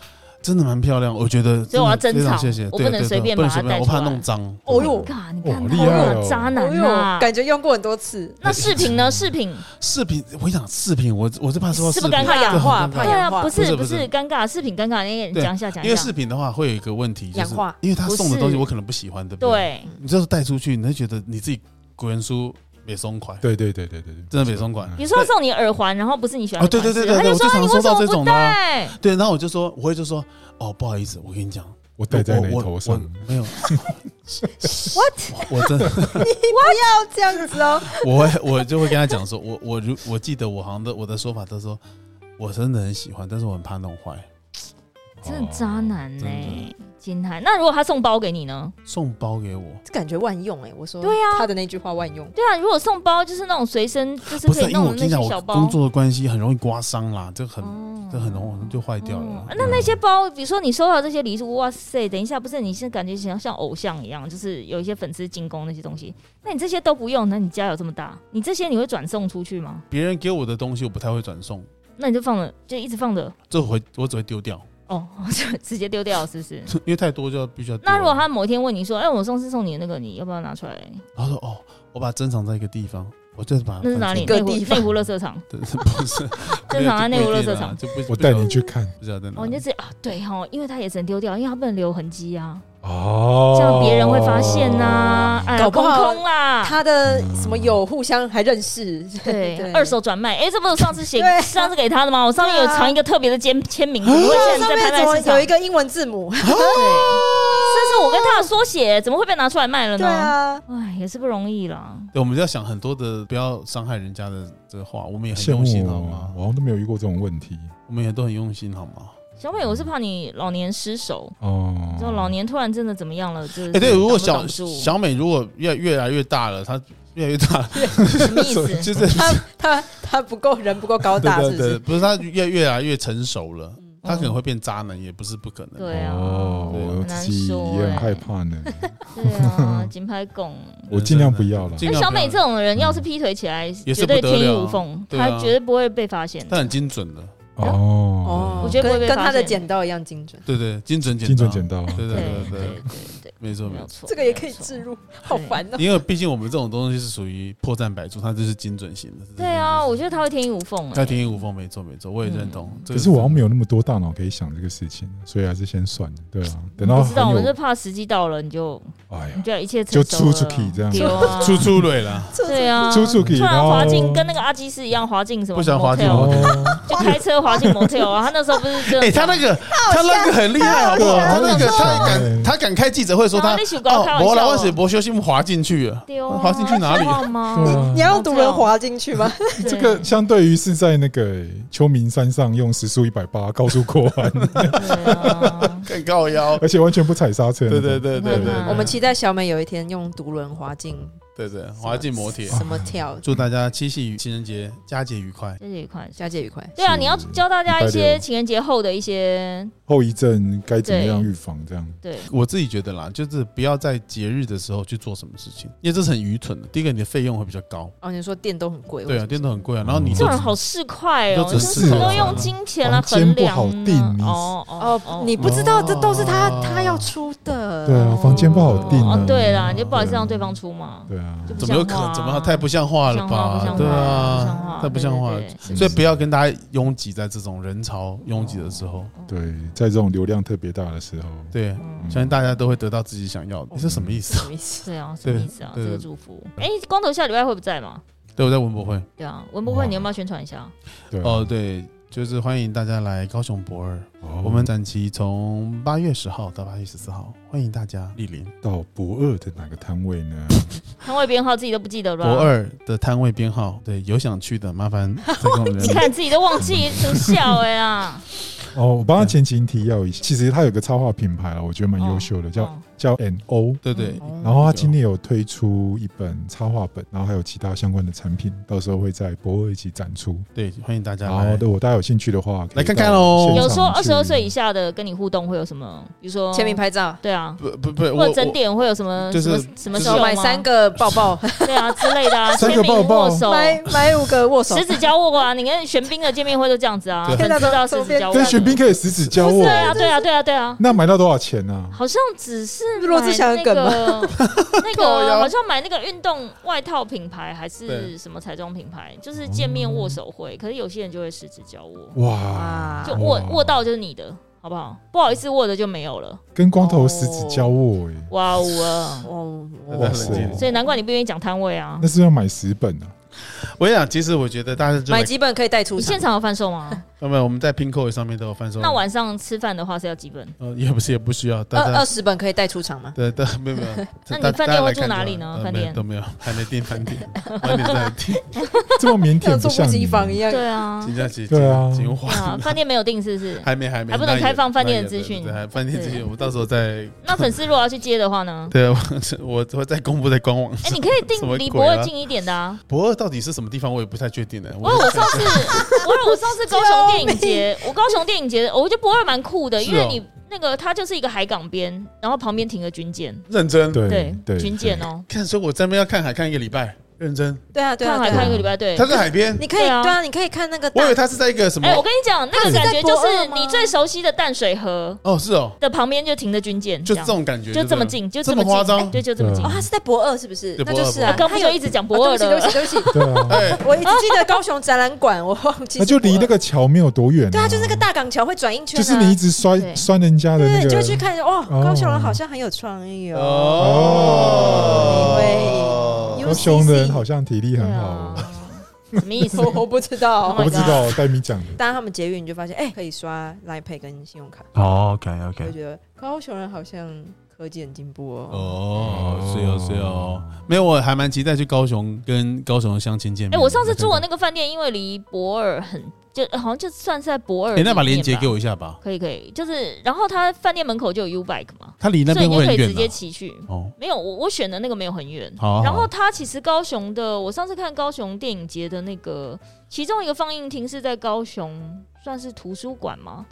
Speaker 2: 真的蛮漂亮，我觉得真的。
Speaker 3: 所以我要珍
Speaker 2: 非常
Speaker 3: 藏
Speaker 2: 谢谢，
Speaker 3: 我
Speaker 2: 对
Speaker 3: 不能
Speaker 2: 对
Speaker 3: 随
Speaker 2: 对
Speaker 3: 便
Speaker 2: 不能
Speaker 3: 把
Speaker 2: 随
Speaker 3: 它
Speaker 2: 便，
Speaker 3: 带
Speaker 2: 我怕
Speaker 3: 出来
Speaker 2: 弄脏。
Speaker 4: 哦呦
Speaker 3: 嘎，你看
Speaker 1: 哇
Speaker 3: 他
Speaker 1: 厉害
Speaker 3: 啊
Speaker 1: 哦
Speaker 3: 渣
Speaker 4: 衣服。
Speaker 3: 男
Speaker 4: 哦
Speaker 3: 啊
Speaker 4: 呦，！感觉用过很多次，
Speaker 3: 那饰品呢？饰品
Speaker 2: (laughs) 饰品，我想饰品，我我是怕说到
Speaker 3: 是不是
Speaker 2: 饰
Speaker 3: 尴
Speaker 2: 品，
Speaker 3: 尬
Speaker 4: 怕
Speaker 3: 氧
Speaker 4: 氧化，
Speaker 2: 对
Speaker 4: 怕
Speaker 3: 对啊
Speaker 4: 氧，化
Speaker 3: 不。是
Speaker 2: 不
Speaker 3: 不
Speaker 2: 是
Speaker 3: 是尴尬，饰品尴尬，你也
Speaker 2: 对
Speaker 3: 讲一下讲
Speaker 2: 因为
Speaker 3: 一下
Speaker 2: 饰。品的话会有一个问题，就
Speaker 4: 氧
Speaker 2: 是
Speaker 4: 化
Speaker 2: 因为他送的东西
Speaker 3: 不是
Speaker 2: 我可能不喜欢，对不对？
Speaker 3: 对，
Speaker 2: 你就是带出去，你会觉得你自己古人书别松快，
Speaker 1: 对对对对对对，
Speaker 2: 真的别松管
Speaker 1: 嗯
Speaker 3: 比如说他送你耳环，然后不是你喜欢的
Speaker 2: 哦对对
Speaker 3: 款式
Speaker 2: 对对
Speaker 3: 他
Speaker 2: 对
Speaker 3: 就说
Speaker 2: 我最常
Speaker 3: 你为
Speaker 2: 收
Speaker 3: 什
Speaker 2: 到
Speaker 3: 么
Speaker 2: 这
Speaker 3: 不
Speaker 2: 种的啊
Speaker 3: 戴？
Speaker 2: 对，然后我就说，我会就说，哦，不好意思，我跟你讲，
Speaker 1: 我戴在你头上
Speaker 2: 我我，我没有 (laughs)
Speaker 4: What？
Speaker 2: 我真的
Speaker 4: 要这样子哦，
Speaker 2: 我会我就会跟他讲说，我我如我记得我好像的我的说法，他说我真的很喜欢，但是我很怕弄坏。
Speaker 3: 真的渣男
Speaker 2: 哦真
Speaker 3: 呢、
Speaker 2: 的
Speaker 3: 金海，那如果他送包给你呢？
Speaker 2: 送包给我，
Speaker 4: 这感觉万用哎、我说，
Speaker 3: 对啊
Speaker 4: 他的那句话万用。
Speaker 3: 对啊，如果送包就是那种随身，就是
Speaker 2: 不
Speaker 3: 可
Speaker 2: 是啊
Speaker 3: 以
Speaker 2: 因为我
Speaker 3: 弄
Speaker 2: 跟
Speaker 3: 的
Speaker 2: 你
Speaker 3: 那
Speaker 2: 讲，
Speaker 3: 些
Speaker 2: 我
Speaker 3: 小包，
Speaker 2: 工作的关系很容易刮伤啦，这很
Speaker 3: 哦
Speaker 2: 这很容易就坏掉了啊
Speaker 3: 哦。那那些包，比如说你收到这些礼物，哇塞，等一下，不是你现在感觉像像偶像一样，就是有一些粉丝进攻那些东西，那你这些都不用，那你家有这么大，你这些你会转送出去吗？
Speaker 2: 别人给我的东西，我不太会转送，
Speaker 3: 那你就放了，就一直放着，
Speaker 2: 这回我只会丢掉， (laughs)
Speaker 3: 哦，就直接丢掉，是不是？
Speaker 2: 因为太多就要必须要丢了。
Speaker 3: (laughs) 那如果他某一天问你说，哎、我上次送你的那个，你要不要拿出来？
Speaker 2: 然后说哦，我把它珍藏在一个地方，我就是把它
Speaker 3: 那是
Speaker 2: 翻
Speaker 3: 哪里？
Speaker 2: 出
Speaker 4: 各
Speaker 3: 内湖
Speaker 4: 地
Speaker 3: 内
Speaker 4: 方
Speaker 3: 湖垃圾场。
Speaker 2: 来对 (laughs) 不是
Speaker 3: 珍藏在内湖垃圾场
Speaker 2: 就不一定啦就啊不
Speaker 1: 我带你去看
Speaker 2: 不知道在哪
Speaker 3: 哦，你就
Speaker 2: 里。
Speaker 3: 直接啊，对哦，因为他也只能丢掉，因为他不能留痕迹啊，
Speaker 1: 哦
Speaker 3: 这样别人会发现呐、哎呀，
Speaker 4: 搞不
Speaker 3: 空
Speaker 4: 好
Speaker 3: 空啦。
Speaker 4: 他的什么友互相还认识， (laughs)
Speaker 3: 对，二手转卖，哎、这不是我上次写、
Speaker 4: 对啊
Speaker 3: 上次给他的吗？我上面有藏一个特别的签签名，怎么会现在
Speaker 4: 啊上
Speaker 3: 在
Speaker 4: 面
Speaker 3: 拍
Speaker 4: 怎
Speaker 3: 卖
Speaker 4: 么
Speaker 3: 市场？
Speaker 4: 有一个英文字母？
Speaker 3: 对，这是我跟他的缩写，怎么会被拿出来卖了
Speaker 4: 对
Speaker 3: 呢？
Speaker 4: 啊，
Speaker 3: 哎，也是不容易啦。
Speaker 2: 对，我们就要想很多的，不要伤害人家的这话，我们也很
Speaker 1: 羡
Speaker 2: 用心
Speaker 1: 慕哦
Speaker 2: 好
Speaker 1: 我
Speaker 2: 吗，？
Speaker 1: 我好像都没有遇过这种问题
Speaker 2: 我们也都很用心好吗？
Speaker 3: 小美，我是怕你老年失手，
Speaker 1: 哦。
Speaker 3: 就老年突然真的怎么样了，就是
Speaker 2: 哎、对，如果
Speaker 3: 挡
Speaker 2: 小
Speaker 3: 不住
Speaker 2: 小美如果越越来越大了，她越来越大 (laughs) 了，
Speaker 3: 什么意思？
Speaker 2: 就是
Speaker 4: 他他他不够人不够高大，
Speaker 2: 对
Speaker 4: 是不
Speaker 2: 对，
Speaker 4: 是？
Speaker 2: 不是她越越来越成熟了，她可能会变渣男，也不是不可能。
Speaker 3: 哦对啊，
Speaker 1: 哦，我
Speaker 3: 很难
Speaker 1: 自己
Speaker 3: 说
Speaker 1: 也很
Speaker 3: 哎
Speaker 1: 害怕
Speaker 2: (laughs)
Speaker 1: 呢。
Speaker 3: 对啊，金牌拱。
Speaker 1: 我尽量不要了
Speaker 2: 尽
Speaker 3: 那
Speaker 2: 量
Speaker 3: 小
Speaker 2: 不要
Speaker 3: 美这种人，要是劈腿起来，
Speaker 2: 嗯也是不
Speaker 3: 绝
Speaker 2: 得
Speaker 3: 对
Speaker 2: 了
Speaker 3: 天衣无缝，
Speaker 2: 对啊
Speaker 3: 她绝对不会被发现。
Speaker 2: 但很精准的，
Speaker 1: 哦，
Speaker 3: 我觉得不会
Speaker 4: 跟
Speaker 3: 被
Speaker 4: 跟
Speaker 3: 发
Speaker 4: 他的
Speaker 3: 现
Speaker 4: 剪刀一样精准，
Speaker 2: 对对，精准剪，
Speaker 1: 精准剪，刀，
Speaker 2: 对
Speaker 3: 对
Speaker 2: 对
Speaker 3: 对
Speaker 2: 对，
Speaker 3: 对
Speaker 2: 没错
Speaker 3: 对，
Speaker 2: 没
Speaker 3: 没有
Speaker 2: 错。
Speaker 3: 错，
Speaker 4: 这个也可以
Speaker 3: 没有错
Speaker 4: 置。入，好烦哦。
Speaker 2: 因为毕竟我们这种东西是属于破绽百出，它就是精准型的。
Speaker 3: 对啊，我觉得他会天衣无缝。
Speaker 2: 它
Speaker 3: 哎
Speaker 2: 天衣无缝，没错没错，我也认同。
Speaker 1: 嗯可
Speaker 2: 这个
Speaker 1: 是我好像没有那么多大脑可以想这个事情，所以还是先算了。对啊，等到
Speaker 3: 不知道，我
Speaker 1: 很
Speaker 3: 们
Speaker 1: 有
Speaker 3: 是怕时机到了，你就
Speaker 1: 哎呀
Speaker 3: 你，就要一切
Speaker 1: 就
Speaker 3: 成熟了
Speaker 1: 出出去这样
Speaker 3: 对啊
Speaker 2: 出出蕊了，
Speaker 3: 对啊，
Speaker 1: 出出去
Speaker 3: 突然
Speaker 1: 然后
Speaker 3: 滑进跟那个阿基师一样滑进什么
Speaker 2: 不想滑进
Speaker 3: motel，
Speaker 2: 我
Speaker 1: 哦，
Speaker 3: (laughs) 就开车滑进 motel 啊。他那时候不是真的
Speaker 2: 哎，他那个他那个很厉害，好不好？他那个他敢他敢开记者会说他哦
Speaker 3: 啊你想跟我开玩笑
Speaker 2: 我老万水博修心滑进去了，
Speaker 3: 丢啊
Speaker 2: 滑进去哪里
Speaker 3: 知道吗？
Speaker 1: 对
Speaker 2: 嗯
Speaker 1: 啊
Speaker 4: 你要用独轮滑进
Speaker 2: (laughs)
Speaker 4: 去吗？
Speaker 3: 对
Speaker 1: 这个相对于是在那个秋名山上用时速一百八高速过
Speaker 2: (laughs)
Speaker 1: 弯，
Speaker 3: 对啊
Speaker 2: 更高腰。
Speaker 1: 而且完全不踩刹车。
Speaker 2: 对对，对对对，
Speaker 4: 我们期待小美有一天用独轮滑进
Speaker 2: 对对，滑进摩铁。
Speaker 4: 什么
Speaker 2: (laughs)
Speaker 4: 跳，
Speaker 2: 祝大家七夕情人节佳节愉快。
Speaker 3: 这是愉快。
Speaker 4: 佳节愉快。
Speaker 3: 对啊，
Speaker 1: 是
Speaker 3: 你要教大家一
Speaker 1: 礼拜
Speaker 3: 些
Speaker 1: 六
Speaker 3: 情人节后的一些
Speaker 1: 后遗症该怎么样预防？这样
Speaker 3: 对
Speaker 2: 我自己觉得啦，就是不要在节日的时候去做什么事情，因为这是很愚蠢的。第一个，你的费用会比较高，
Speaker 4: 哦，你说电都很贵，
Speaker 2: 对啊，电动很贵啊。然后你
Speaker 1: 嗯
Speaker 3: 这
Speaker 2: 就
Speaker 3: 种人好市侩哦，
Speaker 2: 就
Speaker 3: 就
Speaker 2: 只
Speaker 3: 是
Speaker 1: 是
Speaker 3: 都用金钱来
Speaker 1: 房间
Speaker 3: 衡
Speaker 1: 不
Speaker 3: 量
Speaker 1: 好
Speaker 3: 啊
Speaker 1: 定你
Speaker 3: 哦
Speaker 4: 哦，你不知道这都是他
Speaker 2: 哦
Speaker 4: 他要出的，
Speaker 1: 对啊，房间不好定
Speaker 3: 哦
Speaker 1: 啊。，
Speaker 3: 对啦，你就不好意思
Speaker 1: 对啊
Speaker 3: 让对方出嘛，
Speaker 1: 对啊
Speaker 3: 就，
Speaker 2: 嗯
Speaker 3: 不
Speaker 2: 怎么有可
Speaker 3: 像话
Speaker 2: 能？
Speaker 3: 啊
Speaker 2: 怎么太不像话了
Speaker 3: 不
Speaker 2: 吧？对
Speaker 3: 像话不像话
Speaker 2: 啊，太不像话了
Speaker 3: 对对。
Speaker 1: 对
Speaker 2: 所以不要跟大家拥挤在这种人潮拥挤的时
Speaker 3: 哦
Speaker 2: 候，
Speaker 1: 对，在这种流量特别大的时候，
Speaker 2: 对，
Speaker 3: 嗯
Speaker 2: 相信大家都会得到自己想要的。你是什么意思
Speaker 4: 什
Speaker 1: 哦嗯
Speaker 2: 啊？
Speaker 4: 么意思？
Speaker 3: 对啊，什么意思啊？这
Speaker 2: 对
Speaker 3: 个祝福。哎，光头下礼拜会不在吗？
Speaker 2: 对，我在文博会。
Speaker 3: 对啊，文博会
Speaker 1: 哇
Speaker 3: 你要不要宣传一下？
Speaker 1: 对啊
Speaker 2: 哦，，对，就是欢迎大家来高雄博尔，
Speaker 1: 哦
Speaker 2: 我们展期从八月十号到八月十四号，欢迎大家莅临。
Speaker 1: 到博二的哪个摊位呢？
Speaker 3: 摊位编号自己都不记得了吧？
Speaker 2: 博二的摊位编号，对，有想去的麻烦再跟我们
Speaker 3: 你
Speaker 2: 联络。
Speaker 3: (laughs) 看自己都忘记，真笑哎呀！
Speaker 1: 哦，我帮他前情提要一下，其实他有个插画品牌啊，我觉得蛮优秀的，叫
Speaker 3: 哦
Speaker 1: 叫 N O。
Speaker 2: 对对，
Speaker 1: 然后他今年有推出一本插画本，然后还有其他相关的产品，到时候会在博二一起展出。
Speaker 2: 对，欢迎大家
Speaker 1: 然后
Speaker 2: 来。
Speaker 1: 对我大家有兴趣的话，可以
Speaker 2: 来看看
Speaker 1: 到
Speaker 2: 咯
Speaker 1: 现
Speaker 3: 有
Speaker 1: 场
Speaker 3: 说二十二
Speaker 1: 去
Speaker 3: 岁以下的跟你互动会有什么？比如说
Speaker 4: 签名，拍照，
Speaker 3: 对啊，
Speaker 2: 不不不，
Speaker 3: 或
Speaker 2: 我
Speaker 3: 者整点会有什么
Speaker 2: 就
Speaker 3: 什么
Speaker 2: 是
Speaker 3: 什么
Speaker 2: 就是
Speaker 3: 秀吗
Speaker 4: 买三个抱抱，
Speaker 3: 对啊之类的啊，
Speaker 2: (laughs)
Speaker 1: 三
Speaker 3: 签
Speaker 1: 个
Speaker 3: 名
Speaker 1: 抱抱
Speaker 3: 握
Speaker 4: (laughs)
Speaker 3: 手。
Speaker 4: 买买五个握手
Speaker 3: 十。指交握啊！你跟玄彬的见面会都这样子啊，
Speaker 2: 对
Speaker 3: 粉丝都要十指交
Speaker 1: 我
Speaker 3: 握。
Speaker 1: 跟玄彬可以十指交
Speaker 3: 对
Speaker 1: 握，
Speaker 3: 啊，对啊，对啊，对啊，
Speaker 1: 那买到多少钱呢？
Speaker 3: 好像只是
Speaker 4: 罗志祥的
Speaker 3: 买那
Speaker 4: 梗吗
Speaker 3: 个
Speaker 2: (laughs)
Speaker 3: 那
Speaker 2: 靠
Speaker 3: 个
Speaker 2: 腰
Speaker 3: 好像买那个运动外套品牌还是
Speaker 2: 对嗯
Speaker 3: 什么彩妆品牌，就是见面握手会，可是有些人就会十指交握，
Speaker 1: 哇
Speaker 4: 哇，
Speaker 3: 就握
Speaker 1: 哇
Speaker 3: 握到就是你的，好不好？不好意思握的就没有了。
Speaker 1: 跟光头十指交握，哎，
Speaker 3: 哇哦！
Speaker 4: 哦，
Speaker 1: 哇
Speaker 2: 冷静
Speaker 1: 塞
Speaker 3: 所，以难怪你不愿意讲摊位啊 (laughs)
Speaker 1: 那。是要买十本啊，
Speaker 2: 我跟你讲，其实我觉得大家就
Speaker 4: 买
Speaker 2: 来
Speaker 4: 几本可以带出
Speaker 3: 你
Speaker 4: 场
Speaker 3: 现？场有贩售吗？
Speaker 2: 那么我们在 Pinko 上面都有贩售。
Speaker 3: 那晚上吃饭的话是要几本？
Speaker 2: 呃也不是也不需要，大
Speaker 4: 二
Speaker 2: 家
Speaker 4: 二十本可以带出场吗？
Speaker 2: 对对没有没有。
Speaker 3: 呃 (laughs) 那你
Speaker 2: 大大
Speaker 3: 饭店
Speaker 2: 家来
Speaker 3: 会住
Speaker 2: 看就
Speaker 3: 哪
Speaker 2: 好
Speaker 3: 里呢
Speaker 2: 呃
Speaker 3: 饭
Speaker 2: 没有
Speaker 3: 店
Speaker 2: 都没有，还没订饭
Speaker 3: (laughs)
Speaker 2: 店，晚点再来订。
Speaker 1: 这么腼腆
Speaker 4: 像
Speaker 1: 不
Speaker 4: 猝
Speaker 1: 像
Speaker 4: 不及
Speaker 1: 你。
Speaker 4: 防一样。
Speaker 3: 对啊
Speaker 2: 请，假期
Speaker 1: 对啊
Speaker 2: 金华
Speaker 3: 啊，饭店没有定是不是？
Speaker 2: (laughs) 还没还没
Speaker 3: 还不能
Speaker 2: 那也
Speaker 3: 开放饭店的
Speaker 2: 那也
Speaker 3: 资讯
Speaker 2: 对，还饭店资讯
Speaker 3: 对
Speaker 2: 我们到时候再？
Speaker 3: 那粉丝如果要去接的话呢
Speaker 2: 对，啊我我会再公布在官网
Speaker 3: 哎、
Speaker 2: 上。
Speaker 3: 你可以
Speaker 2: 什么
Speaker 3: 订离
Speaker 2: 鬼
Speaker 3: 博
Speaker 2: 啊
Speaker 3: 尔近一点的啊。
Speaker 2: 博二到底是什么地方，我也不太确定呢。
Speaker 3: 我我上次，我我上次高雄电影节，我高雄电影节，我觉得博尔蛮酷的，
Speaker 2: 是
Speaker 3: 因为
Speaker 2: 哦
Speaker 3: 你那个它就是一个海港边，然后旁边停了军舰，
Speaker 2: 认真
Speaker 1: 对
Speaker 3: 对，
Speaker 1: 对，
Speaker 3: 军舰哦，
Speaker 2: 看，所以我在那边要看海看一个礼拜，认真。
Speaker 4: 对啊，对
Speaker 3: 看
Speaker 4: 啊，
Speaker 3: 海
Speaker 4: 对
Speaker 3: 看
Speaker 4: 啊。
Speaker 3: 一个礼拜，对
Speaker 2: 他。在海边，
Speaker 4: 你可以
Speaker 3: 对啊
Speaker 4: 对啊，你可以看那个
Speaker 2: 我以
Speaker 4: 大
Speaker 2: 为他是在一个什么
Speaker 3: 哎、？我跟你讲，那个
Speaker 4: 它是
Speaker 3: 感
Speaker 4: 在
Speaker 3: 觉
Speaker 4: 博
Speaker 3: 就
Speaker 4: 尔
Speaker 3: 是
Speaker 4: 吗
Speaker 3: 你最熟悉的淡水河
Speaker 2: 哦，是哦，
Speaker 3: 的旁边就停着军舰，
Speaker 2: 就是
Speaker 3: 这
Speaker 2: 这
Speaker 3: 样
Speaker 2: 种感觉，
Speaker 3: 就
Speaker 2: 对
Speaker 3: 这
Speaker 2: 不
Speaker 3: 么
Speaker 2: 对。
Speaker 3: 近，就
Speaker 2: 这
Speaker 3: 这
Speaker 2: 么
Speaker 3: 么
Speaker 2: 夸
Speaker 3: 近，
Speaker 2: 张
Speaker 3: 哎对，就这么近
Speaker 4: 哦，。他是在博二是不是
Speaker 2: 对？
Speaker 4: 那就是啊
Speaker 3: 我， (laughs) 刚
Speaker 4: 他
Speaker 3: 不
Speaker 4: 有
Speaker 3: 就一直讲
Speaker 4: 啊
Speaker 3: 博尔
Speaker 4: 对不
Speaker 3: 的
Speaker 4: 起，对不起，对不起。
Speaker 1: 对
Speaker 3: (laughs)
Speaker 1: 啊，
Speaker 2: 哎，
Speaker 4: 我一直记得高雄展览馆，我忘记
Speaker 1: 那
Speaker 4: 是
Speaker 1: 就离
Speaker 4: 博
Speaker 1: 那
Speaker 4: 二
Speaker 1: 个桥没有多远啊。
Speaker 4: 对啊，就是那个大港桥会转一圈
Speaker 1: 就
Speaker 4: 啊，
Speaker 1: 是你一直摔
Speaker 5: 对
Speaker 1: 摔人家的
Speaker 4: 对，
Speaker 1: 那
Speaker 4: 你
Speaker 1: 个，
Speaker 4: 就会去看哇，
Speaker 1: 哦
Speaker 4: 高雄人好像很有创意哦。
Speaker 2: 哦
Speaker 4: 因为
Speaker 1: 哦高雄人好像体力很好哦，
Speaker 3: 对啊什么意思？
Speaker 4: (laughs) 我我不知道
Speaker 1: (laughs) 我，不知
Speaker 3: Oh
Speaker 1: 道，戴米讲的。
Speaker 4: 当他们捷运你就发现，哎，可以刷 Line Pay 跟信用卡，
Speaker 6: 哦，OK
Speaker 4: 我就
Speaker 6: OK，
Speaker 4: 觉得高雄人好像科技很进步哦。
Speaker 2: 哦，是哦，是哦，没有，我还蛮期待去高雄跟高雄的相亲见
Speaker 3: 哎、
Speaker 2: 面。
Speaker 3: 我上次住的
Speaker 2: 我
Speaker 3: 那个饭店，因为离博尔很就好像就算是在博尔
Speaker 2: 哎、
Speaker 3: 里面吧。
Speaker 2: 那把链接给我一下吧，
Speaker 3: 可以可以，就是然后他饭店门口就有 U bike 嘛，
Speaker 2: 它离那
Speaker 3: 所以
Speaker 2: 边会
Speaker 3: 你就
Speaker 2: 很
Speaker 3: 可以直
Speaker 2: 远的
Speaker 3: 接骑去。
Speaker 2: 哦。
Speaker 3: 没有，我我选的那个没有很远。
Speaker 2: 好啊好啊
Speaker 3: 然后它其实高雄的，我上次看高雄电影节的那个，其中一个放映厅是在高雄，算是图书馆吗？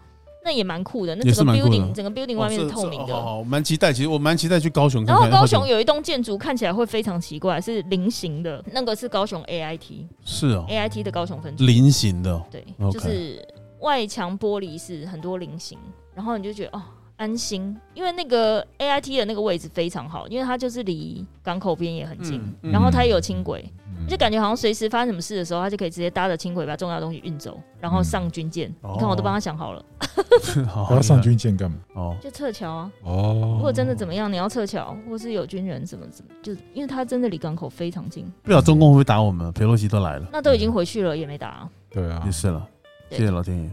Speaker 3: 那也蛮酷的，那
Speaker 2: 也是
Speaker 3: 整个
Speaker 2: 蛮酷的
Speaker 3: building 整个 building 外面
Speaker 2: 哦
Speaker 3: 是透明
Speaker 2: 哦好
Speaker 3: 的。
Speaker 2: 好，我蛮期待。其实我蛮期待去高雄看
Speaker 3: 然
Speaker 2: 看。
Speaker 3: 后高雄
Speaker 2: 或者
Speaker 3: 有一栋建筑看起来会非常奇怪，是菱形的，那个是高雄 AIT
Speaker 2: 是哦，
Speaker 3: AIT 的高雄分支。
Speaker 2: 菱形的哦，
Speaker 3: 对
Speaker 2: OK
Speaker 3: 就是外墙玻璃是很多菱形，然后你就觉得哦安心，因为那个 A I T 的那个位置非常好，因为它就是离港口边也很近，
Speaker 2: 嗯嗯
Speaker 3: 然后它也有轻轨，
Speaker 1: 嗯
Speaker 3: 就感觉好像随时发生什么事的时候，它就可以直接搭着轻轨把重要的东西运走，然后上军舰。
Speaker 2: 哦
Speaker 3: 你看我都帮他想好了，
Speaker 2: 好
Speaker 1: 嗯他要上军舰干嘛？
Speaker 2: 哦，
Speaker 3: 就撤侨啊。
Speaker 1: 哦
Speaker 3: 如果真的怎么样，你要撤侨，或是有军人怎么怎么，就是因为它真的离港口非常近，
Speaker 2: 不知道中共会不会打我们？佩洛西都来了，
Speaker 3: 那都已经回去了也没打、啊，
Speaker 1: 对啊
Speaker 2: 也，是了，谢
Speaker 3: 对
Speaker 2: 谢老天爷，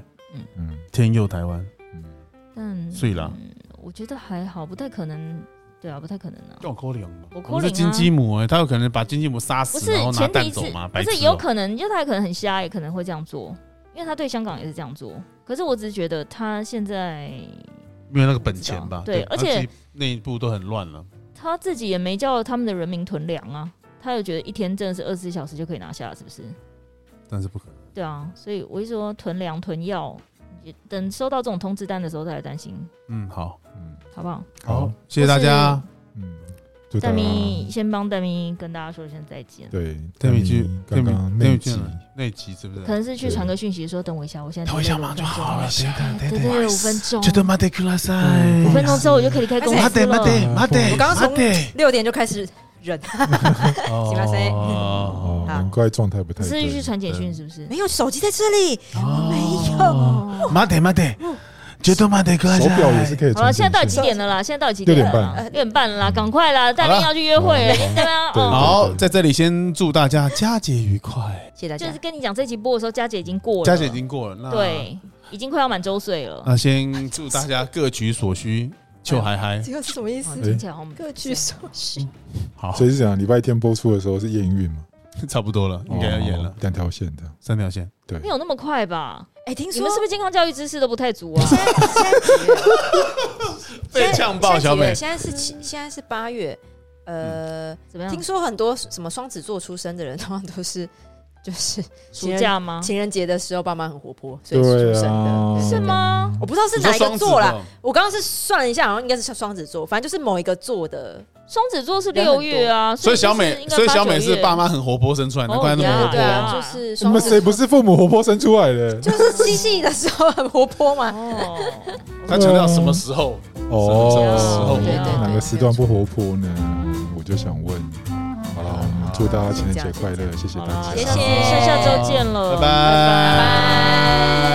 Speaker 1: 嗯
Speaker 2: 天佑台湾。
Speaker 1: 嗯，
Speaker 3: 但
Speaker 2: 所以啦
Speaker 3: 嗯我觉得还好，不太可能，对啊，不太可能啊。
Speaker 2: 我可怜吗？
Speaker 3: 我可怜啊
Speaker 2: 我们是金鸡母哎，他有可能把金鸡母杀
Speaker 3: 不
Speaker 2: 死，
Speaker 3: 是
Speaker 2: 然后拿
Speaker 3: 前
Speaker 2: 蛋
Speaker 3: 提
Speaker 2: 走
Speaker 3: 是
Speaker 2: 吗？
Speaker 3: 不
Speaker 2: 白痴
Speaker 3: 是
Speaker 2: 哦
Speaker 3: 也有可能，就是他可能很瞎，也可能会这样做，因为他对香港也是这样做。可是我只是觉得他现在
Speaker 2: 没有那个本钱吧？
Speaker 3: 对而且
Speaker 2: 他自己内部都很乱了。
Speaker 3: 他自己也没叫他们的人民囤粮啊，他又觉得一天真的是二十四小时就可以拿下，是不是？
Speaker 2: 但是不可能，
Speaker 3: 对啊，所以我一说囤粮囤药，也等收到这种通知单的时候再来担心，
Speaker 2: 嗯，好，
Speaker 1: 嗯
Speaker 3: 好不好？
Speaker 1: 好，
Speaker 2: 谢谢大家。
Speaker 1: 嗯，就
Speaker 3: 戴
Speaker 2: 啊
Speaker 1: 大
Speaker 3: 咪先帮戴咪跟大家说一声再见，
Speaker 1: 对，
Speaker 2: 对米去，
Speaker 1: 刚刚那一集，
Speaker 2: 那一集是不是？
Speaker 3: 可能是去传个讯息说等我一下，我现在
Speaker 2: 等我一下嘛
Speaker 3: 五
Speaker 2: 就
Speaker 3: 分钟
Speaker 2: 好了，等等哎
Speaker 3: 对
Speaker 2: 等
Speaker 3: 对
Speaker 2: 等，
Speaker 3: 对，五分钟，
Speaker 2: 就等待くださ
Speaker 1: 嗯
Speaker 2: い。
Speaker 3: 五分钟之后我就可以离开公
Speaker 4: 哎
Speaker 3: 司
Speaker 2: 待
Speaker 3: 了。
Speaker 2: 待待待，
Speaker 4: 我刚刚
Speaker 1: 哎
Speaker 4: 从
Speaker 2: 待
Speaker 4: 六点就开始忍，
Speaker 2: 哦
Speaker 4: すいません
Speaker 1: 哦，
Speaker 4: 好
Speaker 1: 难怪状态不太
Speaker 3: 只是去
Speaker 1: 对。
Speaker 3: 传简讯是不是？
Speaker 4: 没有手机在这里，没有。
Speaker 2: 哦待て待て，就等待くだ
Speaker 1: 手
Speaker 2: さい。
Speaker 1: 表也是可以。
Speaker 3: 好了，现在到底几
Speaker 4: 是
Speaker 3: 点了
Speaker 2: 哎
Speaker 3: 啦？现在到底几点了啦？
Speaker 1: 六
Speaker 3: 六点半了啦，赶快啦！大
Speaker 2: 嗯好
Speaker 3: 明
Speaker 2: 了嗯
Speaker 3: 要去约会了， (laughs) 对吧？
Speaker 1: 对
Speaker 3: 哦，
Speaker 2: 好，在这里先祝大家佳节愉快。
Speaker 4: 谢谢大
Speaker 3: 就
Speaker 4: 家
Speaker 3: 是。跟你讲，这集播的时候，佳姐已经过了，
Speaker 2: 佳节已经啊过了，那，
Speaker 3: 对，已经快要满周岁了。
Speaker 2: 那先祝大家各取所需，就嗨嗨。
Speaker 4: 这个是什么意
Speaker 3: 哦
Speaker 4: 思？
Speaker 3: 听起来好像
Speaker 4: 各取所需。
Speaker 3: (laughs)
Speaker 2: 好，
Speaker 1: 所以是讲礼拜天播出的时候是验孕嘛？
Speaker 2: 差不多了，应该要演了
Speaker 1: 哦，两条线的。
Speaker 2: 三条线。
Speaker 1: 对，
Speaker 3: 没有那么快吧？
Speaker 4: 哎，听
Speaker 3: 你
Speaker 4: 说
Speaker 3: 们是不是健康教育知识都不太足啊？
Speaker 4: 现在现在几月
Speaker 2: 被呛爆小美
Speaker 4: 现在几月现在是七，现在是八月。
Speaker 1: 嗯
Speaker 4: 呃，
Speaker 3: 怎么样
Speaker 4: 听？说很多什么双子座出生的人，通常都是 (laughs) 就是
Speaker 3: 暑假吗？
Speaker 4: 情人节的时候，爸妈很活泼，所以是出
Speaker 1: 对
Speaker 4: 生的。
Speaker 1: 啊，
Speaker 2: 哦
Speaker 4: 对
Speaker 3: 是吗？
Speaker 4: 我不知道是哪一个座
Speaker 2: 做
Speaker 4: 啦，？我刚刚是算了一下，好像应该是双子座，反正就是某一个座的。
Speaker 3: 双子座是六月啊，
Speaker 2: 所以小
Speaker 3: 就是
Speaker 2: 美，
Speaker 3: 应该
Speaker 2: 所以小美
Speaker 3: 八九
Speaker 2: 是
Speaker 3: 月
Speaker 2: 爸妈很活泼生出来，难怪那么活
Speaker 3: 对
Speaker 4: 对
Speaker 2: 泼。
Speaker 3: 啊
Speaker 4: 啊，就是
Speaker 1: 你
Speaker 4: 双
Speaker 1: 们
Speaker 4: 子
Speaker 1: 谁不是父母活泼生出来的？
Speaker 4: (laughs) 就是嬉戏的时候很活泼嘛？
Speaker 3: 哦，
Speaker 2: 他强调什么时候？
Speaker 3: 啊
Speaker 1: 哦，
Speaker 3: 什么时候对
Speaker 2: 啊
Speaker 3: 对对
Speaker 1: 哪个时段不活泼呢？我就想问。好了，我们祝大家情人节快乐，谢谢
Speaker 3: 好
Speaker 1: 大
Speaker 3: 啦，
Speaker 1: 家，
Speaker 4: 谢谢
Speaker 3: 下次下下周见了，
Speaker 2: 拜拜
Speaker 3: 拜拜